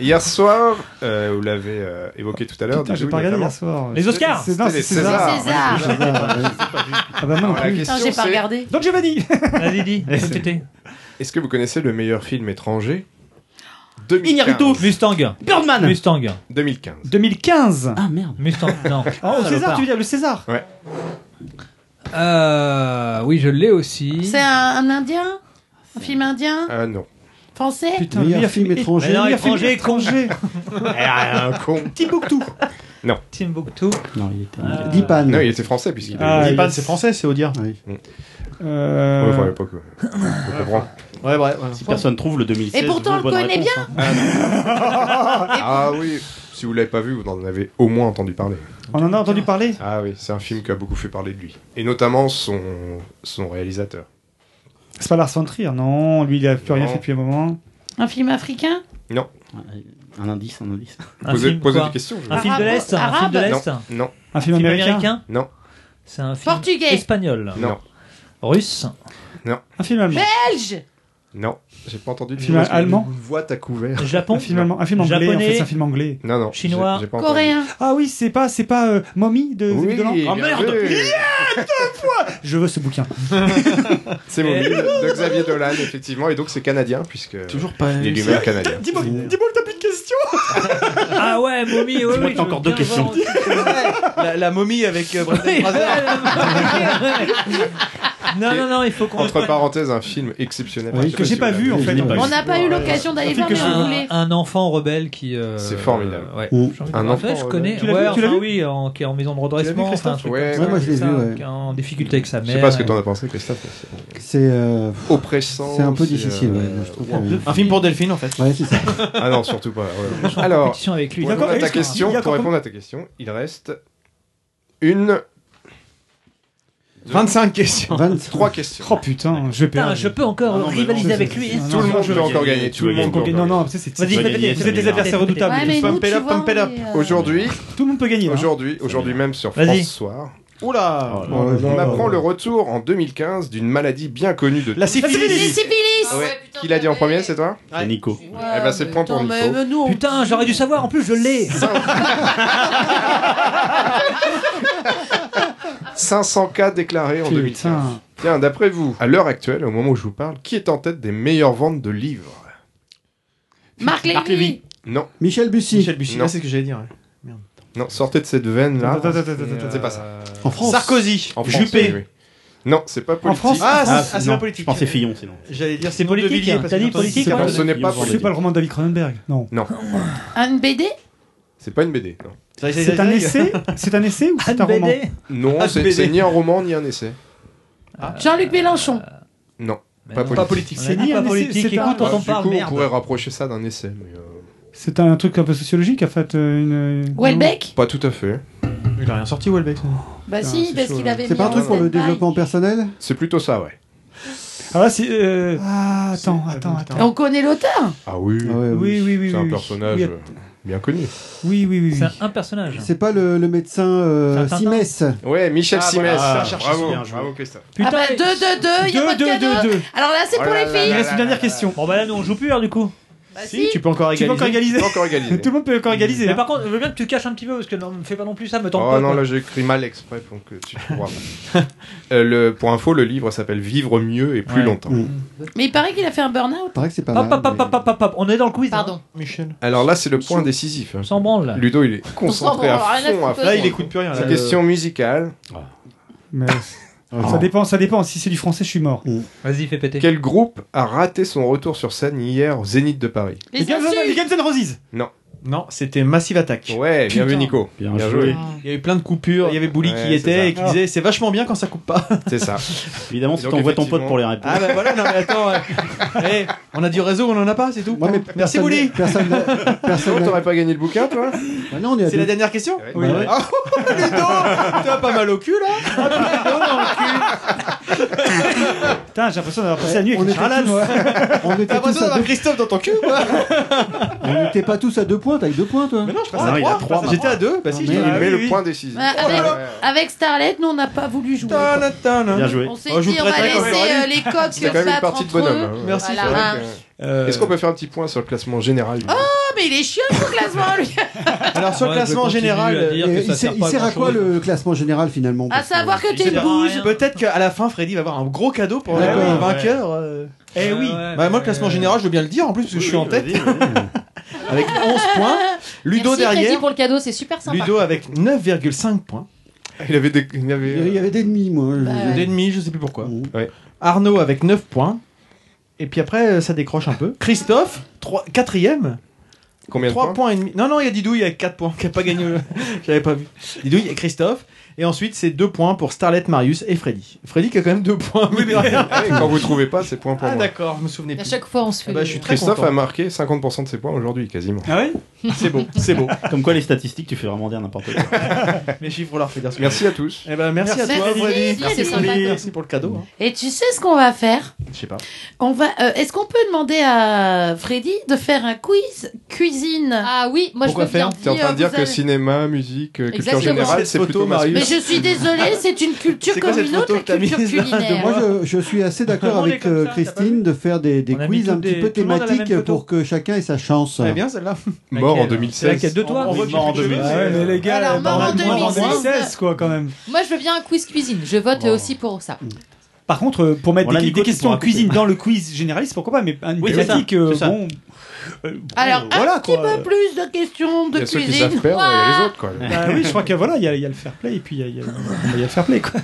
[SPEAKER 6] Hier soir, euh, vous l'avez euh, évoqué tout à l'heure,
[SPEAKER 7] Putain,
[SPEAKER 6] des
[SPEAKER 7] j'ai
[SPEAKER 6] joues
[SPEAKER 7] pas regardé
[SPEAKER 6] notamment.
[SPEAKER 7] hier soir.
[SPEAKER 10] Les Oscars
[SPEAKER 7] C'est- Non,
[SPEAKER 6] C'était
[SPEAKER 7] c'est
[SPEAKER 6] les
[SPEAKER 7] César.
[SPEAKER 2] César.
[SPEAKER 7] Ah bah, moi non
[SPEAKER 6] Alors, la
[SPEAKER 7] plus.
[SPEAKER 2] Putain,
[SPEAKER 6] question,
[SPEAKER 2] j'ai pas
[SPEAKER 6] c'est,
[SPEAKER 2] regardé.
[SPEAKER 7] Donc Giovanni
[SPEAKER 10] Vas-y, dis.
[SPEAKER 6] Eh,
[SPEAKER 10] comme
[SPEAKER 6] c'est-
[SPEAKER 10] t'étais.
[SPEAKER 6] Est-ce que vous connaissez le meilleur film étranger
[SPEAKER 13] Iñárritu.
[SPEAKER 6] 2015.
[SPEAKER 10] Mustang.
[SPEAKER 13] Birdman
[SPEAKER 10] Mustang.
[SPEAKER 6] 2015.
[SPEAKER 7] 2015
[SPEAKER 13] Ah merde
[SPEAKER 10] Mustang, non. Ah,
[SPEAKER 7] Oh, au César,
[SPEAKER 13] salopard.
[SPEAKER 7] tu veux dire le César
[SPEAKER 10] Euh, oui, je l'ai aussi.
[SPEAKER 2] C'est un, un indien Un film indien
[SPEAKER 6] Ah non.
[SPEAKER 2] Français
[SPEAKER 7] Putain,
[SPEAKER 4] Meilleur film étranger.
[SPEAKER 10] Mais non,
[SPEAKER 7] meilleur film
[SPEAKER 10] étranger, con.
[SPEAKER 7] étranger.
[SPEAKER 10] Eh,
[SPEAKER 6] Ah, un con.
[SPEAKER 7] Timbuktu.
[SPEAKER 10] Timbuktu. Euh,
[SPEAKER 5] Non, il était.
[SPEAKER 4] Dipan.
[SPEAKER 6] Non, il était français puisqu'il est.
[SPEAKER 7] Ah,
[SPEAKER 6] Ouais,
[SPEAKER 3] Ipan,
[SPEAKER 7] yes.
[SPEAKER 3] c'est français, c'est Audiard.
[SPEAKER 7] Euh,
[SPEAKER 6] enfin, à l'époque, ouais. On comprend.
[SPEAKER 3] Ouais, ouais, ouais.
[SPEAKER 5] Si personne trouve le 2016.
[SPEAKER 2] Et pourtant, on le
[SPEAKER 5] bonne
[SPEAKER 2] connaît
[SPEAKER 5] réponse,
[SPEAKER 2] bien.
[SPEAKER 5] hein.
[SPEAKER 6] Ah oui, si vous l'avez pas vu, vous en avez au moins entendu parler.
[SPEAKER 7] On en a entendu parler
[SPEAKER 6] Ah oui, c'est un film qui a beaucoup fait parler de lui. Et notamment son, son réalisateur.
[SPEAKER 7] C'est pas Lars von Trier, non. Lui, il a plus rien
[SPEAKER 6] Non.
[SPEAKER 7] fait depuis un moment.
[SPEAKER 2] Un film africain
[SPEAKER 5] Un indice, un indice.
[SPEAKER 10] Un
[SPEAKER 6] posez
[SPEAKER 10] film,
[SPEAKER 6] posez
[SPEAKER 10] quoi
[SPEAKER 6] des questions. je-
[SPEAKER 10] Un film de l'Est Un film
[SPEAKER 2] Arabe
[SPEAKER 10] de
[SPEAKER 6] Non,
[SPEAKER 10] l'Est Un
[SPEAKER 6] non,
[SPEAKER 7] Un film
[SPEAKER 10] film
[SPEAKER 7] américain.
[SPEAKER 10] américain
[SPEAKER 6] non,
[SPEAKER 10] C'est un film
[SPEAKER 2] Portugais.
[SPEAKER 10] espagnol.
[SPEAKER 6] non,
[SPEAKER 10] Russe.
[SPEAKER 7] Un film allemand.
[SPEAKER 2] Belge
[SPEAKER 6] non. J'ai pas entendu. de
[SPEAKER 7] Film
[SPEAKER 6] nom, parce que
[SPEAKER 7] allemand
[SPEAKER 6] Une voix t'a couvert.
[SPEAKER 10] Japon.
[SPEAKER 7] Un film allemand. Un film anglais,
[SPEAKER 10] Japonais.
[SPEAKER 7] en fait, c'est un film anglais.
[SPEAKER 6] Non, non.
[SPEAKER 10] Chinois.
[SPEAKER 6] j'ai- j'ai pas entendu.
[SPEAKER 2] Coréen
[SPEAKER 7] Ah oui, c'est pas, c'est pas euh, Mommy de
[SPEAKER 6] Oui,
[SPEAKER 7] Xavier Dolan
[SPEAKER 6] bien
[SPEAKER 7] Ah merde
[SPEAKER 6] vu.
[SPEAKER 7] Je veux ce bouquin.
[SPEAKER 6] C'est mobile de Xavier Dolan, effectivement. Et donc, c'est canadien, puisque.
[SPEAKER 5] Toujours pas.
[SPEAKER 6] Il est lui-même canadien.
[SPEAKER 7] Dis-moi, dis-moi que t'as plus de questions
[SPEAKER 10] Ah ouais, momie. Ouais,
[SPEAKER 5] Dis-moi
[SPEAKER 10] oui,
[SPEAKER 5] que t'as
[SPEAKER 10] je
[SPEAKER 5] encore
[SPEAKER 10] veux
[SPEAKER 5] deux
[SPEAKER 10] bien
[SPEAKER 5] questions.
[SPEAKER 10] voir aussi.
[SPEAKER 3] La, la momie avec euh, Brendan Fraser.
[SPEAKER 10] non, non, non, il faut qu'on.
[SPEAKER 6] Entre parenthèses, un film exceptionnel.
[SPEAKER 7] Oui,
[SPEAKER 6] Je sais
[SPEAKER 7] que j'ai
[SPEAKER 6] si
[SPEAKER 7] pas
[SPEAKER 6] vous
[SPEAKER 7] vu, en
[SPEAKER 6] l'avez
[SPEAKER 7] fait.
[SPEAKER 5] Oui,
[SPEAKER 2] On n'a pas eu l'occasion d'aller
[SPEAKER 7] bah,
[SPEAKER 2] voir,
[SPEAKER 7] film que
[SPEAKER 2] mais
[SPEAKER 7] je
[SPEAKER 2] on voulait.
[SPEAKER 10] un, un enfant rebelle qui. euh,
[SPEAKER 6] C'est formidable.
[SPEAKER 10] euh, ouais.
[SPEAKER 4] Ou-
[SPEAKER 10] J'ai envie de
[SPEAKER 6] un
[SPEAKER 10] voir ça,
[SPEAKER 6] enfant
[SPEAKER 10] je
[SPEAKER 6] rebelle.
[SPEAKER 3] euh,
[SPEAKER 10] connais. hein.
[SPEAKER 7] Tu l'as
[SPEAKER 10] ouais,
[SPEAKER 7] vu, tu l'as
[SPEAKER 10] enfin,
[SPEAKER 7] vu
[SPEAKER 10] Ah oui, en, qui est en maison de redressement. enfin, un truc
[SPEAKER 6] Ouais,
[SPEAKER 10] comme
[SPEAKER 6] ouais,
[SPEAKER 4] moi,
[SPEAKER 10] ça,
[SPEAKER 4] je l'ai
[SPEAKER 10] c'est
[SPEAKER 4] vu,
[SPEAKER 10] ça,
[SPEAKER 4] ouais.
[SPEAKER 10] qui est En difficulté avec sa
[SPEAKER 6] Je
[SPEAKER 10] mère.
[SPEAKER 6] sais pas ce que t'en as pensé, Christophe.
[SPEAKER 4] C'est euh,
[SPEAKER 6] C'est euh, Oppressant.
[SPEAKER 4] C'est un peu difficile, ouais, moi, je trouve.
[SPEAKER 6] wow.
[SPEAKER 4] Ouais.
[SPEAKER 3] Un film pour Delphine, en fait.
[SPEAKER 4] ouais, c'est ça.
[SPEAKER 6] Ah non, surtout pas. ouais.
[SPEAKER 10] Je suis en
[SPEAKER 6] Alors,
[SPEAKER 10] compétition avec lui.
[SPEAKER 6] pour répondre, à
[SPEAKER 7] D'accord,
[SPEAKER 6] ta
[SPEAKER 7] est-ce que- il y
[SPEAKER 6] question,
[SPEAKER 7] a
[SPEAKER 6] pour
[SPEAKER 7] encore-
[SPEAKER 6] répondre à ta question, il reste une,
[SPEAKER 3] 25 questions.
[SPEAKER 4] 23.
[SPEAKER 6] trois questions.
[SPEAKER 7] Oh putain, je vais
[SPEAKER 10] Putain,
[SPEAKER 7] perdre.
[SPEAKER 10] je peux encore
[SPEAKER 5] Ah non, mais
[SPEAKER 10] rivaliser
[SPEAKER 5] non,
[SPEAKER 10] avec
[SPEAKER 5] c'est-
[SPEAKER 10] lui.
[SPEAKER 7] c'est-
[SPEAKER 10] hein.
[SPEAKER 7] non,
[SPEAKER 6] Tout le
[SPEAKER 7] non,
[SPEAKER 6] monde
[SPEAKER 7] je
[SPEAKER 6] peut
[SPEAKER 7] vais
[SPEAKER 6] encore
[SPEAKER 5] gagner,
[SPEAKER 6] gagner.
[SPEAKER 5] tu
[SPEAKER 6] Tout le
[SPEAKER 5] vas
[SPEAKER 6] monde peut
[SPEAKER 7] Ok,
[SPEAKER 6] encore
[SPEAKER 7] Non,
[SPEAKER 6] gagner.
[SPEAKER 7] non, c'est c'est-
[SPEAKER 10] Vas-y,
[SPEAKER 7] c'est-
[SPEAKER 5] fais- gagner,
[SPEAKER 7] vous
[SPEAKER 5] c'est
[SPEAKER 7] êtes des
[SPEAKER 5] gagner.
[SPEAKER 7] adversaires redoutables.
[SPEAKER 2] Ouais, mais nous,
[SPEAKER 3] Pump
[SPEAKER 2] tu
[SPEAKER 3] it up,
[SPEAKER 2] vois,
[SPEAKER 3] pump it up.
[SPEAKER 2] on est, euh,
[SPEAKER 6] Aujourd'hui,
[SPEAKER 7] Tout le monde peut gagner. là.
[SPEAKER 6] aujourd'hui, aujourd'hui même sur
[SPEAKER 10] Vas-y.
[SPEAKER 6] France Soir,
[SPEAKER 3] Oula
[SPEAKER 5] Oh
[SPEAKER 4] là là.
[SPEAKER 6] on
[SPEAKER 4] Oh.
[SPEAKER 6] apprend le retour en 2015 d'une maladie bien connue de Ah
[SPEAKER 3] La
[SPEAKER 2] Les
[SPEAKER 3] syphilis
[SPEAKER 2] syphilis Ah
[SPEAKER 6] Ouais. Qui l'a dit en premier, c'est toi
[SPEAKER 5] C'est Nico.
[SPEAKER 6] Eh ben, c'est point pour
[SPEAKER 2] Attends,
[SPEAKER 6] Nico.
[SPEAKER 2] mais- mais nous, on-
[SPEAKER 10] Putain, j'aurais dû savoir. En plus, je l'ai.
[SPEAKER 6] 500 cas déclarés en 2015.
[SPEAKER 7] Putain.
[SPEAKER 6] Tiens, d'après vous, à l'heure actuelle, au moment où je vous parle, qui est en tête des meilleures ventes de livres
[SPEAKER 2] Marc Lévy
[SPEAKER 6] Non,
[SPEAKER 4] Michel Bussy.
[SPEAKER 3] Michel Bussy,
[SPEAKER 6] Non.
[SPEAKER 3] là, c'est ce que j'allais dire. ouais.
[SPEAKER 6] non, sortez de cette veine là.
[SPEAKER 7] Attends, attends, attends, attends,
[SPEAKER 6] C'est pas ça.
[SPEAKER 2] Euh,
[SPEAKER 4] En France.
[SPEAKER 3] Sarkozy
[SPEAKER 6] En France,
[SPEAKER 3] Juppé
[SPEAKER 6] oui, oui. Non, c'est pas politique.
[SPEAKER 7] France
[SPEAKER 3] Ah, c'est-
[SPEAKER 5] Ah,
[SPEAKER 3] ah, c'est
[SPEAKER 5] non,
[SPEAKER 3] la politique.
[SPEAKER 5] Je pensais Fillon, sinon.
[SPEAKER 3] J'allais dire, c'est
[SPEAKER 10] C'est politique,
[SPEAKER 3] politique.
[SPEAKER 10] hein. T'as dit politique,
[SPEAKER 6] Non,
[SPEAKER 10] pas-
[SPEAKER 6] ce n'est pas
[SPEAKER 5] Fillon,
[SPEAKER 7] C'est
[SPEAKER 6] politique.
[SPEAKER 7] pas le roman de David Cronenberg. Non.
[SPEAKER 2] Anne BD
[SPEAKER 6] C'est pas une BD. Non,
[SPEAKER 7] C'est un essai C'est un essai ou c'est un
[SPEAKER 10] Anne
[SPEAKER 7] roman
[SPEAKER 10] BD.
[SPEAKER 6] Non,
[SPEAKER 3] Ah,
[SPEAKER 6] c'est
[SPEAKER 3] BD.
[SPEAKER 6] c'est ni un roman ni un essai.
[SPEAKER 2] Jean-Luc Mélenchon.
[SPEAKER 6] Non,
[SPEAKER 2] Ah. Mais
[SPEAKER 6] pas
[SPEAKER 2] non.
[SPEAKER 6] politique. Ah,
[SPEAKER 2] Pas politique. C'est On a dit ni pas un essai, politique, c'est écoute, un- quand on
[SPEAKER 6] du
[SPEAKER 2] parle,
[SPEAKER 6] coup,
[SPEAKER 2] merde.
[SPEAKER 6] on pourrait rapprocher ça d'un essai. mais, euh,
[SPEAKER 7] C'est un truc un peu sociologique, en fait. euh, Une...
[SPEAKER 2] Houellebecq
[SPEAKER 6] Pas tout à fait.
[SPEAKER 3] Il a rien sorti, Welbeck.
[SPEAKER 2] Bah si, parce qu'il avait
[SPEAKER 4] C'est
[SPEAKER 2] mis
[SPEAKER 4] pas un
[SPEAKER 2] en
[SPEAKER 4] truc pour le
[SPEAKER 2] stand-by.
[SPEAKER 4] développement personnel
[SPEAKER 6] C'est plutôt ça, ouais.
[SPEAKER 7] Ah, là, c'est. euh, Ah, attends, attends,
[SPEAKER 2] Et
[SPEAKER 7] attends.
[SPEAKER 2] On connaît l'auteur.
[SPEAKER 6] Ah oui,
[SPEAKER 7] oui, oui, oui,
[SPEAKER 6] c'est un
[SPEAKER 7] oui.
[SPEAKER 6] personnage
[SPEAKER 7] Oui,
[SPEAKER 6] euh, bien connu.
[SPEAKER 7] Oui, oui, oui.
[SPEAKER 6] C'est
[SPEAKER 1] un personnage.
[SPEAKER 4] C'est pas le, le médecin euh,
[SPEAKER 6] C'est un Tintin
[SPEAKER 4] Simès
[SPEAKER 6] Ouais, Michel
[SPEAKER 4] Ah,
[SPEAKER 6] Simès.
[SPEAKER 4] voilà, ça,
[SPEAKER 6] Ah,
[SPEAKER 4] cherche
[SPEAKER 6] bravo,
[SPEAKER 4] bien, je
[SPEAKER 6] bravo Christophe.
[SPEAKER 2] ah bah 2, 2, 2,
[SPEAKER 1] Euh,
[SPEAKER 2] il y a pas de
[SPEAKER 7] deux,
[SPEAKER 2] cadeau.
[SPEAKER 7] deux, deux.
[SPEAKER 2] Alors là, c'est pour les filles.
[SPEAKER 7] dernière question.
[SPEAKER 1] Bon, bah là, nous, on joue plus, alors, du coup.
[SPEAKER 2] Bah
[SPEAKER 3] si, tu peux encore
[SPEAKER 7] Tu peux encore égaliser.
[SPEAKER 6] Tu peux encore égaliser.
[SPEAKER 7] Tout le monde peut encore égaliser.
[SPEAKER 1] Mais
[SPEAKER 7] hein.
[SPEAKER 1] par contre, je veux bien que tu caches un petit peu, parce que non, me fais pas non plus ça, me tente
[SPEAKER 6] Oh
[SPEAKER 1] pas.
[SPEAKER 6] non,
[SPEAKER 1] quoi.
[SPEAKER 6] là j'écris mal exprès pour que tu trouveras. Euh, le, pour info, le livre s'appelle Vivre mieux et plus
[SPEAKER 1] Ouais.
[SPEAKER 6] longtemps.
[SPEAKER 2] Mais il paraît qu'il a fait un burn-out.
[SPEAKER 4] Paraît que c'est pas
[SPEAKER 1] Hop, hop, hop, hop, hop, hop, hop, on est dans le quiz. hein. Pardon.
[SPEAKER 3] Michel.
[SPEAKER 6] Alors là, c'est le point décisif. hein.
[SPEAKER 1] S'en branle, là.
[SPEAKER 6] Ludo, il est concentré à
[SPEAKER 1] branle, rien à
[SPEAKER 6] fond. à
[SPEAKER 1] foutre. Là,
[SPEAKER 6] fond.
[SPEAKER 1] il écoute plus rien, là. Ah.
[SPEAKER 6] C'est question musicale.
[SPEAKER 7] Mais- Ça dépend, ça dépend. Si c'est du français, je suis mort.
[SPEAKER 1] Vas-y, fais Ah. péter.
[SPEAKER 6] Quel groupe a raté son retour sur scène hier au Zénith de Paris
[SPEAKER 7] Les Guns N' les Guns N' Roses.
[SPEAKER 6] Non.
[SPEAKER 3] Non, c'était Massive Attack.
[SPEAKER 6] Ouais, bienvenue Nico.
[SPEAKER 5] Bien
[SPEAKER 6] joué.
[SPEAKER 3] Il y a eu plein de coupures, il y avait Bouli
[SPEAKER 6] Ouais,
[SPEAKER 3] qui y
[SPEAKER 6] c'est ça.
[SPEAKER 3] était et qui
[SPEAKER 6] Ah.
[SPEAKER 3] disait c'est vachement bien quand ça coupe pas.
[SPEAKER 6] C'est ça.
[SPEAKER 5] Évidemment, si
[SPEAKER 6] Donc,
[SPEAKER 5] t'envoies ton pote
[SPEAKER 6] effectivement-
[SPEAKER 5] pour les réponses.
[SPEAKER 3] Ah bah voilà, non mais attends, euh, eh, on a du réseau, on en a pas, c'est tout. Merci Bouli.
[SPEAKER 4] Personne.
[SPEAKER 6] Personne. T'aurais pas gagné le bouquin, toi
[SPEAKER 4] Bah non, on est à
[SPEAKER 3] C'est
[SPEAKER 4] deux.
[SPEAKER 3] la dernière question
[SPEAKER 4] Oui. Bah ouais.
[SPEAKER 3] Ah, Ludo, t'as pas mal au cul
[SPEAKER 5] Ah, bah,
[SPEAKER 3] là
[SPEAKER 7] Putain, j'ai l'impression d'avoir passé la nuit
[SPEAKER 4] On
[SPEAKER 7] avec
[SPEAKER 4] était
[SPEAKER 7] Ralan.
[SPEAKER 4] tous- On
[SPEAKER 3] T'as
[SPEAKER 4] était
[SPEAKER 3] l'impression
[SPEAKER 4] tous à
[SPEAKER 3] d'avoir
[SPEAKER 4] deux-
[SPEAKER 3] Christophe dans ton cul quoi
[SPEAKER 4] on était pas tous à deux points, t'as que deux points toi Ah, Mais non, je
[SPEAKER 3] Ah, il a trois, maintenant. J'étais à deux, bah si, je
[SPEAKER 6] Il
[SPEAKER 3] l'ai
[SPEAKER 6] met
[SPEAKER 3] mis.
[SPEAKER 6] le point décisif.
[SPEAKER 2] Bah,
[SPEAKER 4] Ah,
[SPEAKER 2] avec, avec Starlet, nous, on n'a pas voulu jouer. quoi.
[SPEAKER 6] Bien joué.
[SPEAKER 2] On s'est
[SPEAKER 6] Oh, je vous
[SPEAKER 2] dit, on va
[SPEAKER 6] prêterai quand
[SPEAKER 2] laisser
[SPEAKER 6] j'aurai
[SPEAKER 2] euh,
[SPEAKER 6] lu.
[SPEAKER 2] les coqs se
[SPEAKER 6] C'est quand même une
[SPEAKER 2] battre
[SPEAKER 6] partie de
[SPEAKER 2] entre
[SPEAKER 6] bonhomme.
[SPEAKER 2] eux.
[SPEAKER 6] hein.
[SPEAKER 2] Voilà.
[SPEAKER 6] C'est vrai que-
[SPEAKER 3] Euh,
[SPEAKER 6] Est-ce qu'on peut faire un petit point sur le classement général du-
[SPEAKER 2] Oh, mais il est chiant, ce classement, lui.
[SPEAKER 3] Alors sur le
[SPEAKER 1] Ah,
[SPEAKER 6] Ouais, je
[SPEAKER 3] classement
[SPEAKER 6] continue
[SPEAKER 3] général,
[SPEAKER 6] à dire
[SPEAKER 3] euh,
[SPEAKER 6] que
[SPEAKER 3] il
[SPEAKER 6] ça
[SPEAKER 3] sait-
[SPEAKER 6] sert
[SPEAKER 3] il
[SPEAKER 6] pas à
[SPEAKER 3] sert à
[SPEAKER 6] grand-chose.
[SPEAKER 3] quoi
[SPEAKER 4] Quoi le classement général finalement
[SPEAKER 2] À savoir que t'es une bouse.
[SPEAKER 3] Peut-être qu'à la fin, Freddy va avoir un gros cadeau pour
[SPEAKER 4] Ouais,
[SPEAKER 3] le
[SPEAKER 4] ouais.
[SPEAKER 3] vainqueur. euh. Eh oui. Bah, moi, le classement général, je veux bien le dire en plus, parce que je suis en tête. avec 11 points. Ludo
[SPEAKER 9] Ah, Merci, Freddy,
[SPEAKER 3] derrière.
[SPEAKER 9] pour le cadeau, c'est super sympa.
[SPEAKER 3] Ludo avec 9,5 points.
[SPEAKER 6] Il avait des. Il avait,
[SPEAKER 4] Il y avait des demi, moi. Mm. je-
[SPEAKER 9] Bah ouais.
[SPEAKER 3] Des ennemis, je sais plus pourquoi.
[SPEAKER 6] Ouais.
[SPEAKER 3] Arnaud avec 9 points. Et puis après, euh, ça décroche un peu. Christophe, 3... 4ème.
[SPEAKER 6] Combien de
[SPEAKER 3] 3
[SPEAKER 6] points
[SPEAKER 3] points et demi. Non, non, il y a Didouille avec 4 points qui a pas gagné. le- J'avais pas vu. Didouille et Christophe. Et ensuite, c'est 2 points pour Starlet, Marius et Freddy. Freddy qui a quand même 2 points. Oui,
[SPEAKER 6] Ah oui, Quand vous trouvez pas, c'est point pour
[SPEAKER 3] Ah,
[SPEAKER 6] moi.
[SPEAKER 3] d'accord, je me souvenais plus.
[SPEAKER 9] À chaque fois, on se fait.
[SPEAKER 3] Ah bah, je suis très
[SPEAKER 6] Christophe
[SPEAKER 3] content.
[SPEAKER 6] a marqué 50% de ses points aujourd'hui, quasiment.
[SPEAKER 7] Ah ouais
[SPEAKER 3] C'est beau, c'est beau.
[SPEAKER 5] Comme quoi, les statistiques, tu fais vraiment dire n'importe quoi.
[SPEAKER 3] Mes chiffres, on leur fait dire ce que-
[SPEAKER 6] Merci à tous.
[SPEAKER 3] Eh ben, merci,
[SPEAKER 2] Merci,
[SPEAKER 3] à toi,
[SPEAKER 2] Freddy.
[SPEAKER 3] Freddy.
[SPEAKER 2] Merci, c'est
[SPEAKER 3] Freddy.
[SPEAKER 2] sympa.
[SPEAKER 3] Merci pour le cadeau. hein.
[SPEAKER 2] Et tu sais ce qu'on va faire
[SPEAKER 3] Je sais pas.
[SPEAKER 2] On va. euh, Est-ce qu'on peut demander à Freddy de faire un quiz cuisine
[SPEAKER 9] Ah oui, moi
[SPEAKER 6] Pourquoi
[SPEAKER 9] je veux bien.
[SPEAKER 6] faire T'es en
[SPEAKER 2] Dis,
[SPEAKER 6] train
[SPEAKER 2] euh,
[SPEAKER 6] de dire
[SPEAKER 2] vous
[SPEAKER 6] que
[SPEAKER 2] avez-
[SPEAKER 6] cinéma, musique, euh, culture
[SPEAKER 9] Exactement.
[SPEAKER 6] générale,
[SPEAKER 3] Cette
[SPEAKER 6] c'est
[SPEAKER 3] photo,
[SPEAKER 6] plutôt masculin.
[SPEAKER 2] Mais je suis désolée, c'est une culture
[SPEAKER 3] C'est quoi
[SPEAKER 2] comme
[SPEAKER 3] cette
[SPEAKER 2] une autre,
[SPEAKER 3] photo
[SPEAKER 2] la
[SPEAKER 3] que t'as
[SPEAKER 2] culture
[SPEAKER 3] mise là de
[SPEAKER 2] culinaire.
[SPEAKER 4] Moi, je, je suis assez d'accord
[SPEAKER 1] Tout le monde
[SPEAKER 4] avec
[SPEAKER 1] est comme
[SPEAKER 4] euh,
[SPEAKER 1] ça,
[SPEAKER 4] Christine de faire des, des
[SPEAKER 1] On a mis
[SPEAKER 4] quiz
[SPEAKER 1] tous
[SPEAKER 4] un petit
[SPEAKER 1] des-
[SPEAKER 4] peu
[SPEAKER 1] tout le monde a la même
[SPEAKER 4] thématiques
[SPEAKER 1] photo.
[SPEAKER 4] pour que chacun ait sa chance.
[SPEAKER 3] Très bien, celle-là.
[SPEAKER 6] Mort en
[SPEAKER 1] Laquelle C'est la
[SPEAKER 6] 2016.
[SPEAKER 1] quête de toi
[SPEAKER 3] On voit
[SPEAKER 5] mort en
[SPEAKER 3] plus de cheveux.
[SPEAKER 5] 2016.
[SPEAKER 7] Ouais, mais les gars,
[SPEAKER 9] Alors,
[SPEAKER 7] dans
[SPEAKER 9] mort
[SPEAKER 7] la
[SPEAKER 9] en
[SPEAKER 7] mort en
[SPEAKER 9] 2016,
[SPEAKER 7] 2016, quoi, quand même.
[SPEAKER 9] Moi je veux bien un quiz cuisine. Je vote euh, aussi pour ça.
[SPEAKER 7] Par contre, euh, pour mettre
[SPEAKER 5] Bon, là,
[SPEAKER 7] des,
[SPEAKER 5] Nico,
[SPEAKER 7] des
[SPEAKER 5] tu
[SPEAKER 7] questions
[SPEAKER 5] pourras
[SPEAKER 7] en cuisine dans le quiz généraliste, pourquoi pas, mais une
[SPEAKER 5] Oui, c'est ça,
[SPEAKER 7] thématique, euh,
[SPEAKER 5] c'est ça.
[SPEAKER 7] bon.
[SPEAKER 2] Alors,
[SPEAKER 7] voilà,
[SPEAKER 2] un petit
[SPEAKER 7] quoi.
[SPEAKER 2] peu plus de questions
[SPEAKER 6] Il
[SPEAKER 2] de
[SPEAKER 6] y a ceux
[SPEAKER 2] cuisine.
[SPEAKER 6] qui savent faire, il y a les autres, quoi.
[SPEAKER 7] Bah oui, je crois que voilà, il y, a- il y a le fair play et puis il y a, il y a- il y a le fair play quoi.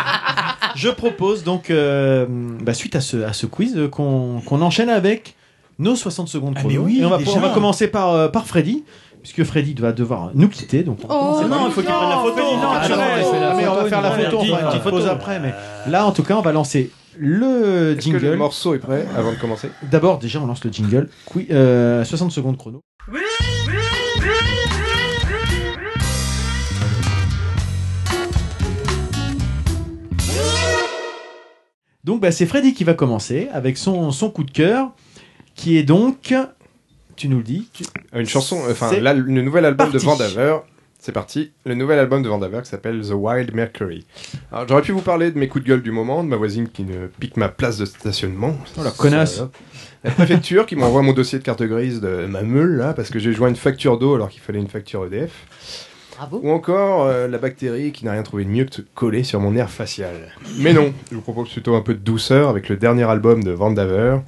[SPEAKER 3] Je propose donc, euh, bah, suite à ce, à ce quiz, euh, qu'on qu'on enchaîne avec nos 60 secondes
[SPEAKER 7] Ah, mais
[SPEAKER 3] chrono.
[SPEAKER 7] oui,
[SPEAKER 3] et on va,
[SPEAKER 7] déjà.
[SPEAKER 3] on va commencer par, euh, par Freddy, puisque Freddy va devoir nous quitter. Donc on va
[SPEAKER 2] Oh
[SPEAKER 3] commencer par-
[SPEAKER 2] non,
[SPEAKER 5] il faut qu'il prenne la photo.
[SPEAKER 3] Non,
[SPEAKER 5] Ah,
[SPEAKER 3] après,
[SPEAKER 5] non,
[SPEAKER 3] mais on va faire la photo, on
[SPEAKER 5] petite-
[SPEAKER 3] fera une petite
[SPEAKER 5] petite
[SPEAKER 3] pause
[SPEAKER 5] photo.
[SPEAKER 3] après. Mais là, en tout cas, on va lancer le
[SPEAKER 6] Est-ce que le
[SPEAKER 3] jingle.
[SPEAKER 6] morceau est prêt avant de commencer
[SPEAKER 3] D'abord, déjà, on lance le jingle. Qui- euh, 60 secondes chrono. Donc, bah, c'est Freddy qui va commencer avec son, son coup de cœur, qui est donc. Tu nous le dis. tu-
[SPEAKER 6] Euh, Une chanson, enfin,
[SPEAKER 3] C'est
[SPEAKER 6] là, le nouvel album de
[SPEAKER 3] parti.
[SPEAKER 6] Vandaver. C'est parti. Le nouvel album de Vandaver qui s'appelle The Wild Mercury. Alors, j'aurais pu vous parler de mes coups de gueule du moment, de ma voisine qui ne pique ma place de stationnement.
[SPEAKER 3] Oh la connasse.
[SPEAKER 6] Salope. La préfecture qui m'envoie mon dossier de carte grise de ma meule, là, parce que j'ai joint une facture d'eau alors qu'il fallait une facture E EDF.
[SPEAKER 9] Bravo.
[SPEAKER 6] Ou encore euh, la bactérie qui n'a rien trouvé de mieux que de se coller sur mon nerf facial. Mais non, je vous propose plutôt un peu de douceur avec le dernier album de Vandaver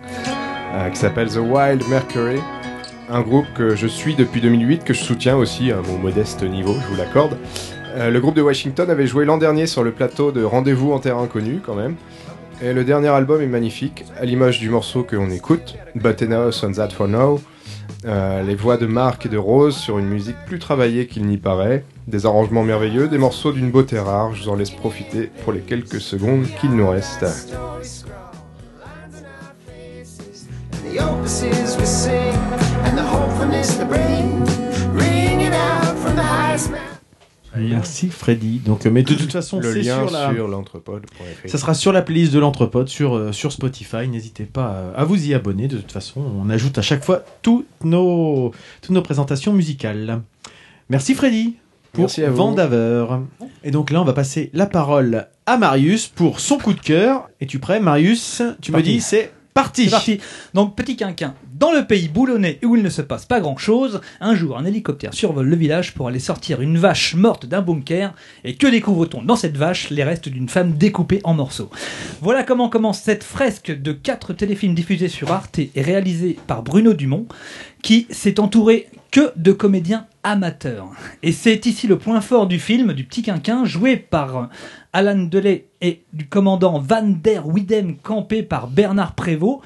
[SPEAKER 6] euh, qui s'appelle The Wild Mercury. Un groupe que je suis depuis 2008, que je soutiens aussi à mon modeste niveau, je vous l'accorde. Euh, le groupe de Washington avait joué l'an dernier sur le plateau de Rendez-vous en Terre Inconnue, quand même. Et le dernier album est magnifique, à l'image du morceau que l'on écoute, But Enough on That For Now. euh, les voix de Marc et de Rose sur une musique plus travaillée qu'il n'y paraît, des arrangements merveilleux, des morceaux d'une beauté rare, je vous en laisse profiter pour les quelques secondes qu'il nous reste.
[SPEAKER 11] The opposites we sing, and the hopefulness they bring, ringing out from the highest mountain.
[SPEAKER 3] Merci Freddy. Donc, euh, mais de toute façon,
[SPEAKER 6] le
[SPEAKER 3] c'est
[SPEAKER 6] lien
[SPEAKER 3] sur la-
[SPEAKER 6] l'entrepode.fr.
[SPEAKER 3] Ça sera sur la playlist de l'entrepode, sur, euh, sur Spotify. N'hésitez pas euh, à, à vous y abonner. De toute façon, on ajoute à chaque fois toutes nos, toutes nos présentations musicales. Merci Freddy pour
[SPEAKER 6] Merci à vous.
[SPEAKER 3] Vendaver. Et donc là, on va passer la parole à Marius pour son coup de cœur. Es-tu prêt, Marius Tu me
[SPEAKER 1] parti.
[SPEAKER 3] dis, c'est parti.
[SPEAKER 1] C'est parti. Donc, petit quinquin. Dans le pays boulonnais où il ne se passe pas grand chose, un jour un hélicoptère survole le village pour aller sortir une vache morte d'un bunker. Et que découvre-t-on dans cette vache Les restes d'une femme découpée en morceaux. Voilà comment commence cette fresque de quatre téléfilms diffusés sur Arte et réalisés par Bruno Dumont, qui s'est entouré que de comédiens amateurs. Et c'est ici le point fort du film, du petit quinquin, joué par euh, Alan Delay et du commandant Van der Widem, campé par Bernard Prévost.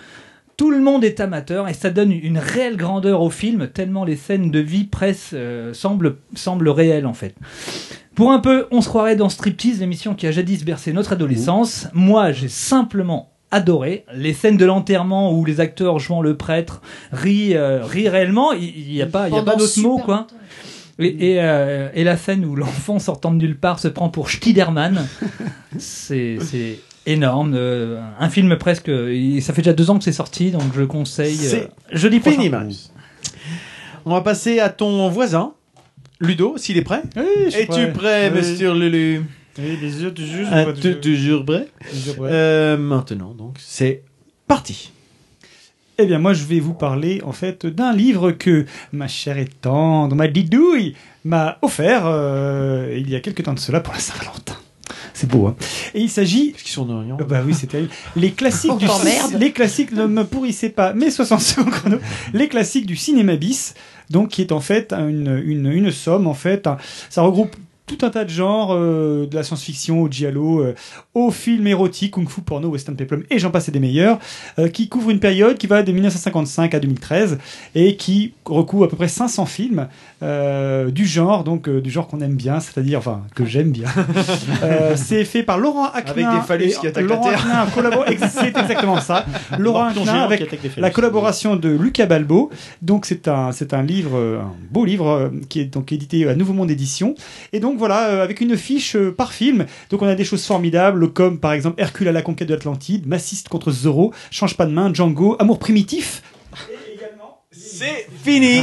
[SPEAKER 1] Tout le monde est amateur et ça donne une réelle grandeur au film, tellement les scènes de vie presse euh, semblent, semblent réelles en fait. Pour un peu, on se croirait dans Striptease, l'émission qui a jadis bercé notre adolescence. Moi, j'ai simplement adoré les scènes de l'enterrement où les acteurs jouant le prêtre rient, euh, rient réellement. Il n'y a pas, il y a pas
[SPEAKER 13] Pendant
[SPEAKER 1] d'autre mot
[SPEAKER 13] super
[SPEAKER 1] quoi. Et, et, euh, et la scène où l'enfant sortant de nulle part se prend pour Stiderman, c'est c'est énorme. euh, un film presque. et ça fait déjà deux ans que c'est sorti, donc je conseille. euh,
[SPEAKER 3] C'est joli
[SPEAKER 1] prochain.
[SPEAKER 3] fini, Marius. On va passer à ton voisin, Ludo, s'il est prêt.
[SPEAKER 7] suis
[SPEAKER 3] Es-tu prêt,
[SPEAKER 7] prêt. Oui.
[SPEAKER 3] monsieur Lulu
[SPEAKER 7] les yeux, tu juges
[SPEAKER 3] Ah, tu- Toujours prêt
[SPEAKER 7] Toujours prêt.
[SPEAKER 3] Euh, Maintenant, donc, c'est parti.
[SPEAKER 7] Eh bien, moi, je vais vous parler, en fait, d'un livre que ma chère et tendre, ma didouille, m'a offert euh, il y a quelque temps de cela pour la Saint-Valentin. C'est beau, hein Et il s'agit...
[SPEAKER 3] Parce qu'ils sont en Orient.
[SPEAKER 7] Euh, bah oui, c'est terrible. Les classiques
[SPEAKER 3] On
[SPEAKER 2] Oh,
[SPEAKER 7] du...
[SPEAKER 3] t'emmerde.
[SPEAKER 7] Les classiques, ne me pourrissez pas, mais 60 secondes chrono. Les classiques du cinéma bis, donc qui est en fait une, une, une somme, en fait. un- ça regroupe tout un tas de genres, euh, de la science-fiction au giallo, euh, au film érotique, kung-fu, porno, western peplum, et j'en passe et des meilleurs, euh, qui couvre une période qui va de 1955 à 2013 et qui recouvre à peu près 500 films euh, du genre, donc euh, du genre qu'on aime bien, c'est-à-dire, enfin, que j'aime bien. Euh, c'est fait par Laurent Aknin.
[SPEAKER 3] Avec des phallus
[SPEAKER 7] et-
[SPEAKER 3] qui attaquent la
[SPEAKER 7] Laurent
[SPEAKER 3] Terre.
[SPEAKER 7] Aknin, collabore- ex- C'est exactement ça. Laurent
[SPEAKER 3] Morpion
[SPEAKER 7] Aknin
[SPEAKER 3] géant qui
[SPEAKER 7] avec
[SPEAKER 3] attaque des phallus.
[SPEAKER 7] la collaboration de Lucas Balbo. Donc c'est un, c'est un livre, euh, un beau livre euh, qui est donc édité à Nouveau Monde Édition. Et donc voilà, euh, avec une fiche euh, par film. Donc on a des choses formidables comme par exemple Hercule à la conquête de l'Atlantide, Massiste contre Zorro, Change pas de main, Django, Amour primitif.
[SPEAKER 3] C'est fini.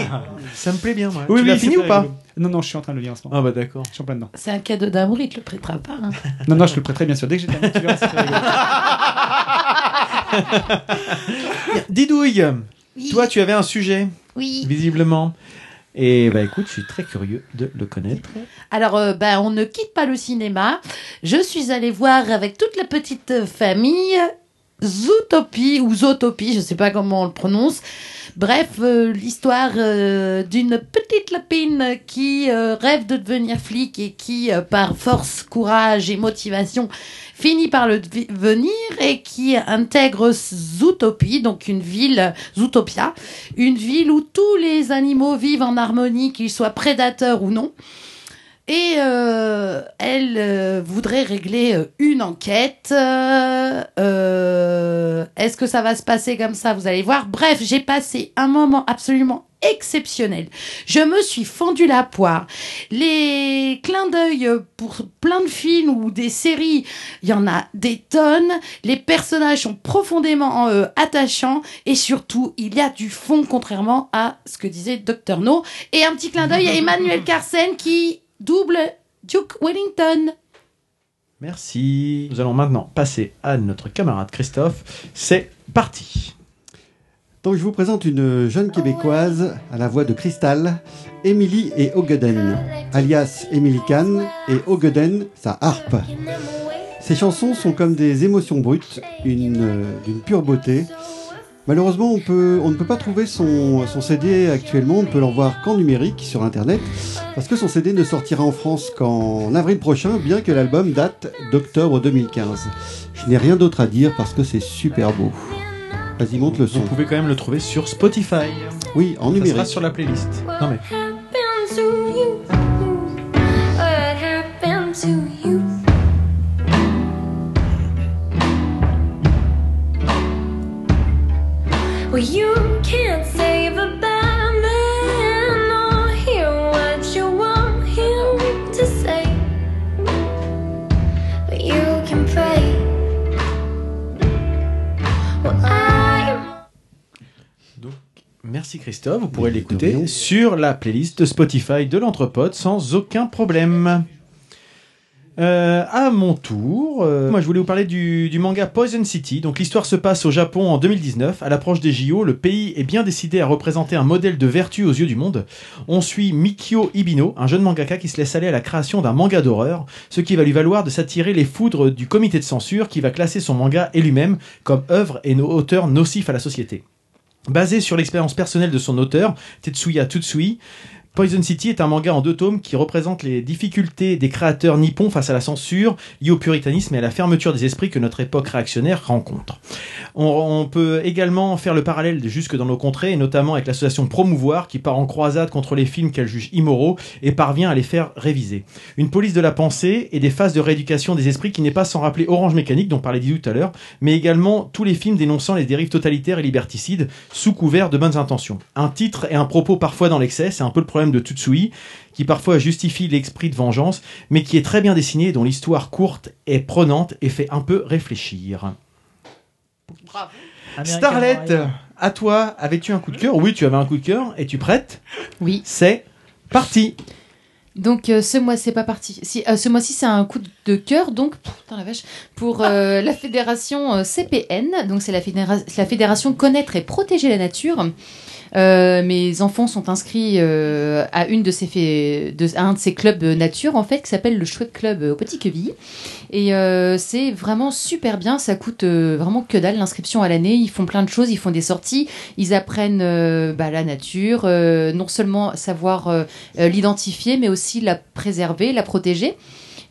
[SPEAKER 3] Ça me plaît bien, moi. tu l'as
[SPEAKER 7] Ah. c'est
[SPEAKER 3] fini ou
[SPEAKER 7] très
[SPEAKER 3] pas
[SPEAKER 7] rigolo. Non, non, je suis en train de le lire en ce moment.
[SPEAKER 3] Ah bah d'accord.
[SPEAKER 7] Je suis en plein dedans.
[SPEAKER 2] C'est un cadeau d'amour, il te le prêtera pas. hein.
[SPEAKER 7] Non, non, je te le prêterai bien sûr dès que j'ai terminé. tu verras, c'est très rigolo.
[SPEAKER 3] Didouille, toi, tu avais un sujet.
[SPEAKER 9] Oui.
[SPEAKER 3] Visiblement. Et bah écoute, je suis très curieux de le connaître.
[SPEAKER 2] Alors, euh, ben, on ne quitte pas le cinéma. Je suis allée voir avec toute la petite euh, famille Zootopie ou Zootopie, je ne sais pas comment on le prononce. Bref, euh, l'histoire euh, d'une petite lapine qui euh, rêve de devenir flic et qui, euh, par force, courage et motivation, finit par le devenir et qui intègre Zootopie, donc une ville, Zootopia, une ville où tous les animaux vivent en harmonie, qu'ils soient prédateurs ou non. Et euh, elle euh, voudrait régler euh, une enquête. Euh, euh, Est-ce que ça va se passer comme ça Vous allez voir. Bref, j'ai passé un moment absolument exceptionnel. Je me suis fendu la poire. Les clins d'œil euh, pour plein de films ou des séries, il y en a des tonnes. Les personnages sont profondément euh, attachants et surtout, il y a du fond contrairement à ce que disait Dr No. Et un petit clin d'œil à
[SPEAKER 3] Mm.
[SPEAKER 2] Emmanuel Carsen qui double Duke Wellington.
[SPEAKER 3] Merci. Nous allons maintenant passer à notre camarade Christophe. C'est parti.
[SPEAKER 4] Donc je vous présente une jeune québécoise à la voix de cristal, Émilie et Ogeden, alias Émilie Kahn et Ogeden, sa harpe. Ses chansons sont comme des émotions brutes, une, euh, d'une pure beauté. Malheureusement, on, peut, on ne peut pas trouver son, son CD actuellement, on ne peut l'en voir qu'en numérique sur Internet, parce que son CD ne sortira en France qu'en avril prochain, bien que l'album date d'octobre 2015. Je n'ai rien d'autre à dire parce que c'est super beau. Vas-y, monte le son.
[SPEAKER 3] Vous pouvez quand même le trouver sur Spotify.
[SPEAKER 4] Oui, en
[SPEAKER 3] Ça
[SPEAKER 4] numérique.
[SPEAKER 3] sera sur la playlist. Non mais.
[SPEAKER 12] happened to you? What happened to you? Well, you can't save a bad man or hear what you want him to say. But you can pray. Well, I am
[SPEAKER 3] Merci Christophe, vous pourrez l'écouter sur la playlist de Spotify de l'Entrepode sans aucun problème. Euh, à mon tour, euh, moi je voulais vous parler du, du manga Poison City. Donc l'histoire se passe au Japon en 2019. À l'approche des JO, le pays est bien décidé à représenter un modèle de vertu aux yeux du monde. On suit Mikio Ibino, un jeune mangaka qui se laisse aller à la création d'un manga d'horreur, ce qui va lui valoir de s'attirer les foudres du comité de censure qui va classer son manga et lui-même comme œuvre et no- auteur nocif à la société. Basé sur l'expérience personnelle de son auteur, Tetsuya Tutsui, Poison City est un manga en deux tomes qui représente les difficultés des créateurs nippons face à la censure liée au puritanisme et à la fermeture des esprits que notre époque réactionnaire rencontre. On, on peut également faire le parallèle de- jusque dans nos contrées, et notamment avec l'association Promouvoir qui part en croisade contre les films qu'elle juge immoraux et parvient à les faire réviser. Une police de la pensée et des phases de rééducation des esprits qui n'est pas sans rappeler Orange Mécanique dont parlait Didou tout à l'heure, mais également tous les films dénonçant les dérives totalitaires et liberticides sous couvert de bonnes intentions. Un titre et un propos parfois dans l'excès, c'est un peu le problème de Tutsui, qui parfois justifie l'esprit de vengeance, mais qui est très bien dessiné, dont l'histoire courte est prenante et fait un peu réfléchir. Starlet, à toi, avais-tu un coup de cœur Oui, tu avais un coup de cœur. Es-tu prête
[SPEAKER 9] Oui.
[SPEAKER 3] C'est parti
[SPEAKER 9] Donc euh, ce mois c'est pas parti. Si euh, ce mois-ci c'est un coup de cœur donc pff, putain la vache pour euh, la fédération euh, CPN donc c'est la, fédéra- la fédération connaître et protéger la nature. Euh, mes enfants sont inscrits euh, à une de ces fé- de- à un de ces clubs euh, nature en fait qui s'appelle le Chouette Club euh, au Petit Queville et euh, c'est vraiment super bien ça coûte euh, vraiment que dalle l'inscription à l'année ils font plein de choses ils font des sorties ils apprennent euh, bah, la nature euh, non seulement savoir euh, euh, l'identifier mais aussi la préserver la protéger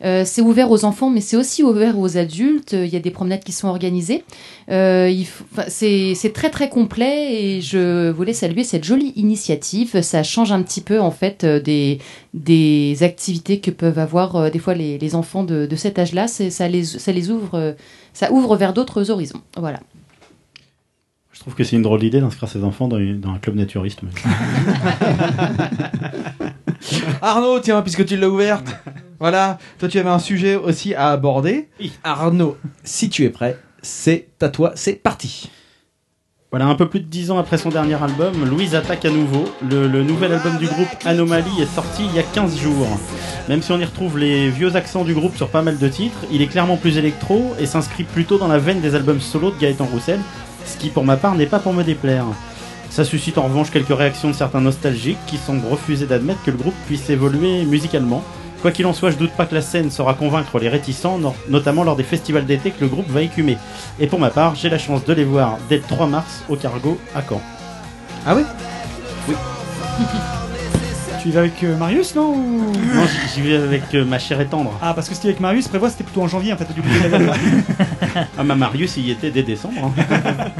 [SPEAKER 9] euh, c'est ouvert aux enfants, mais c'est aussi ouvert aux adultes. Euh, Il y a des promenades qui sont organisées. Euh, il faut- enfin, c'est c'est très très complet et je voulais saluer cette jolie initiative. Ça change un petit peu en fait euh, des, des activités que peuvent avoir euh, des fois les, les enfants de, de cet âge-là. C'est- Ça les, ça les ouvre, euh, ça ouvre vers d'autres horizons. Voilà.
[SPEAKER 5] Je trouve que c'est une drôle d'idée d'inscrire ses enfants dans, une- dans un club naturiste. mais-
[SPEAKER 3] Arnaud, tiens, puisque tu l'as ouverte, voilà, toi tu avais un sujet aussi à aborder. Arnaud, si tu es prêt, c'est à toi, c'est parti.
[SPEAKER 5] Voilà, un peu plus de 10 ans après son dernier album, Louise attaque à nouveau. Le, le nouvel album du groupe Anomalie est sorti il y a 15 jours. Même si on y retrouve les vieux accents du groupe sur pas mal de titres, il est clairement plus électro et s'inscrit plutôt dans la veine des albums solo de Gaëtan Roussel, ce qui pour ma part n'est pas pour me déplaire. Ça suscite en revanche quelques réactions de certains nostalgiques qui semblent refuser d'admettre que le groupe puisse évoluer musicalement. Quoi qu'il en soit, je doute pas que la scène saura convaincre les réticents, no- notamment lors des festivals d'été que le groupe va écumer. Et pour ma part, j'ai la chance de les voir dès le 3 mars au Cargo à Caen.
[SPEAKER 3] Ah oui
[SPEAKER 5] Oui.
[SPEAKER 7] Tu y vas avec euh, Marius, non ou-
[SPEAKER 5] Non, j'y- j'y vais avec euh, ma chère et tendre.
[SPEAKER 7] Ah, parce que c'était avec Marius, prévoit, c'était plutôt en janvier en fait. Du coup,
[SPEAKER 5] Ah, ma Marius, il y était dès décembre. hein.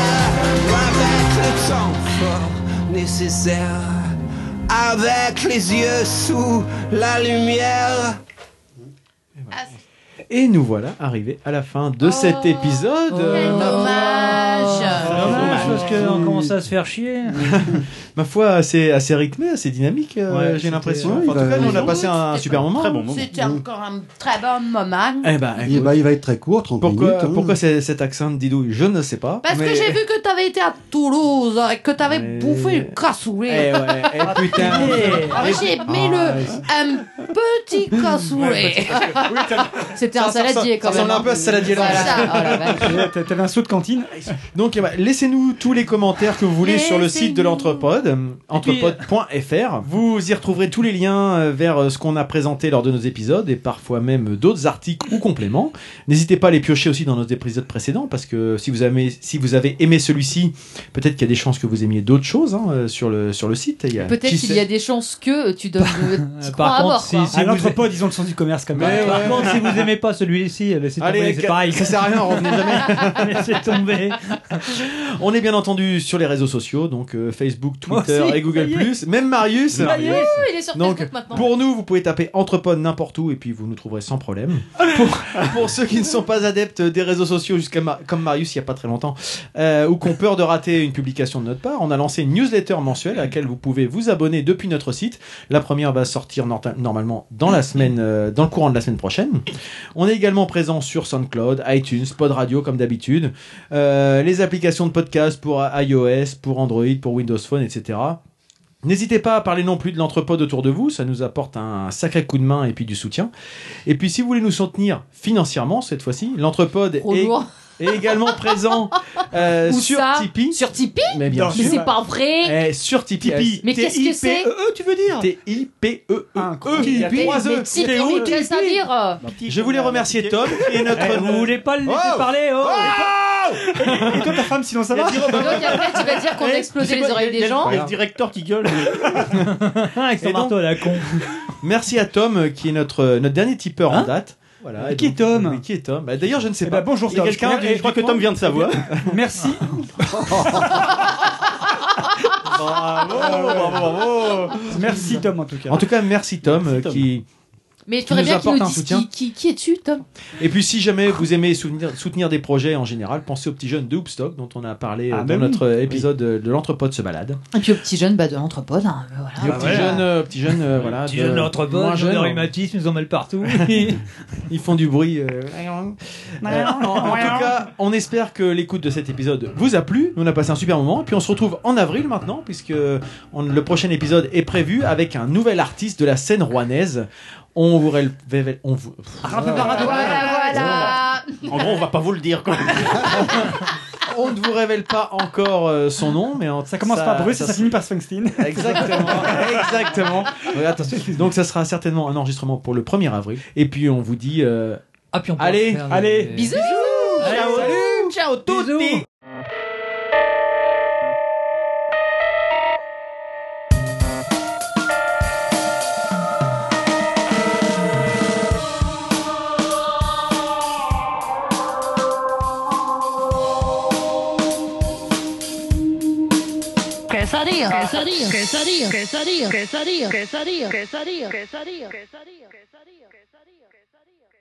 [SPEAKER 11] Avec le temps fort nécessaire, avec les yeux sous la lumière.
[SPEAKER 3] Et nous voilà arrivés à la fin de cet épisode. Oh.
[SPEAKER 1] C'est dommage parce qu'on commence à se faire chier.
[SPEAKER 3] Ma foi, assez, assez rythmé, assez dynamique, euh,
[SPEAKER 1] Ouais,
[SPEAKER 3] j'ai
[SPEAKER 1] c'était-
[SPEAKER 3] l'impression.
[SPEAKER 1] ouais,
[SPEAKER 3] Enfin,
[SPEAKER 1] il
[SPEAKER 3] en tout
[SPEAKER 1] va-
[SPEAKER 3] cas, nous, on a
[SPEAKER 1] oui,
[SPEAKER 3] passé un super moment.
[SPEAKER 2] C'était encore un très bon moment.
[SPEAKER 3] Eh ben,
[SPEAKER 4] il, va, il va être très court, 30
[SPEAKER 3] Pourquoi,
[SPEAKER 4] minutes. hein.
[SPEAKER 3] pourquoi c'est- cet accent de Didouille Je ne sais pas.
[SPEAKER 2] Parce que
[SPEAKER 3] mais-
[SPEAKER 2] j'ai vu que t'avais été à Toulouse et que t'avais bouffé le cassoulet.
[SPEAKER 3] Eh ouais, eh putain.
[SPEAKER 2] Ah, mais j'ai mis le un petit cassoulet. C'était un saladier quand
[SPEAKER 3] ça
[SPEAKER 9] hein. Oh,
[SPEAKER 2] même.
[SPEAKER 3] ressemble un peu à ce saladier là.
[SPEAKER 2] Voilà.
[SPEAKER 7] T'avais un saut de cantine.
[SPEAKER 3] Donc eh ben, laissez-nous tous les commentaires que vous voulez sur le site de l'entrepode, euh, entrepode.fr. Vous y retrouverez tous les liens euh, vers euh, ce qu'on a présenté lors de nos épisodes et parfois même d'autres articles ou compléments. N'hésitez pas à les piocher aussi dans nos épisodes précédents parce que si vous avez, si vous avez aimé celui-ci, peut-être qu'il y a des chances que vous aimiez d'autres choses hein, euh, sur, le, sur le site. Il y a-
[SPEAKER 9] Peut-être
[SPEAKER 3] qui
[SPEAKER 9] qu'il
[SPEAKER 3] sait
[SPEAKER 9] y a des chances que tu donnes le petit croix à mort. quoi.
[SPEAKER 7] à l'entrepôt, ils ont le sens du commerce quand même.
[SPEAKER 1] Ouais, Par ouais. contre, si vous aimez pas celui-ci, c'est
[SPEAKER 3] Allez,
[SPEAKER 1] tomber, c'est
[SPEAKER 3] ca-
[SPEAKER 1] pareil.
[SPEAKER 3] ça sert à rien, revenez jamais.
[SPEAKER 1] Laissez tomber.
[SPEAKER 3] On est bien entendu sur les réseaux sociaux, donc euh, Facebook,
[SPEAKER 1] Moi
[SPEAKER 3] Twitter
[SPEAKER 1] aussi,
[SPEAKER 3] et Google
[SPEAKER 1] ça y est.
[SPEAKER 3] Plus. Même Marius.
[SPEAKER 1] Ça y est, Marius.
[SPEAKER 9] il est sur
[SPEAKER 3] donc,
[SPEAKER 9] Facebook maintenant.
[SPEAKER 3] Pour nous, vous pouvez taper Entrepod n'importe où et puis vous nous trouverez sans problème. Pour, pour ceux qui ne sont pas adeptes des réseaux sociaux, jusqu'à ma- comme Marius il n'y a pas très longtemps, euh, ou qu'on peur de rater une publication de notre part, on a lancé une newsletter mensuelle à laquelle vous pouvez vous abonner depuis notre site. La première va sortir nor- normalement dans la semaine, euh, dans le courant de la semaine prochaine. On est également présent sur SoundCloud, iTunes, Pod Radio comme d'habitude, euh, les applications de podcast pour euh, iOS, pour Android, pour Windows Phone, etc. N'hésitez pas à parler non plus de l'entrepode autour de vous, ça nous apporte un sacré coup de main et puis du soutien. Et puis si vous voulez nous soutenir financièrement cette fois-ci, l'entrepode est,
[SPEAKER 9] lourd.
[SPEAKER 3] est également présent euh,
[SPEAKER 9] Où
[SPEAKER 3] sur
[SPEAKER 9] ça
[SPEAKER 3] Tipeee.
[SPEAKER 9] Sur Tipeee
[SPEAKER 3] Mais bien
[SPEAKER 9] Mais
[SPEAKER 3] sûr.
[SPEAKER 9] c'est pas vrai.
[SPEAKER 3] Eh, sur Tipeee.
[SPEAKER 9] Tipeee. Mais qu'est-ce que c'est
[SPEAKER 3] T-I-P-E-E, E tu veux dire T-I-P-E-E. E Il y a
[SPEAKER 9] Mais-
[SPEAKER 3] trois
[SPEAKER 9] mais
[SPEAKER 3] E.
[SPEAKER 9] Tipeee,
[SPEAKER 3] C'est
[SPEAKER 9] mais
[SPEAKER 3] où
[SPEAKER 9] qu'est-ce à
[SPEAKER 1] euh,
[SPEAKER 9] dire
[SPEAKER 3] Je voulais remercier Tom et notre.
[SPEAKER 1] Eh, Vous voulez pas le laisser parler oh.
[SPEAKER 7] Et toi, ta femme, sinon ça va Eh,
[SPEAKER 9] Donc après, tu vas dire qu'on a explosé les oreilles des gens.
[SPEAKER 5] directeur qui gueule.
[SPEAKER 7] Ah,
[SPEAKER 1] Avec son marteau à la con.
[SPEAKER 3] Merci à Tom euh, qui est notre, euh, notre dernier tipeur en date. Voilà,
[SPEAKER 7] Hein Mais qui Eh
[SPEAKER 3] est Tom Qui est Tom Bah, D'ailleurs, je ne sais pas.
[SPEAKER 7] ben, bonjour,
[SPEAKER 3] Il y a
[SPEAKER 7] Tom.
[SPEAKER 3] quelqu'un
[SPEAKER 7] Je
[SPEAKER 3] du-
[SPEAKER 7] crois
[SPEAKER 3] du
[SPEAKER 7] que Tom
[SPEAKER 3] coin
[SPEAKER 7] vient de savoir. Merci.
[SPEAKER 3] bravo, bravo, bravo.
[SPEAKER 7] Merci Tom en tout cas.
[SPEAKER 3] En tout cas, merci Tom, euh, qui.
[SPEAKER 9] Mais
[SPEAKER 3] qui
[SPEAKER 9] tu aurais
[SPEAKER 3] nous
[SPEAKER 9] bien qu'ils
[SPEAKER 3] apporte
[SPEAKER 9] nous
[SPEAKER 3] un
[SPEAKER 9] disent
[SPEAKER 3] soutien.
[SPEAKER 9] qui, qui, qui es-tu, Tom
[SPEAKER 3] Et puis, si jamais vous aimez soutenir, soutenir des projets en général, pensez aux petits jeunes de Hoopstock dont on a parlé euh,
[SPEAKER 9] Ah,
[SPEAKER 3] dans
[SPEAKER 9] bah oui.
[SPEAKER 3] notre euh, épisode euh, de l'entrepôt se balade.
[SPEAKER 9] Et puis au petit jeune bah, de l'entrepôt. Hein, voilà.
[SPEAKER 1] Ah,
[SPEAKER 3] Et aux petits jeunes, euh, petits jeunes, euh, voilà.
[SPEAKER 1] bah Petit jeune de l'entrepôt,
[SPEAKER 3] moins
[SPEAKER 1] ils ont des
[SPEAKER 3] jeunes,
[SPEAKER 1] rhumatismes, ils en mêlent partout.
[SPEAKER 3] Ils font du bruit. euh, Euh, en, en tout cas, on espère que l'écoute de cet épisode vous a plu. Nous, on a passé un super moment. Puis on se retrouve en avril maintenant, puisque euh, on- le prochain épisode est prévu avec un nouvel artiste de la scène rouennaise. On vous révèle. révèle- On vous...
[SPEAKER 9] Voilà,
[SPEAKER 5] En gros, on va pas vous le dire. Quoi.
[SPEAKER 3] on ne vous révèle pas encore euh, son nom, mais on-
[SPEAKER 7] Ça commence par Bruce et ça
[SPEAKER 3] se-
[SPEAKER 7] finit par Springsteen.
[SPEAKER 3] Exactement, exactement. Ouais, attention. Donc ça sera certainement un enregistrement pour le 1er avril. Et puis on vous dit... euh,
[SPEAKER 1] Ah, peut
[SPEAKER 3] allez,
[SPEAKER 1] faire des-
[SPEAKER 3] allez.
[SPEAKER 9] Bisous
[SPEAKER 3] Ciao.
[SPEAKER 9] Ciao tutti
[SPEAKER 12] Quesadilla.
[SPEAKER 10] Quesadilla.
[SPEAKER 12] Quesadilla.
[SPEAKER 10] Quesadilla.
[SPEAKER 12] Quesadilla.
[SPEAKER 10] Quesadilla.
[SPEAKER 12] Quesadilla. Quesadilla. Quesadilla.